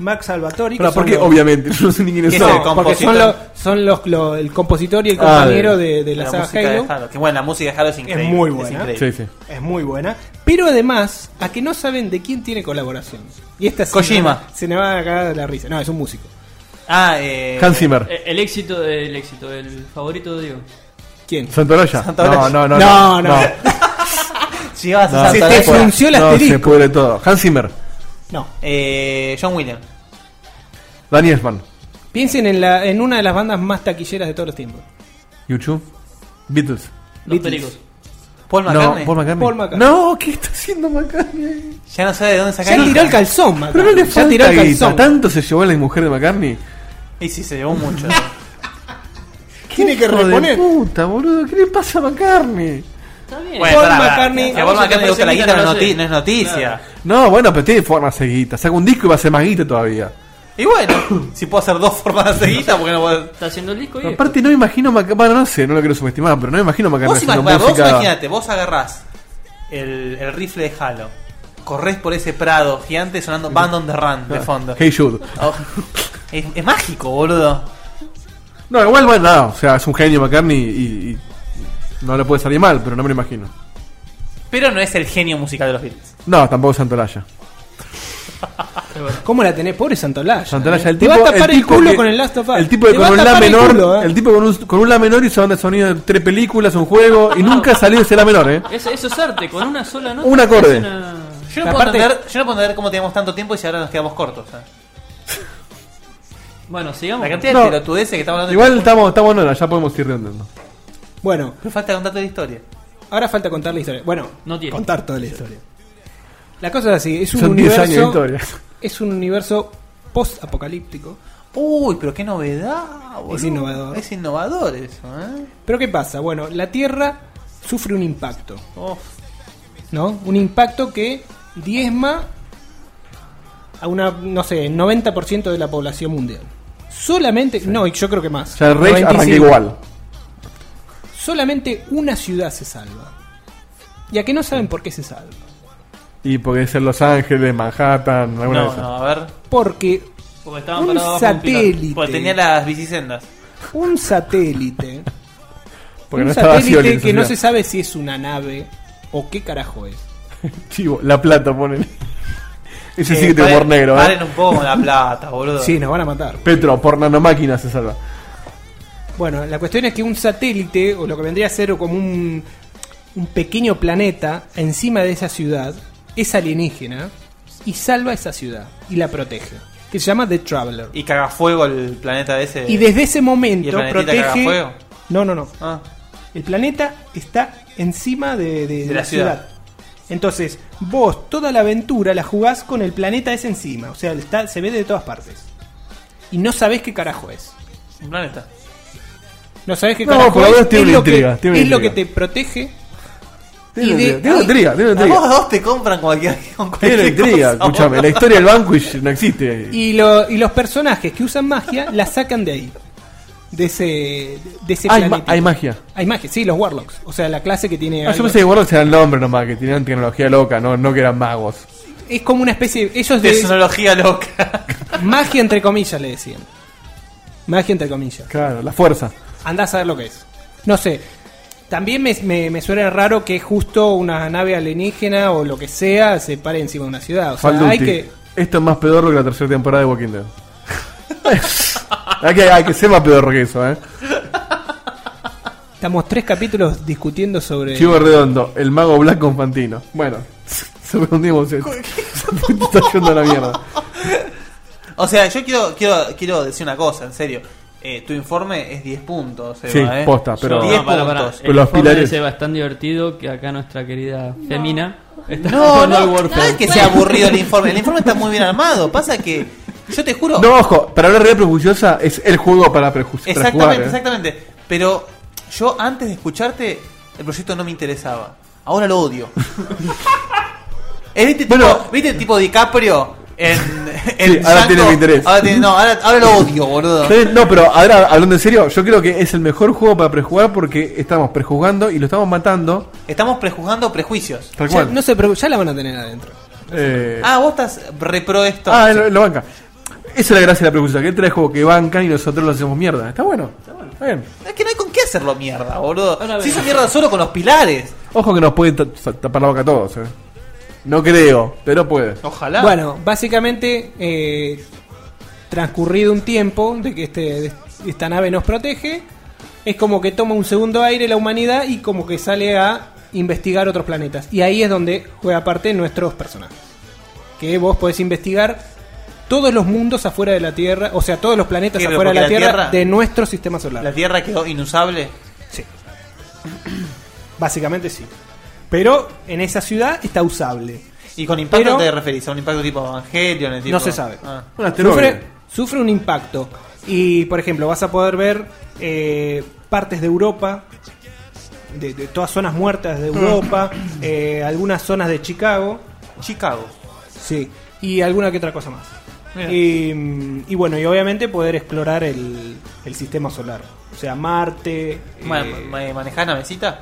Max Salvatori. que
Pero
son
porque,
los-
obviamente, yo no sé ni quiénes
¿Qué
son.
es el
porque son, los,
compositor?
son los, lo- el compositor y el
Ah,
compañero de, de la, saga
música
Halo.
de Halo. Que bueno, la música de Halo es increíble.
muy buena.
increíble.
Sí, sí.
Es muy buena. Pero además, a que no saben de quién tiene colaboración. Y esta se
Kojima.
me va- Se me va a cagar de la risa. No, es un músico.
Ah, eh.
Hans Zimmer.
Eh, El éxito, el éxito, el favorito de Diego.
¿Quién?
Santoroya.
Santoroya.
No, no, no.
No, no.
Llegabas a
se
Santa
te
Fe.
frunció el No, asterisco. se pudre todo. Hans Zimmer,
No, eh, John Williams.
Danny Elfman,
Piensen en, la, en una de las bandas más taquilleras de todos los tiempos.
YouTube, Beatles.
Los
pericos. Paul
No,
McCartney.
Paul McCartney.
Paul McCartney.
No, ¿qué está haciendo McCartney?
Ya no sabe de dónde sacar.
Ya tiró el calzón, McCartney.
Pero no le
Ya
falta
tiró el
guita.
calzón.
Tanto se llevó la mujer de McCartney.
Y sí, se llevó mucho.
Tiene
que reponer.
puta, boludo. ¿Qué le pasa a McCartney?
Bueno,
Paul
pará, pará.
McCartney-
Si a Paul McCartney le gusta la
Vamos a
guita, no,
hacer
es noti-
guita,
no es noticia.
No, bueno, pero tiene formas de guita. Saca un disco y va a ser más guita todavía.
Y bueno, si puedo hacer dos formas de guita, porque no puedo.
Está haciendo el disco
Pero aparte, no imagino Mac- Bueno, no sé, no lo quiero subestimar, pero no imagino McCartney
Vos,
haciendo
imag- vos
música.
imaginate, vos agarrás el, el rifle de Halo, corres por ese prado gigante sonando Band on the Run de
Ah,
fondo.
Hey Jude.
Oh, es, es mágico, boludo.
No, igual, bueno, nada. O sea, es un genio McCartney y, y no le puede salir mal, pero no me lo imagino.
Pero no es el genio musical de los Beatles.
No, tampoco Santolaya.
¿Cómo la tenés? Pobre Santolaya.
Santolaya,
¿eh?
el
Te
tipo,
va a tapar
el
el,
tipo
culo
que-
con el Last of Us.
El tipo que
Te va
con
a
un la
tapar el
menor, el,
culo, ¿eh?
tipo con un, con un la menor hizo banda de sonido de tres películas, un juego y nunca salió ese la menor, ¿eh?
Eso, eso es arte, con una sola nota.
Un acorde.
es una-
Yo no, puedo
Aparte-
entender, yo no puedo entender cómo teníamos tanto tiempo y si ahora nos quedamos cortos. ¿eh?
Bueno, sigamos.
La cantidad
No.
de pelotudeces que estamos hablando.
Igual estamos, estamos en hora, ya podemos ir redondeando.
Bueno,
Pero falta contarte la historia.
ahora falta contar la historia. Bueno,
No tiene.
contar toda la historia. La cosa es así, es un
Son 10
universo.
años de historia.
Es un universo post-apocalíptico.
Uy, pero qué novedad, boludo.
Es innovador.
Es innovador eso, ¿eh?
Pero ¿qué pasa? Bueno, la Tierra sufre un impacto,
Uf.
¿no? Un impacto que diezma a una, no sé, 90% de la población mundial. Solamente, no, yo creo que más.
O sea, el Rage arranca
95.
igual.
Solamente una ciudad se salva. Y a que no saben por qué se salva.
Y porque ser Los Ángeles, Manhattan, alguna de
No,
esas.
no, a ver.
Porque
Porque estaban
un
parados bajo un pilar.
satélite,
Porque tenía las bicisendas.
un satélite,
Porque
un
no estaba
satélite
Scioli
que
en
no
esa
se sabe si es una nave o qué carajo es.
Chivo, la plata ponen. Ese sí
Eh,
que
paren-
tiene humor negro,
Paren
¿eh?
un poco con la plata, boludo.
Sí, nos van a matar.
Petro, por nanomáquina se salva.
Bueno, la cuestión es que un satélite, o lo que vendría a ser como un, un pequeño planeta encima de esa ciudad, es alienígena y salva esa ciudad y la protege. Que se llama The Traveler.
Y caga fuego el planeta ese.
Y desde ese
¿Y el
momento
planetita caga
protege.
fuego?
No, no, no.
Ah,
El planeta está encima de, de- de
la
la ciudad. Entonces, vos toda la aventura la jugás con el planeta ese encima. O sea, está- se ve de todas partes. Y no sabés qué carajo es.
un planeta.
No sabés qué
No,
carajo
por la
es.
verdad tiene
es
una
lo que-
intriga, tiene una
es lo que
intriga.
te protege.
Tiene
Y de-
intriga, tiene
ay,
intriga, tiene
A
intriga.
vos dos te compran cualquier, con
Tiene
cualquier
intriga,
cosa,
escúchame. La
boludo.
historia del Vanquish no existe.
Y, lo- y los personajes que usan magia la sacan de ahí. De ese, de ese
Hay, ma-
planeta.
hay magia.
Hay magia, sí, los Warlocks. O sea, la clase que tiene.
Ah,
algo-
yo pensé que Warlocks era el nombre nomás, que tenían tecnología loca, no, no que eran magos.
Es como una especie. Ellos de.
Tecnología loca.
Magia entre comillas le decían. Magia entre comillas.
Claro, la fuerza.
Andás a ver lo que es. No sé. También me, me- me suena raro que justo una nave alienígena o lo que sea se pare encima de una ciudad. O sea,
Fall
hay
Duty.
que.
Esto es más pedorro que la tercera temporada de Walking Dead. hay, que, hay que ser más pedorro que eso, ¿eh?
Estamos tres capítulos discutiendo sobre.
Chivo Redondo, el mago Black Confantino. Bueno, se redondimos. Se te está yendo a la mierda.
O sea, yo quiero, quiero, quiero decir una cosa, en serio. Eh, tu informe es 10 puntos, Seba,
Sí,
¿eh?
posta, pero-
10
No, pará, pará.
puntos.
Pero
El
los
informe
pilares-
de Seba es tan divertido que acá nuestra querida Femina está
No,
jugando
no,
al
no
Warfare.
es que sea aburrido el informe. El informe está muy bien armado. Pasa que, yo te juro,
No, ojo, para hablar de prejuiciosa es el juego para, prejuic- para
Exactamente,
jugar, ¿eh?
exactamente. Pero yo antes de escucharte, el proyecto no me interesaba. Ahora lo odio. Eh, ¿Viste, tipo, ¿Viste el tipo DiCaprio en, en
Sí, ahora tiene mi interés.
Ahora tiene- no, ahora, ahora lo odio, boludo.
Está bien, No, pero ahora hablando en serio, yo creo que es el mejor juego para prejugar porque estamos prejuzgando y lo estamos matando.
Estamos prejuzgando prejuicios.
Tal
Ya,
cual.
no se preocupen, ya la van a tener adentro.
Eh,
Ah, vos estás repro esto.
ah, lo, lo banca. Esa es la gracia de la prejuiciosa, que trae juego que bancan y nosotros lo hacemos mierda. Está bueno, está bien.
Es que no hay con qué hacerlo mierda, boludo.
Ahora
Se
ven.
hizo mierda solo con los pilares.
Ojo que nos pueden ta- sa- tapar la boca a todos, eh. No creo, pero puede.
Ojalá.
Bueno, básicamente, eh, transcurrido un tiempo de que este, de esta nave nos protege, es como que toma un segundo aire la humanidad y como que sale a investigar otros planetas. Y ahí es donde juega parte nuestros personajes. Que vos podés investigar todos los mundos afuera de la Tierra, o sea, todos los planetas
Claro,
afuera de la
porque la
Tierra,
Tierra-
de nuestro sistema solar.
¿La Tierra quedó inusable?
Sí. Básicamente sí. Pero en esa ciudad está usable.
¿Y con impacto
Pero-
te referís? ¿A un impacto tipo Evangelion? el tipo-
No se sabe.
Ah.
Sufre, sufre un impacto. Y, por ejemplo, vas a poder ver eh, partes de Europa, de, de todas zonas muertas de Europa, eh, algunas zonas de Chicago.
Mm. Chicago.
Sí. Y alguna que otra cosa más.
Mira.
Y, mm, y bueno, y obviamente poder explorar el, el sistema solar. O sea, Marte.
Ma-
eh,
ma- ¿Manejás navecita?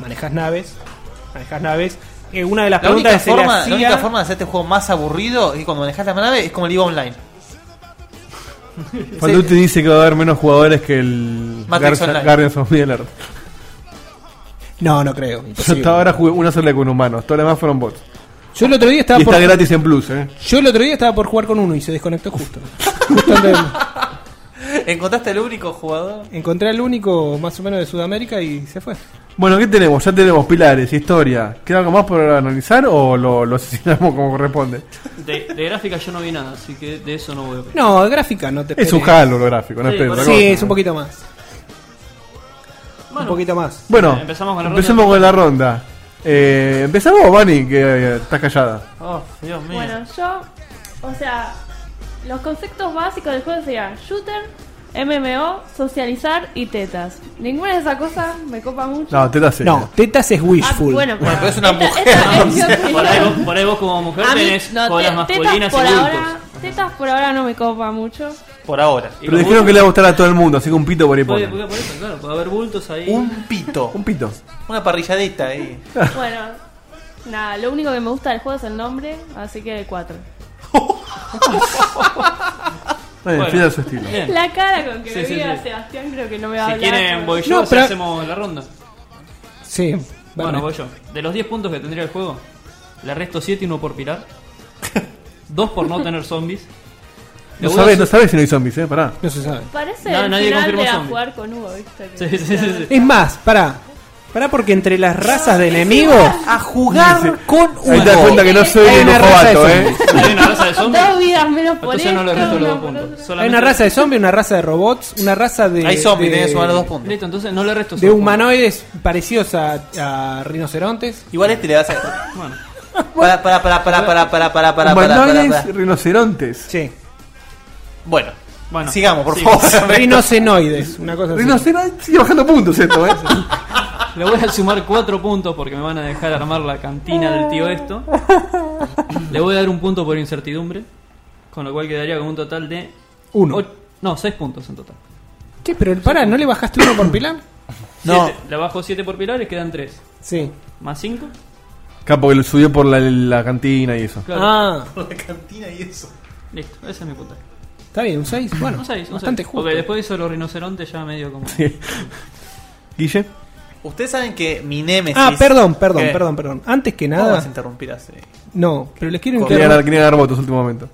manejas naves. Manejas naves. Eh, una de las
La
preguntas
única,
que se le
forma, la
hacía-
única forma de hacer este juego más aburrido es cuando manejas la nave es como el Liga Online.
Cuando te dice que va a haber menos jugadores que el
Matrix Online.
Guardians of the Alert.
No, no creo.
Yo hasta ahora jugué una sola con humanos, todas las demás fueron bots.
Yo el otro día estaba
y
por-
está gratis en Plus, eh.
Yo el otro día estaba por jugar con uno y se desconectó justo. Justo antes de-
¿Encontraste el único jugador?
Encontré al único más o menos de Sudamérica y se fue.
Bueno, ¿qué tenemos? Ya tenemos pilares, historia. ¿Queda algo más por analizar o lo, lo asesinamos como corresponde?
De, de gráfica yo no vi nada, así que de eso no voy a ver.
No, de gráfica no te
Es un
esperes.
halo lo gráfico, no
Sí,
esperes
por
otra
Sí,
cosa.
es un poquito más. un poquito más.
Bueno,
Eh, Empezamos con la ronda.
empecemos con la ronda. Eh, empezamos vos, Vani, que eh, estás callada.
Oh, Dios mío.
Bueno, yo, o sea, los conceptos básicos del juego serían shooter, MMO, socializar y tetas. Ninguna de esas cosas me copa mucho. Ah,
No, tetas
es. No, tetas es wishful.
Ah,
bueno, pero- Bueno, pero
es una
mujer, esta es mi opinión.
por, ahí vos, por ahí vos como mujer
A mí,
tenés
no,
colas
te-
masculinas
tetas
y
por
bultos.
ahora, tetas por ahora no me copa mucho.
Por ahora.
Pero dijeron que le va a gustar a todo el mundo, así que un pito por ahí
Puede,
pone.
puede, por eso, claro, puede haber bultos ahí.
Un pito.
Un pito.
Una parrilladita ahí.
Bueno, nada, lo único que me gusta del juego es el nombre, así que 4.
Bueno,
Bueno.
fiel a su estilo.
Bien.
La cara con que
Sí,
me
sí,
mira
sí.
Sebastián creo que no me va a
Si
hablar.
quieren, voy yo,
No,
si
pero-
hacemos la ronda.
Sí.
Bueno,
Vale.
voy yo. De los 10 puntos que tendría el juego, le resto 7 y uno por pilar. 2 por no tener zombies.
No
Le
sabes,
voy
no sabes si no hay zombies, eh, pará.
No se sabe.
Parece
No,
el
nadie
final
confirmó
de a
zombie.
jugar con Hugo, ¿viste?
a- Sí, sí, sí, sí.
Es más, pará. Pará porque entre las razas de enemigos a jugar
Sí, sí.
con
Ahí te das
Hugo.
cuenta que no soy
Hay
el
una raza de
novato, eh.
zombies.
Hay una raza de zombies.
Dos vidas menos por
Entonces no le
esto,
resto los
una
dos
por
puntos.
otra.
Hay una raza de zombies, una raza de robots, una raza de.
Hay zombies,
de-
tenés que sumar los dos
puntos.
Listo, entonces no le resto
De
solo
humanoides parecidos a, a rinocerontes.
Igual este le vas a.
Bueno.
Para, para, para, para, para, para, para, para, para, para,
Humanoides
para.
rinocerontes.
Sí.
Bueno,
Bueno,
sigamos, por
sí.
favor.
Rinocenoides, una cosa así.
Rinocerontes. Sigue bajando puntos esto, eh.
Le voy a sumar 4 puntos porque me van a dejar armar la cantina del tío esto. Le voy a dar un punto por incertidumbre. Con lo cual quedaría con un total de.
Uno.
och- no, 6 puntos en total.
Che, pero pará, ¿no le bajaste uno por pilar?
No.
Siete. Le bajo 7 por pilares, quedan 3.
Sí.
Más 5.
Capo que lo subió por la, la cantina y eso.
Claro.
Ah,
La cantina y eso.
Listo, ese es mi puntaje.
está bien, un 6. Bueno,
Un 6, un 6.
bastante justo.
Porque después hizo los rinocerontes ya medio como.
Guille.
Ustedes saben que mi Nemesis.
Ah, perdón, perdón,
¿Qué?
perdón, perdón. Antes que
¿Cómo vas a
nada,
interrumpir así?
no, pero les quiero
Quería ganar,
interrumpir.
quería ganar votos último momento.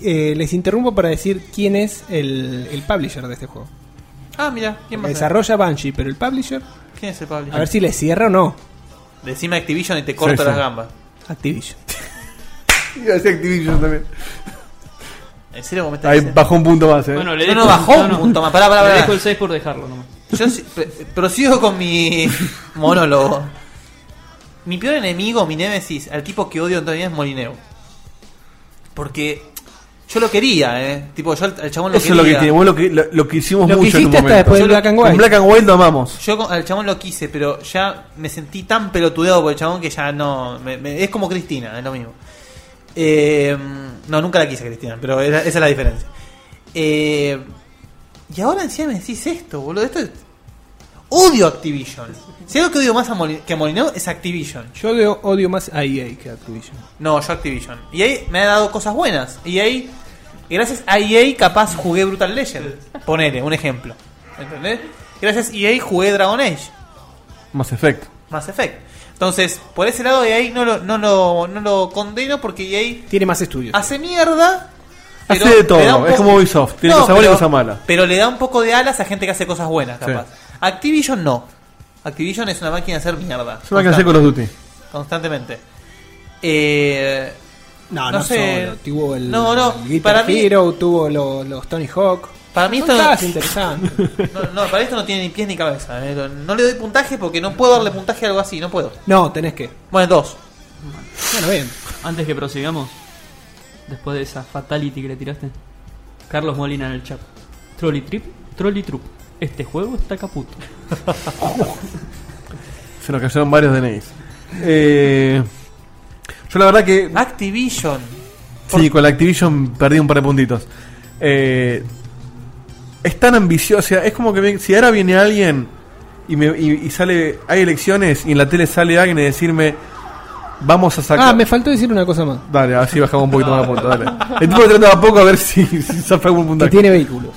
les interrumpo para decir quién es el, el publisher de este juego.
Ah, mira, ¿quién
La
va a ser?
desarrolla Banshee, pero el publisher,
¿Quién es el Pablo?
a ver si le cierra o no.
Decime Activision y te corto
Sí, sí.
las gambas.
Activision.
Iba a decir Activision también.
¿En serio vos me estás
Ahí
diciendo?
bajó un punto más, eh.
Bueno, le
No,
dejo,
no, bajó un punto Ah. más. Pará, pará,
Le
pará.
dejo el 6 por dejarlo nomás.
Yo si- pr- prosigo con mi monólogo. Mi peor enemigo, mi némesis, al tipo que odio en todavía es Molineo. Porque yo lo quería, ¿eh? Tipo, yo al, al chabón lo
Eso es
quería.
lo que tiene, vos lo que, lo, lo que hicimos
Lo que
mucho en un
hiciste hasta
momento.
después del
Yo lo-
Black and White.
En Black and White lo amamos.
Yo con- al chabón lo quise, pero ya me sentí tan pelotudeado por el chabón que ya no. me- me- es como Cristina, es lo mismo. Eh, no, nunca la quise a Cristina, pero era- esa es la diferencia. Eh, y ahora encima me decís esto, boludo. Esto es- Odio Activision. Si algo que odio más a Moli- que a Molineo es Activision.
Yo odio, odio más a EA que a Activision.
No, yo Activision. Y ahí me ha dado cosas buenas. Y ahí, gracias a EA, capaz jugué Brutal Legend. Ponele, un ejemplo. ¿Entendés? Gracias a EA jugué Dragon Age.
Más efecto.
Mass Effect. Entonces, por ese lado EA no lo, no lo, no lo condeno porque EA
Tiene más estudios.
hace mierda.
Hace
pero
de
le da
todo,
un
es
poco-
como Ubisoft, tiene
No,
cosas buenas y
pero-
cosas malas.
Pero le da un poco de alas a gente que hace cosas buenas, capaz.
Sí.
Activision no. Activision es una máquina de hacer mierda.
una máquina de hacer Call of Duty.
Constantemente. Eh,
No,
no
no,
sé.
solo. Tuvo el,
No, no,
el Guitar
para mí-
Hero, tuvo lo- los Tony Hawk.
Para mí
Son
esto no-
todas interesantes.
No, no, para esto no tiene ni pies ni cabeza. eh. No le doy puntaje porque no puedo darle puntaje a algo así, no puedo.
No, tenés que.
Bueno, dos.
Bueno, bien.
Antes que prosigamos, después de esa fatality que le tiraste, Carlos Molina en el chat. Trolley Trip, Trolley Troop. Este juego está caputo.
Se nos cayeron varios DNIs. Eh, yo la verdad que.
Ah,
Activision.
Sí, con la Activision perdí un par de puntitos. Eh, es tan ambiciosa. Es como que me- si ahora viene alguien y, me- y- y sale. Hay elecciones y en la tele sale alguien y decirme. Vamos a sacar.
Ah, me faltó decir una cosa más.
Dale, así bajamos un poquito más la punta, dale. El tipo que trataba poco a ver si, si saca algún puntaje.
Que tiene vehículos.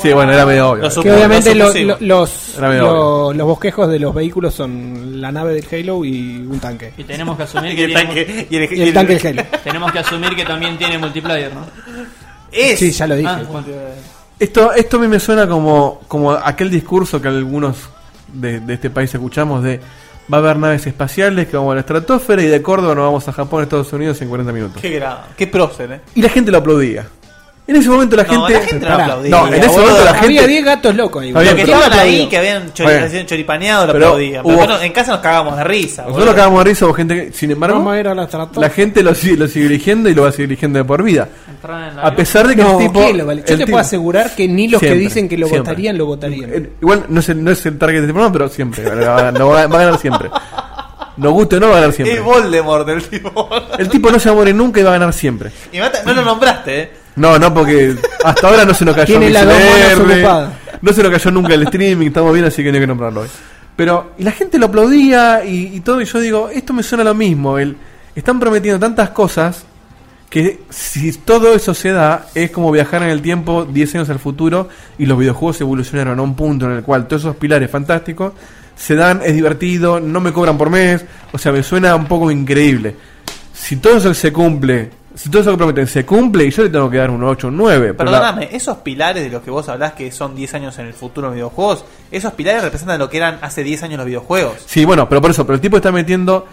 Sí, bueno, era medio obvio.
que obviamente lo- lo- los,
Era medio
lo-
obvio.
los bosquejos de los vehículos son la nave del Halo y un tanque.
Y tenemos que asumir
Y
que
el
tiene
tanque-
mu-
y el-
Y el tanque del Halo.
Tenemos que asumir que también tiene multiplayer, ¿no?
Es.
Sí, ya lo dije.
Ah, bueno.
Esto, esto a mí me suena como, como aquel discurso que algunos de, de este país escuchamos de va a haber naves espaciales que vamos a la estratosfera y de Córdoba nos vamos a Japón, Estados Unidos en 40 minutos.
Qué grado. Qué prócer, eh.
Y la gente lo aplaudía. En ese momento la
No,
gente...
la gente no
Pará.
aplaudía,
No, en ese
boludo.
momento la
Había
gente...
10
gatos locos ahí,
Está bien,
Los que
pero-
estaban ahí, que habían chori-
Bueno.
hacían choripaneado, lo
Pero
aplaudían. Pero
hubo-
bueno, en casa nos cagábamos de risa.
Nosotros
boludo.
lo cagamos de risa o gente que... Sin embargo...
Vamos a ir a la estratosfera.
La gente lo sigue, lo sigue eligiendo y lo va a seguir eligiendo de por vida. A pesar de que
No,
el tipo.
¿qué lo vale? Yo
el
te
tipo-
puedo asegurar que ni los
Siempre,
que dicen que lo
siempre.
votarían, lo votarían.
Eh, Igual no es, el, no es el target de este programa, pero siempre. va a ganar- no va, a- va a ganar siempre. Nos guste o no, va a ganar siempre.
Es Voldemort el tipo.
El tipo no se va a morir nunca y va a ganar siempre.
Y mata- no lo nombraste, eh.
No, no, porque hasta ahora no se nos cayó
Tiene
el
las dos manos ocupadas.
No se nos cayó nunca el streaming, estamos bien, así que no hay que nombrarlo hoy. Pero y la gente lo aplaudía y, y todo, y yo digo, esto me suena a lo mismo. El, están prometiendo tantas cosas que si todo eso se da, es como viajar en el tiempo 10 años al futuro y los videojuegos evolucionaron a un punto en el cual todos esos pilares fantásticos se dan, es divertido, no me cobran por mes, o sea, me suena un poco increíble. Si todo eso se cumple, si todo eso que prometen se cumple, y yo le tengo que dar un 8, un 9. pero la-
Perdóname, esos pilares de los que vos hablás que son 10 años en el futuro en los videojuegos, esos pilares representan lo que eran hace 10 años los videojuegos.
Sí, bueno, pero por eso, pero el tipo está metiendo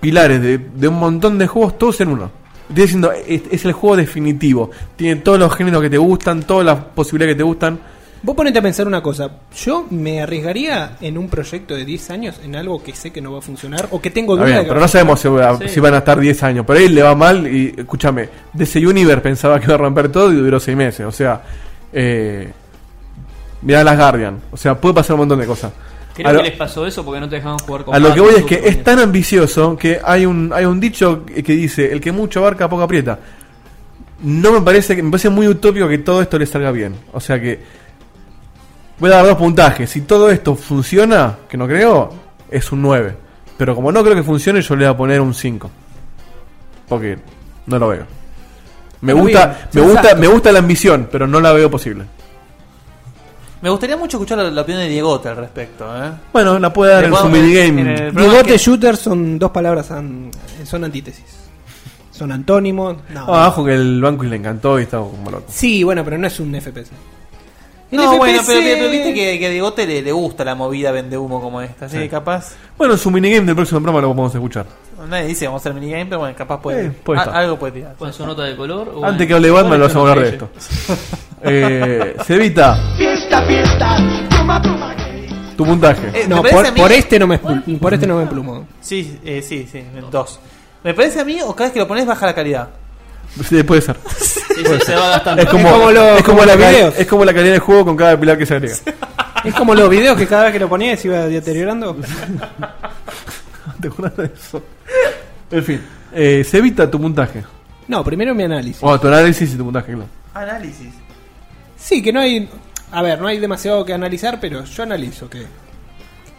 pilares de, de un montón de juegos, todos en uno. Está diciendo, es, es el juego definitivo. Tiene todos los géneros que te gustan, todas las posibilidades que te gustan.
Vos ponete a pensar una cosa. Yo me arriesgaría en un proyecto de 10 años en algo que sé que no va a funcionar o que tengo
Está
duda
bien,
de que
pero
va a
no sabemos si, va-
funcionar.
si van a estar 10 años. Por ahí le va mal y, escúchame, DC Universe pensaba que iba a romper todo y duró 6 meses. O sea, eh, mirá las Guardian. O sea, puede pasar un montón de cosas.
Creo
A lo-
que les pasó eso porque no te dejaban jugar con
A lo que voy
Batman,
es que es tan ambicioso que hay un, hay un dicho que que dice, el que mucho abarca, poco aprieta. No me parece, que- me parece muy utópico que todo esto le salga bien. O sea que voy a dar dos puntajes. Si todo esto funciona, que no creo, es un 9. Pero como no creo que funcione, yo le voy a poner un 5. Porque no lo veo. Me
Muy
gusta,
bien,
me gusta,
sensato.
me gusta la ambición, pero no la veo posible.
Me gustaría mucho escuchar la, la opinión de Diegote al respecto, eh.
Bueno, la puede dar
Le
en su
podemos-
minigame.
en el programa
Bigote
que-
shooter son dos palabras, an- son antítesis. Son antónimos. No.
Ah, Abajo que el banco le encantó y estaba como loco.
Sí, bueno, pero no es un FPS. El
No,
FPS
bueno, pero, pero viste que, que a Diegote le, le gusta la movida vende humo como esta, así
Sí.
que capaz.
Bueno, en su minigame del próximo programa lo vamos a escuchar.
Nadie dice vamos a hacer minigame, pero bueno, capaz puede.
Eh, puede
a-
estar.
algo puede tirar.
Con su nota de color. o
Antes
en-
que hable Batman, lo hacemos
¿Cuál es tu
hablar de
nota,
esto. Eh, Cevita,
Fiesta, fiesta, toma, toma.
tu puntaje.
Eh, ¿te
No,
parece a
por,
mí?
por este no me expul- por este no me emplumo.
Sí, eh, sí, sí, dos. ¿Me parece a mí o cada vez que lo pones baja la calidad?
Sí, puede ser.
sí, se va gastando.
Es como,
Es como lo-
es como
como
la
los
ca-
videos.
es como la calidad del juego con cada pilar que se agrega.
Es como los videos que cada vez que lo ponías iba deteriorando.
¿Te acuerdas de eso? En fin, eh, Cevita, tu puntaje.
No, primero mi análisis.
O tu análisis y tu puntaje, claro.
Análisis.
Sí, que no hay. A ver, no hay demasiado que analizar, pero yo analizo que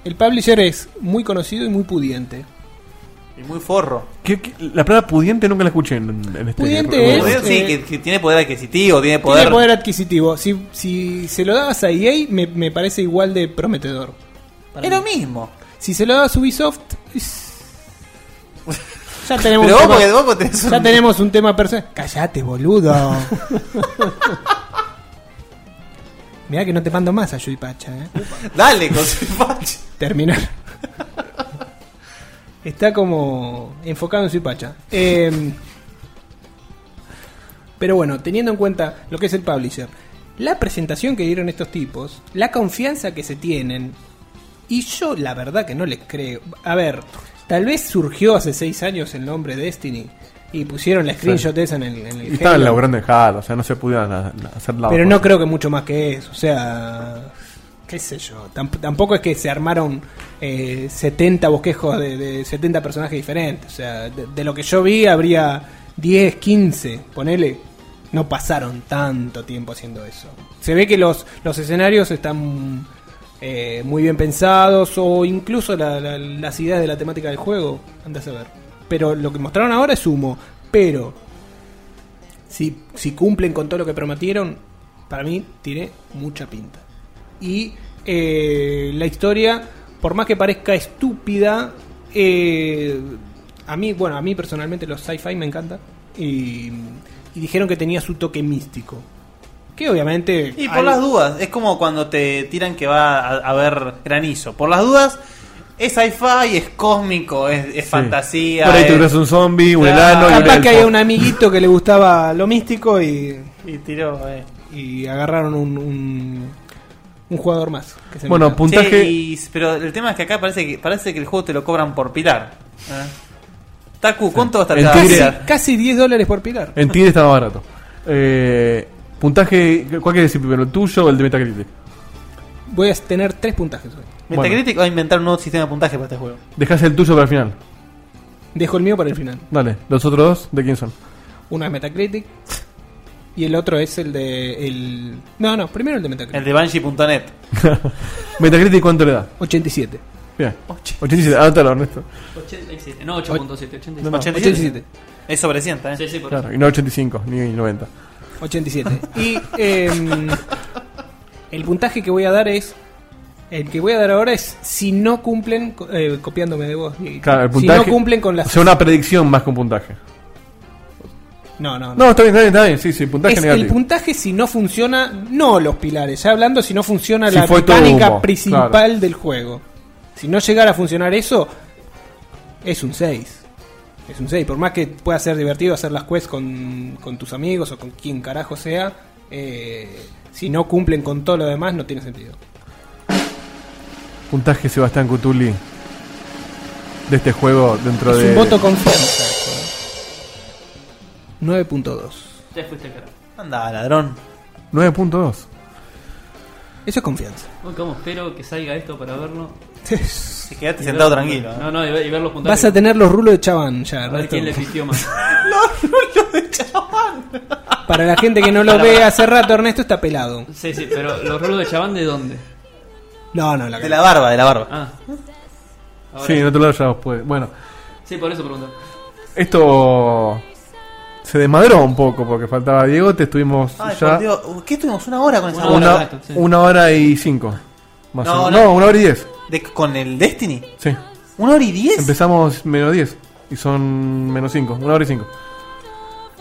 el publisher es muy conocido y muy pudiente.
Y muy forro.
¿Qué- qué- la palabra pudiente nunca la escuché en, en este
Pudiente
programa.
es-
Sí,
eh,
que, que tiene poder adquisitivo, tiene poder.
Tiene poder adquisitivo. Si, si se lo dabas a EA, me, me parece igual de prometedor.
Es lo mismo.
Si se lo dabas a Ubisoft. es- Ya tenemos,
Pero vos
un tema,
porque- vos porque tenés
ya
un-
tenemos un tema personal. Callate, boludo. Mirá que no te mando más a Yuipacha, ¿eh?
Dale con Suipacha.
Terminar. Está como enfocado en Suipacha. Eh, pero bueno, teniendo en cuenta lo que es el publisher, la presentación que dieron estos tipos, la confianza que se tienen, y yo la verdad que no les creo. A ver, tal vez surgió hace seis años el nombre Destiny y pusieron la screenshot esa en el, en el
Y estaban
Halo.
laburando en Halo, o sea, no se pudieron a- a- hacer la
Pero no creo que mucho más que eso. O sea, qué sé yo. Tamp- tampoco es que se armaron eh, 70 bosquejos de, de 70 personajes diferentes. O sea, de, de lo que yo vi habría 10, 15, ponele. No pasaron tanto tiempo haciendo eso. Se ve que los, los escenarios están eh, muy bien pensados o incluso la- la- las ideas de la temática del juego. Anda a saber. Pero lo que mostraron ahora es humo. Pero si, si cumplen con todo lo que prometieron, para mí tiene mucha pinta. Y eh, la historia, por más que parezca estúpida, eh, a mí, bueno, a mí personalmente los sci-fi me encanta. Y, y dijeron que tenía su toque místico. Que obviamente...
Y por
al-
las dudas, es como cuando te tiran que va a a haber granizo. Por las dudas, es sci-fi, es cósmico, es, es fantasía.
Por ahí te
es-
cruzas un zombie, un
Claro.
enano y un
Ah, Capaz que
elfo.
había un amiguito que le gustaba lo místico y,
Y tiró, eh.
y agarraron un, un, un jugador más. que se meta.
Che, y- pero el tema es que acá parece que parece que el juego te lo cobran por pilar. ¿eh? Taku, ¿cuánto va a estar
El
cada
tigre-
pilar?
Casi 10 dólares por pilar.
En Tigre estaba barato. Eh, puntaje, ¿cuál quieres decir primero? ¿El tuyo o el de Metacritic?
Voy a tener tres puntajes hoy.
Metacritic va a inventar un nuevo sistema de puntaje para este juego.
Dejás el tuyo para el final.
Dejo el mío para el final.
Dale, los otros dos, ¿de quién son?
Uno es Metacritic y el otro es el de. El... No, no, primero el de Metacritic.
El de Banshee.net.
Metacritic, ¿cuánto le da?
87.
Bien. 87, anótalo, Ernesto.
87, no 8.7, 87.
No, no.
87. Es sobre 100, ¿eh?
Sí, sí, por
Claro, y no 85, ni 90.
87. Y em, el puntaje que voy a dar es. El que voy a dar ahora es si no cumplen, co- eh, copiándome de vos, Dieguito.
Claro, el
si
puntaje.
no cumplen con las...
O sea, una predicción más que un puntaje.
No, no,
No, está bien, está bien, está bien. Sí, sí, puntaje
es el
negativo.
puntaje si no funciona, no los pilares, ya hablando si no funciona
Si
la
fue todo
mecánica
humo,
principal
claro.
del juego. Si no llegara a funcionar eso, es un 6. Es un 6, por más que pueda ser divertido hacer las quests con, con tus amigos o con quien carajo sea, eh, si no cumplen con todo lo demás no tiene sentido.
Puntaje Sebastián Cutuli de este juego dentro
Es
de.
un voto confianza. ¿eh? 9.2.
Te fuiste al carajo.
Anda, ladrón.
9.2.
Eso es confianza.
Uy, ¿Cómo espero que salga esto para verlo?
Se quedaste
Y
sentado
ver-
tranquilo, ¿eh?
No, no, y ver, y ver los puntajes.
Vas a tener los rulos de chabán ya.
A ver
Ernesto.
quién le pistió más.
Para la gente que no lo
Para-
ve hace rato, Ernesto está pelado.
Sí, sí, pero los rulos de Chabán de dónde?
No, no, la
¿eh? De la barba, de la barba.
Ah. Ahora
Sí, en otro lado ya os puede. Bueno,
Sí, por eso pregunto.
esto. Se desmadró un poco porque faltaba Diego. Te estuvimos
Ay,
ya.
por Dios. ¿Qué estuvimos? ¿Una hora con esa
una,
bola?
una hora y cinco. Más o menos. no, una hora y diez.
De- ¿Con el Destiny?
Sí.
¿Una hora y diez?
Empezamos menos diez. Y son menos cinco. Una hora y cinco.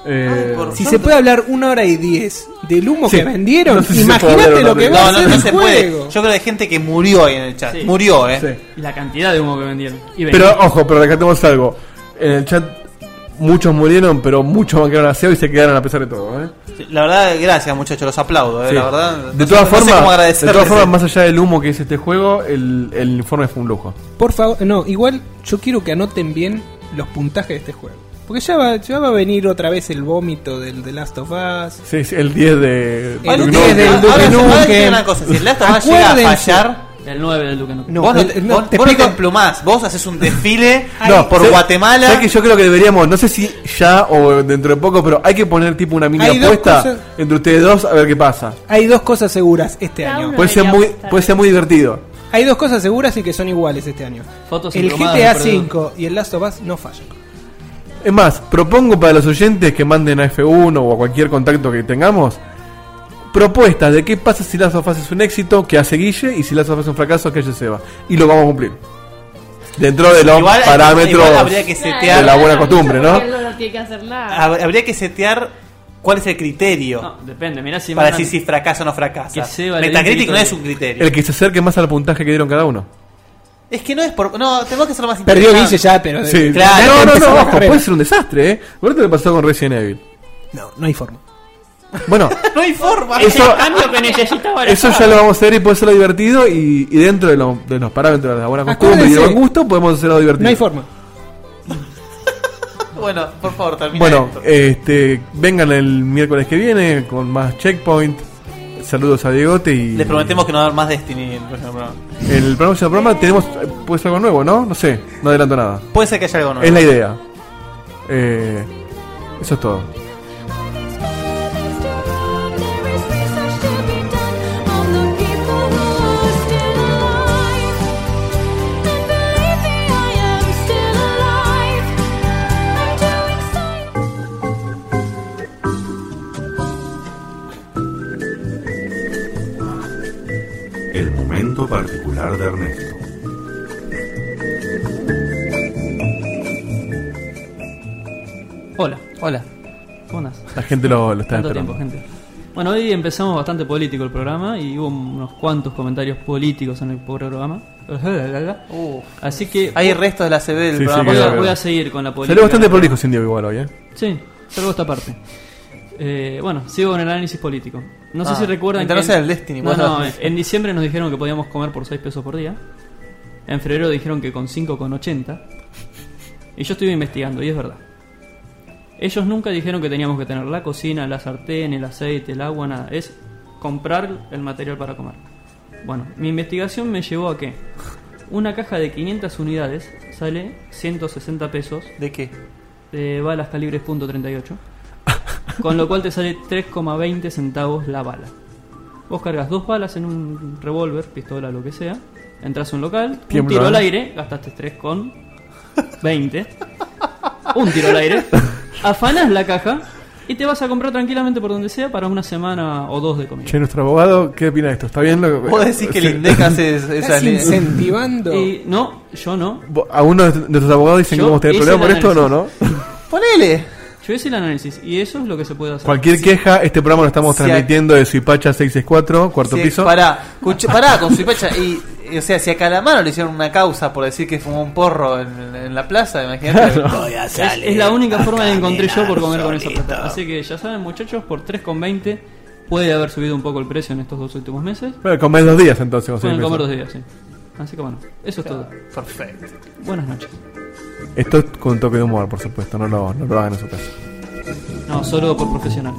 Eh,
Si se puede hablar una hora y diez del humo
Sí.
que vendieron,
No sé si se puede
imagínate
hablar
lo
una
que
hora
va
y
a
diez.
hacer
No, no,
el
no se
juego.
Yo creo que hay gente que murió ahí en el chat.
Sí.
Murió, ¿eh?
Y la cantidad de humo que vendieron. Y ven-
Pero ojo, pero recatemos algo. En el chat muchos murieron, pero muchos bancaron a SEO y se quedaron a pesar de todo. ¿eh?
La verdad, gracias muchachos, los aplaudo, ¿eh?
Sí.
La verdad.
de
no sé-
todas
no sé
formas,
cómo
de
agradecerles,
todas formas,
¿eh?
más allá del humo que es este juego, el, el informe fue un lujo.
Por favor, no, igual yo quiero que anoten bien los puntajes de este juego. Porque ya va, ya va a venir otra vez el vómito del The Last of Us.
Sí, sí, el 10 de. Duke
El 10
Nukem. Ah,
del Duke
Ahora,
Nukem.
ahora te digo una cosa, si el Last of Us llega a
Acuérdense.
fallar,
El 9 del Duque Nukem.
No,
vos no
el-
te,
el-
vos-
no, te
vos no te
explico-
emplumás, vos haces un desfile
No,
por
sé-
Guatemala.
sé que yo creo que deberíamos, no sé si ya o dentro de poco, pero hay que poner tipo una mini
Hay dos
apuesta
cosas-
entre ustedes dos a ver qué pasa.
Hay dos cosas seguras este año.
Puede ser muy, puede ser muy divertido.
Hay dos cosas seguras y que son iguales este año.
Fotos
el
emplumadas,
GTA
no
V
perdón.
y el Last of Us no fallan.
Es más, propongo para los oyentes que manden a F1 o a cualquier contacto que tengamos propuestas de qué pasa si Last of Us es un éxito, que hace Guille, y si Last of Us es un fracaso, que se va Y lo vamos a cumplir. Dentro de los
Igual hay que-
parámetros
igual habría que setear-
de la buena costumbre, ¿no?
Ah,
Él no tiene que hacer nada.
Hab- Habría que setear ¿Cuál es el criterio?
Depende, mirá si
para
mandan-
decir si fracasa o no fracasa.
Que Seba le dé un
Metacritic
grito
no
de-
es un criterio.
El que se acerque más al puntaje que dieron cada uno.
Es que no es por. No, tenemos que ser más
Perdió
interesante.
Guille ya, pero-
Sí.
Claro,
Claro,
no, no,
empezó
no,
la
ojo,
carrera.
puede ser un desastre, ¿eh? Bueno, te lo pasó con Resident Evil.
No, no hay forma.
Bueno,
No hay forma.
Eso-
Ese cambio que necesitaba la
eso ya
saga.
lo vamos a hacer y puede ser lo divertido. Y, y dentro de, lo- de los parámetros de la buena costumbre y del
Acuérdense.
buen gusto, podemos hacerlo divertido.
No hay forma.
Bueno, por favor, termina.
Bueno,
esto.
este, vengan el miércoles que viene con más checkpoint. Saludos a Diegote y.
les prometemos que no va a haber más Destiny en el próximo programa.
El próximo programa tenemos eh, puede ser algo nuevo, ¿no? No sé, no adelanto nada.
Puede ser que haya algo nuevo.
Es la idea. Eh, eso es todo.
El momento particular de Ernesto.
Hola, hola. ¿Cómo andás?
La gente lo, lo está
Tanto
esperando.
tiempo, gente. Bueno, hoy empezamos bastante político el programa y hubo unos cuantos comentarios políticos en el programa. Así que.
Uh, Hay resto de la CB del
Sí, sí,
programa.
que-
Voy a- voy a seguir con la política.
Salió bastante prolijo sin Diego igual hoy, ¿eh?
Sí, salvo esta parte. Eh, bueno, sigo con el análisis político. No sé
Ah,
si recuerdan.
mientras no
en-
sea el Destiny,
No,
vos
no, en,
sabés.
en diciembre nos dijeron que podíamos comer por 6 pesos por día. En febrero dijeron que con 5,80. Y yo estuve investigando, y es verdad. Ellos nunca dijeron que teníamos que tener la cocina, la sartén, el aceite, el agua, nada. Es comprar el material para comer. Bueno, mi investigación me llevó a que una caja de 500 unidades sale 160 pesos.
¿De qué?
De balas calibres .38. con lo cual te sale 3,20 centavos la bala. Vos cargas dos balas en un revólver, pistola, lo que sea. Entras a un local, un
Tiembla. ¿eh?
tiro al aire, gastaste 3 con 20. un tiro al aire. Afanás la caja y te vas a comprar tranquilamente por donde sea para una semana o dos de comida.
Che, nuestro abogado, ¿qué opina de esto? ¿Está bien lo que-
Vos decís que
Sí.
el INDEC hace esa
Estás
ley.
incentivando.
Y no, yo no.
A uno de nuestros abogados dicen que
Yo
vamos a tener
hice
problema
el
por esto o no, ¿no?
análisis.
Ponele.
Yo hice el análisis y eso es lo que se puede hacer.
Cualquier queja, este programa lo estamos
Si
transmitiendo de Suipacha 664, cuarto
Sí,
piso.
Pará, escucha- pará con su pecha. Y, y, o sea, si a Calamaro le hicieron una causa por decir que fumó un porro en, en la plaza, imagínate. Voy a
Es, es la única forma que encontré yo por comer con esa plata. Así que ya saben, muchachos, por 3,20 puede haber subido un poco el precio en estos dos últimos meses.
Bueno, comer dos días entonces. con
Pueden
seis
comer
pesos.
dos días, sí. Así que bueno, eso es todo.
Perfecto.
Buenas noches.
Esto es con un toque de humor, por supuesto, no lo, no lo hagan en su casa.
No, solo por profesionales.